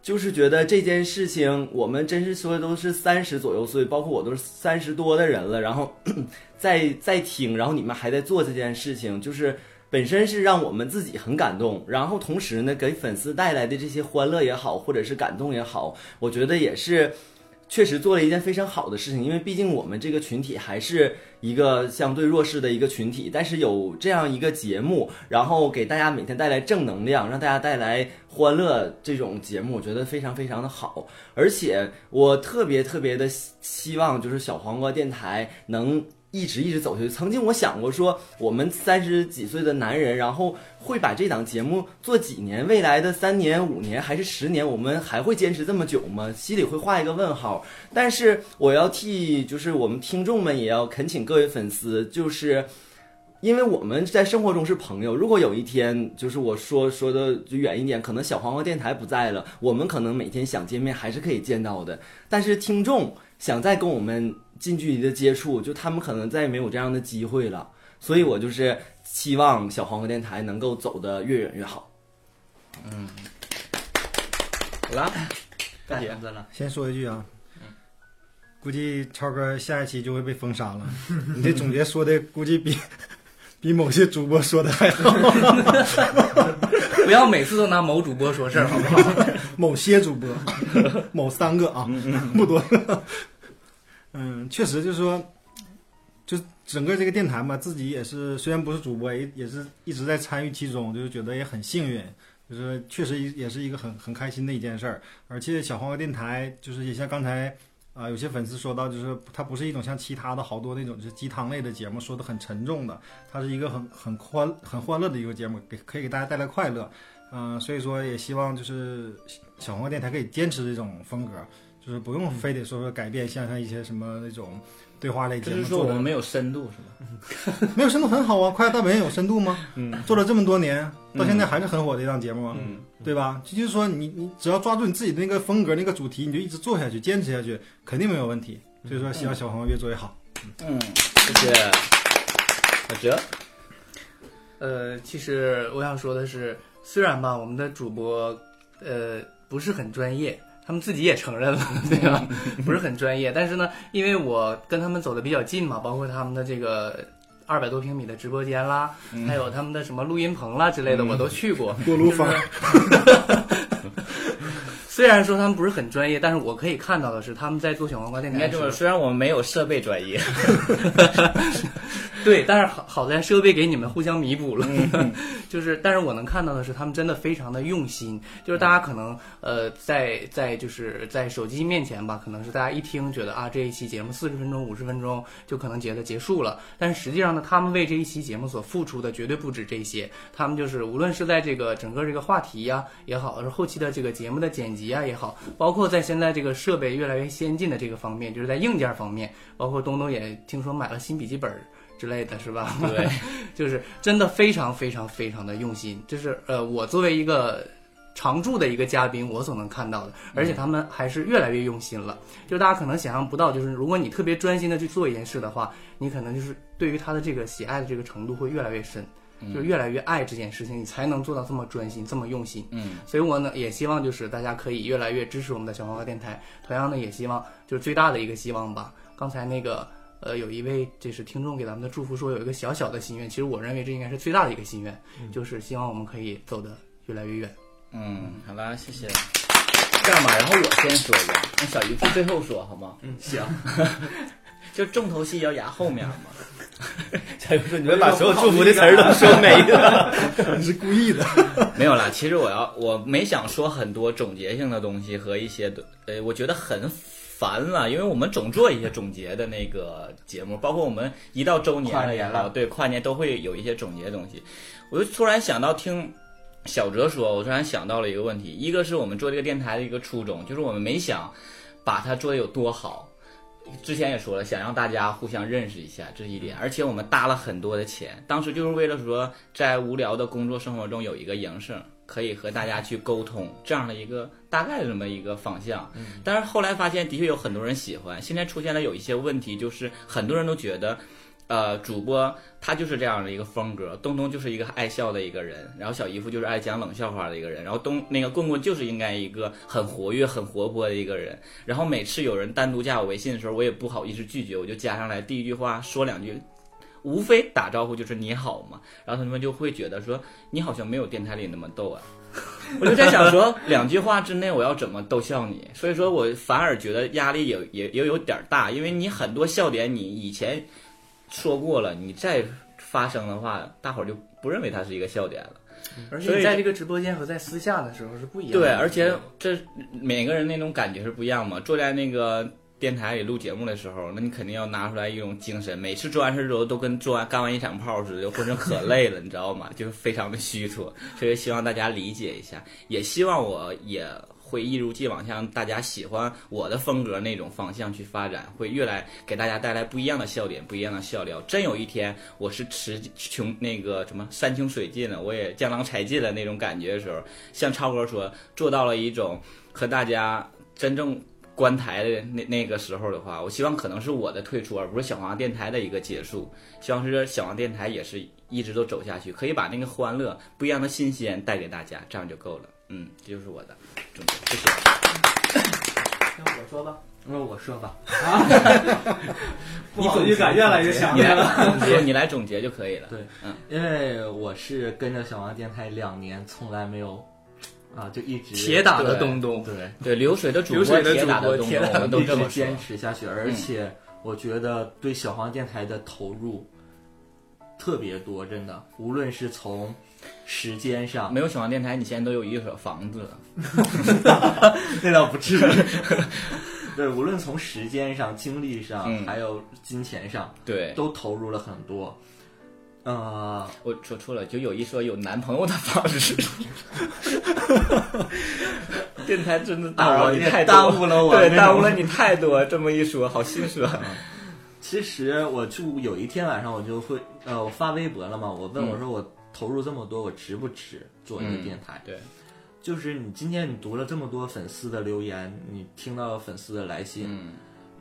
Speaker 21: 就是觉得这件事情，我们真是说都是三十左右岁，包括我都是三十多的人了，然后 在在听，然后你们还在做这件事情，就是本身是让我们自己很感动，然后同时呢，给粉丝带来的这些欢乐也好，或者是感动也好，我觉得也是。确实做了一件非常好的事情，因为毕竟我们这个群体还是一个相对弱势的一个群体，但是有这样一个节目，然后给大家每天带来正能量，让大家带来欢乐，这种节目我觉得非常非常的好。而且我特别特别的希望，就是小黄瓜电台能一直一直走下去。曾经我想过说，我们三十几岁的男人，然后会把这档节目做几年？未来的三年、五年还是十年，我们还会坚持这么久吗？心里会画一个问号。但是我要替，就是我们听众们也要恳请各位粉丝，就是。因为我们在生活中是朋友，如果有一天就是我说说的就远一点，可能小黄瓜电台不在了，我们可能每天想见面还是可以见到的。但是听众想再跟我们近距离的接触，就他们可能再也没有这样的机会了。所以我就是希望小黄瓜电台能够走得越远越好。
Speaker 11: 嗯，好了，大姐，
Speaker 2: 先说一句啊，估计超哥下一期就会被封杀了。你这总结说的估计比比某些主播说的还好。
Speaker 12: 不要每次都拿某主播说事儿，好不 好？
Speaker 2: 某些主播， 某三个啊，不多。 嗯，确实就是说，就整个这个电台嘛，自己也是虽然不是主播，也也是一直在参与其中，就是觉得也很幸运，就是确实也是一个很很开心的一件事儿。而且小黄瓜电台就是也像刚才啊、有些粉丝说到，就是它不是一种像其他的好多那种就是鸡汤类的节目说的很沉重的，它是一个很很欢很欢乐的一个节目，给可以给大家带来快乐。嗯、所以说也希望就是小黄瓜电台可以坚持这种风格，就是不
Speaker 20: 嗯
Speaker 2: 用非得说说改变，像像一些什么那种对话类节
Speaker 11: 就
Speaker 2: 目
Speaker 11: 是说
Speaker 2: 做
Speaker 11: 我
Speaker 2: 的
Speaker 11: 们没有深度是吗？
Speaker 2: 没有深度很好啊，《快乐大本营》有深度吗？
Speaker 11: 嗯，
Speaker 2: 做了这么多年，到现在还是很火的一档节目啊，对吧？这就是说你，你只要抓住你自己的那个风格、那个主题，你就一直做下去，坚持下去，肯定没有问题。所以说，希望小黄越做越好。
Speaker 11: 嗯，谢谢。小哲，
Speaker 12: 呃，其实我想说的是，虽然吧，我们的主播呃不是很专业，他们自己也承认了，对吧？ 不是很专业，但是呢，因为我跟他们走的比较近嘛，包括他们的这个二百多平米的直播间啦，
Speaker 11: 嗯
Speaker 12: 还有他们的什么录音棚啦之类的，
Speaker 11: 嗯
Speaker 12: 我都去过。
Speaker 2: 锅炉房
Speaker 12: 虽然说他们不是很专业，但是我可以看到的是他们在做小黄瓜电台
Speaker 11: 应
Speaker 12: 的
Speaker 11: 该
Speaker 12: 时
Speaker 11: 这
Speaker 12: 候。
Speaker 11: 么说，虽然我们没有设备专业，
Speaker 12: 对，但是好好在设备给你们互相弥补了，
Speaker 11: 嗯
Speaker 12: 就是，但是我能看到的是，他们真的非常的用心。就是大家可能呃，在在就是在手机面前吧，可能是大家一听觉得啊，这一期节目四十分钟、五十分钟就可能觉得结束了，但是实际上呢，他们为这一期节目所付出的绝对不止这些。他们就是无论是在这个整个这个话题呀、也好，是后期的这个节目的剪辑啊也好，包括在现在这个设备越来越先进的这个方面，就是在硬件方面，包括东东也听说买了新笔记本儿之类的是吧？
Speaker 11: 对，
Speaker 12: 就是真的非常非常非常的用心，这是呃我作为一个常驻的一个嘉宾，我所能看到的，
Speaker 11: 嗯
Speaker 12: 而且他们还是越来越用心了。就大家可能想象不到，就是如果你特别专心的去做一件事的话，你可能就是对于他的这个喜爱的这个程度会越来越深。
Speaker 11: 嗯
Speaker 12: 就是越来越爱这件事情，你才能做到这么专心、这么用心。
Speaker 11: 嗯
Speaker 12: 所以我呢也希望就是大家可以越来越支持我们的小黄瓜电台。同样呢，也希望就是最大的一个希望吧。刚才那个呃，有一位就是听众给咱们的祝福说有一个小小的心愿，其实我认为这应该是最大的一个心愿，
Speaker 11: 嗯
Speaker 12: 就是希望我们可以走得越来越远。
Speaker 11: 嗯，好啦，谢谢。这样吧，然后我先说一个，那小姨夫最后说好吗？嗯， 行。 就重头戏要压后面 嘛。小姨夫，
Speaker 21: 你们把所有祝福的词
Speaker 11: 啊
Speaker 21: 儿都说没了 你是故意的？
Speaker 11: 没有啦，其实我要我没想说很多总结性的东西和一些呃，我觉得很烦了，因为我们总做一些总结的那个节目，包括我们一到周年
Speaker 13: 跨
Speaker 11: 了也
Speaker 13: 年
Speaker 11: 好，
Speaker 13: 了
Speaker 11: 对跨年都会有一些总结的东西。我就突然想到听小哲说，我突然想到了一个问题，一个是我们做这个电台的一个初衷，就是我们没想把它做的有多好。之前也说了，想让大家互相认识一下，这是一点。而且我们搭了很多的钱，当时就是为了说，在无聊的工作生活中有一个营生，可以和大家去沟通这样的一个大概的这么一个方向。但是后来发现，的确有很多人喜欢。现在出现了有一些问题，就是很多人都觉得，呃，主播他就是这样的一个风格，东东就是一个爱笑的一个人，然后小姨夫就是爱讲冷笑话的一个人，然后东那个棍棍就是应该一个很活跃、很活泼的一个人。然后每次有人单独加我微信的时候，我也不好意思拒绝，我就加上来第一句话说两句。无非打招呼就是你好嘛，然后他们就会觉得说你好像没有电台里那么逗啊， 我就在想说，两句话之内我要怎么逗笑你？所以说我反而觉得压力也也也有点儿大，因为你很多笑点你以前说过了，你再发生的话，大伙儿就不认为它是一个笑点了。
Speaker 12: 而且
Speaker 11: 所
Speaker 12: 你
Speaker 11: 以
Speaker 12: 在这个直播间和在私下的时候是不一样的。
Speaker 11: 对，而且这每个人那种感觉是不一样嘛。坐在那个电台里录节目的时候，那你肯定要拿出来一种精神。每次做完事之后，都跟做完干完一场炮似的，浑身可累了，你知道吗？就是非常的虚脱，所以希望大家理解一下，也希望我也。会一如既往向大家喜欢我的风格那种方向去发展，会越来给大家带来不一样的笑点、不一样的笑料。真有一天我是吃穷那个什么山穷水尽了，我也江郎才尽了那种感觉的时候，像超哥说做到了一种和大家真正观台的那那个时候的话，我希望可能是我的退出，而不是小黄电台的一个结束。希望是小黄电台也是一直都走下去，可以把那个欢乐、不一样的新鲜带给大家，这样就够了。嗯，这就是我的总结，谢 谢。
Speaker 12: 那我说吧，
Speaker 13: 那我说吧。
Speaker 12: 啊
Speaker 13: 不好意思感越来越强
Speaker 11: 你
Speaker 13: 烈
Speaker 11: 来
Speaker 13: 了
Speaker 11: 总结，你来总结就可以了。
Speaker 13: 对，
Speaker 11: 嗯，
Speaker 13: 因为我是跟着小王电台两年，从来没有啊，就一直
Speaker 11: 铁打的东
Speaker 12: 东
Speaker 13: 对
Speaker 11: 对流水的主播流水的主播铁打的东东铁打的我们都这么说
Speaker 13: 一直坚持下去，而
Speaker 11: 嗯
Speaker 13: 且我觉得对小黄电台的投入特别多，真的，无论是从时间上，
Speaker 11: 没有小黄电台，你现在都有一所房子了。
Speaker 13: 那倒不至于。 对，无论从时间 上、精力上，
Speaker 11: 嗯
Speaker 13: 还有金钱上，
Speaker 11: 对
Speaker 13: 都投入了很多。呃，
Speaker 11: 我说错了，就有一说有男朋友的方式。电台真的打扰你太多，
Speaker 13: 啊我也耽误了我
Speaker 11: 对，
Speaker 13: 那种
Speaker 11: 耽误了你太
Speaker 13: 啊
Speaker 11: 多。这么一说，好心酸。
Speaker 13: 其实我就有一天晚上，我就会呃，我发微博了嘛，我问
Speaker 11: 嗯
Speaker 13: 我说我投入这么多，我值不值做一个
Speaker 11: 嗯
Speaker 13: 电台？
Speaker 11: 对，
Speaker 13: 就是你今天你读了这么多粉丝的留言，你听到粉丝的来信，
Speaker 11: 嗯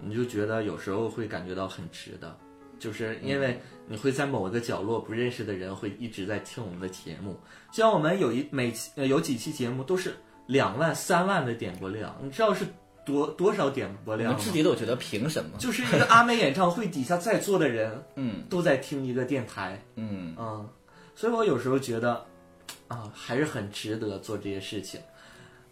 Speaker 13: 你就觉得有时候会感觉到很值的，就是因
Speaker 11: 嗯
Speaker 13: 为你会在某一个角落不认识的人会一直在听我们的节目，就像我们有一每期、呃有几期节目都是。两万、三万的点播量，你知道是多多少点播量
Speaker 11: 我
Speaker 13: 吗？
Speaker 11: 们自己都觉得凭什么？
Speaker 13: 就是一个阿妹演唱会底下在座的人，
Speaker 11: 嗯，
Speaker 13: 都在听一个电台，
Speaker 11: 嗯
Speaker 13: 嗯，所以我有时候觉得，啊，还是很值得做这些事情，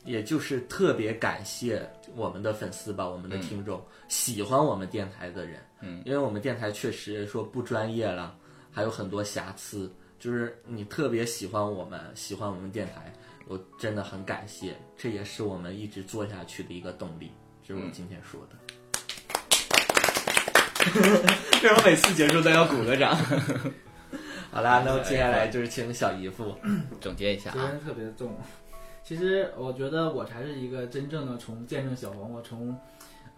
Speaker 13: 也就是特别感谢我们的粉丝吧，我们的
Speaker 11: 嗯
Speaker 13: 听众、喜欢我们电台的人，
Speaker 11: 嗯
Speaker 13: 因为我们电台确实说不专业了，还有很多瑕疵，就是你特别喜欢我们，喜欢我们电台，我真的很感谢，这也是我们一直做下去的一个动力，这
Speaker 11: 嗯
Speaker 13: 是我今天说的。为什么每次结束都要鼓个掌？ 好啦，那接下来就是请小姨夫
Speaker 11: 总结一下啊
Speaker 20: 责任特别重。其实我觉得我才是一个真正的从见证小黄瓜从，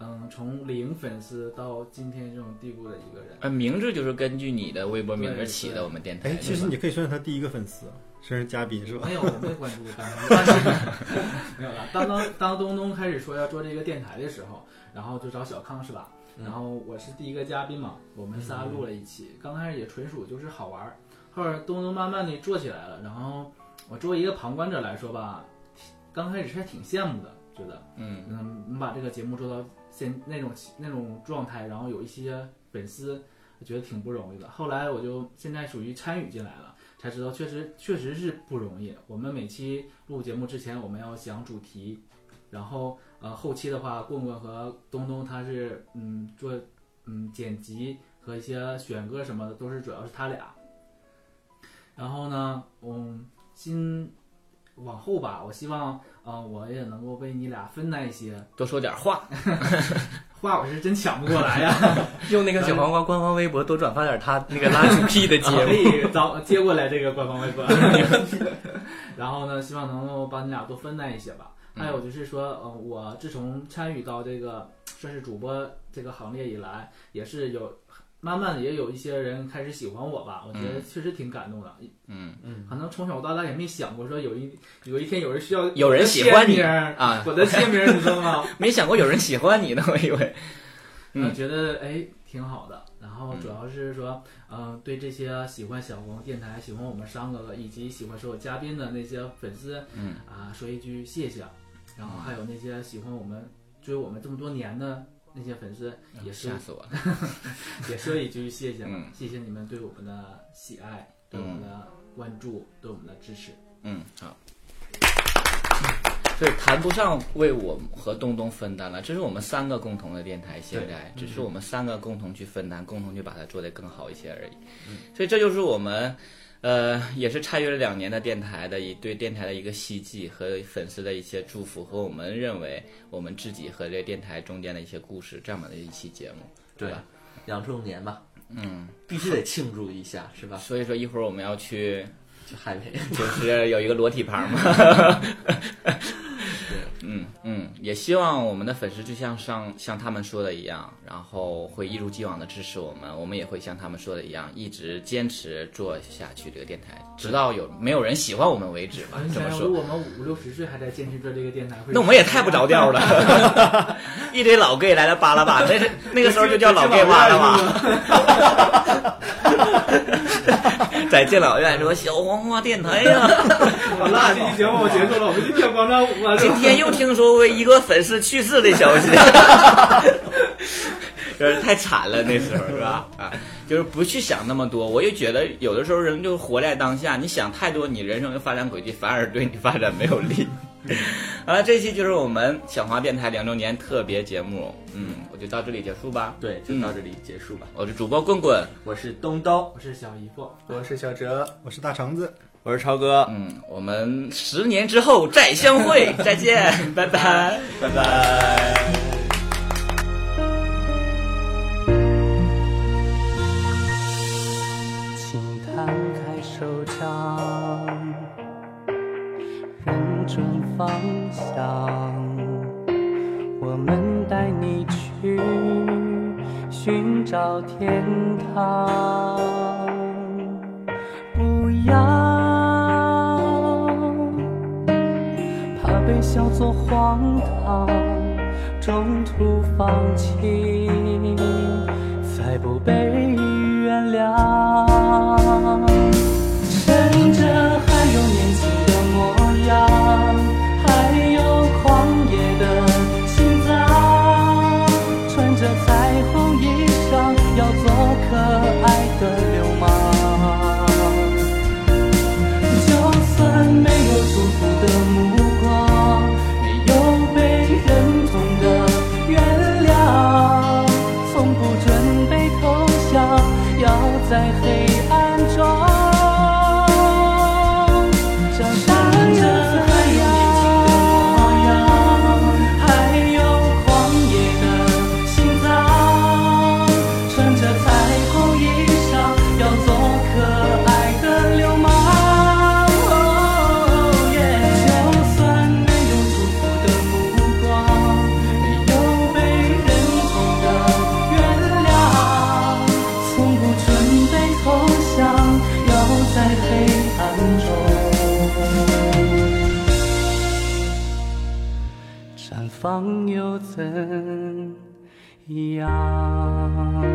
Speaker 20: 嗯，从零粉丝到今天这种地步的一个人。
Speaker 11: 呃，名字就是根据你的微博名字
Speaker 20: 对
Speaker 11: 起的，
Speaker 20: 对
Speaker 11: 我们电台。
Speaker 2: 哎，其实你可以算是他第一个粉丝，算是嘉宾是吧？
Speaker 20: 没有，我没关注当当，没有了。当当当东东开始说要做这个电台的时候，然后就找小康是吧？
Speaker 13: 嗯
Speaker 20: 然后我是第一个嘉宾嘛，我们仨录了一期，刚开始也纯属就是好玩儿，后来东东慢慢的做起来了，然后我作为一个旁观者来说吧，刚开始还挺羡慕的，觉得，
Speaker 11: 嗯
Speaker 20: 嗯，你把这个节目做到现那种那种状态，然后有一些粉丝，我觉得挺不容易的。后来我就现在属于参与进来了，才知道确实确实是不容易。我们每期录节目之前，我们要想主题，然后呃后期的话，棍棍和东东他是嗯做嗯剪辑和一些选歌什么的，都是主要是他俩。然后呢，嗯，今往后吧，我希望，呃，我也能够为你俩分担一些，
Speaker 11: 多说点话。
Speaker 20: 话我是真抢不过来啊呀、
Speaker 12: 用那个小黄瓜官方微博多转发点他那个拉主 P 的节 目，
Speaker 20: 可以找接过来这个官方微博。 然后呢，希望能够帮你俩多分担一些吧。
Speaker 11: 嗯
Speaker 20: 还有就是说，呃，我自从参与到这个算是主播这个行列以来，也是有慢慢的也有一些人开始喜欢我吧，我觉得
Speaker 11: 嗯
Speaker 20: 确实挺感动的。
Speaker 11: 嗯
Speaker 13: 嗯，
Speaker 20: 可能从小到大也没想过说有一有一天有人需要
Speaker 11: 有人喜欢你
Speaker 20: 我的签名儿
Speaker 11: 啊！
Speaker 20: 我的签名儿你知道吗？
Speaker 11: 没想过有人喜欢你呢，我以为。
Speaker 20: 我
Speaker 11: 嗯，
Speaker 20: 觉得哎挺好的。然后主要是说，嗯、对这些喜欢小黄电台、喜欢我们三个以及喜欢所有嘉宾的那些粉丝，
Speaker 11: 嗯
Speaker 20: 啊、说一句谢谢。然后还有那些喜欢我们、追我们这么多年的那些粉丝，也是、
Speaker 11: 啊吓死我了
Speaker 20: 也说一句谢谢吧，
Speaker 11: 嗯
Speaker 20: 谢谢你们对我们的喜爱、对我们的关注、对我们的支持。
Speaker 11: 嗯， 好。所以谈不上为我和东东分担了，这是我们三个共同的电台，现在
Speaker 12: 对
Speaker 11: 只是我们三个共同去分担，共同去把它做得更好一些而已。
Speaker 12: 嗯
Speaker 11: 所以这就是我们，呃，也是参与了两年的电台的一对电台的一个希冀和粉丝的一些祝福，和我们认为我们自己和这个电台中间的一些故事，这样的一期节目，
Speaker 13: 对
Speaker 11: 吧？
Speaker 13: 两周年吧，
Speaker 11: 嗯，
Speaker 13: 必须得庆祝一下，是吧？
Speaker 11: 所以说一会儿我们要去
Speaker 13: 去海北，
Speaker 11: 就是有一个裸体旁嘛。 嗯嗯，也希望我们的粉丝就像上像他们说的一样，然后会一如既往的支持我们，我们也会像他们说的一样，一直坚持做下去这个电台，直到有没有人喜欢我们为止吧
Speaker 20: 啊你。
Speaker 11: 这
Speaker 20: 想
Speaker 11: 么
Speaker 20: 想，
Speaker 11: 说
Speaker 20: 如，果我们五六十岁还在坚持做这个电台，会
Speaker 11: 那我们也太不着调了，一堆老 gay 来了巴拉巴，那是那个时候就叫老 gay 巴拉巴。在敬老院说小黄花电台呀、
Speaker 20: 好了，这期节目我结束了，我们今天广场舞啊，
Speaker 11: 今天又听说过一个粉丝去世的消息，就是太惨了那时候是吧？啊，就是不去想那么多。我也觉得有的时候人就活在当下，你想太多，你人生的发展轨迹反而对你发展没有利。
Speaker 13: 嗯
Speaker 11: 啊，这期就是我们小黄电台两周年特别节目，嗯，我就到这里结束吧。嗯
Speaker 13: 对，就到这里结束吧。
Speaker 11: 我是主播棍棍，
Speaker 13: 我是东 东，
Speaker 20: 我是小姨夫，
Speaker 12: 我是小哲，
Speaker 2: 我是大橙子，
Speaker 11: 我是超哥，嗯，我们十年之后再相会，再见， 拜拜，
Speaker 13: 拜拜。
Speaker 1: 请摊开手掌，认准方向，我们带你去寻找天堂。不要怕被笑作荒唐，中途放弃。才不被原谅。趁着还有年轻的模样，还有着彩虹衣裳，要做可爱的流氓。就算没有祝福的目光，没有被认同的原谅，从不准备投降，要在黑暗中展现着还有年轻的模样，还有狂野的心脏，穿着彩虹衣裳，要做可爱的流氓。哦耶就算没有祝福的目光，没有被认同的原谅，从不准备投降，要在黑暗中。绽放又怎样？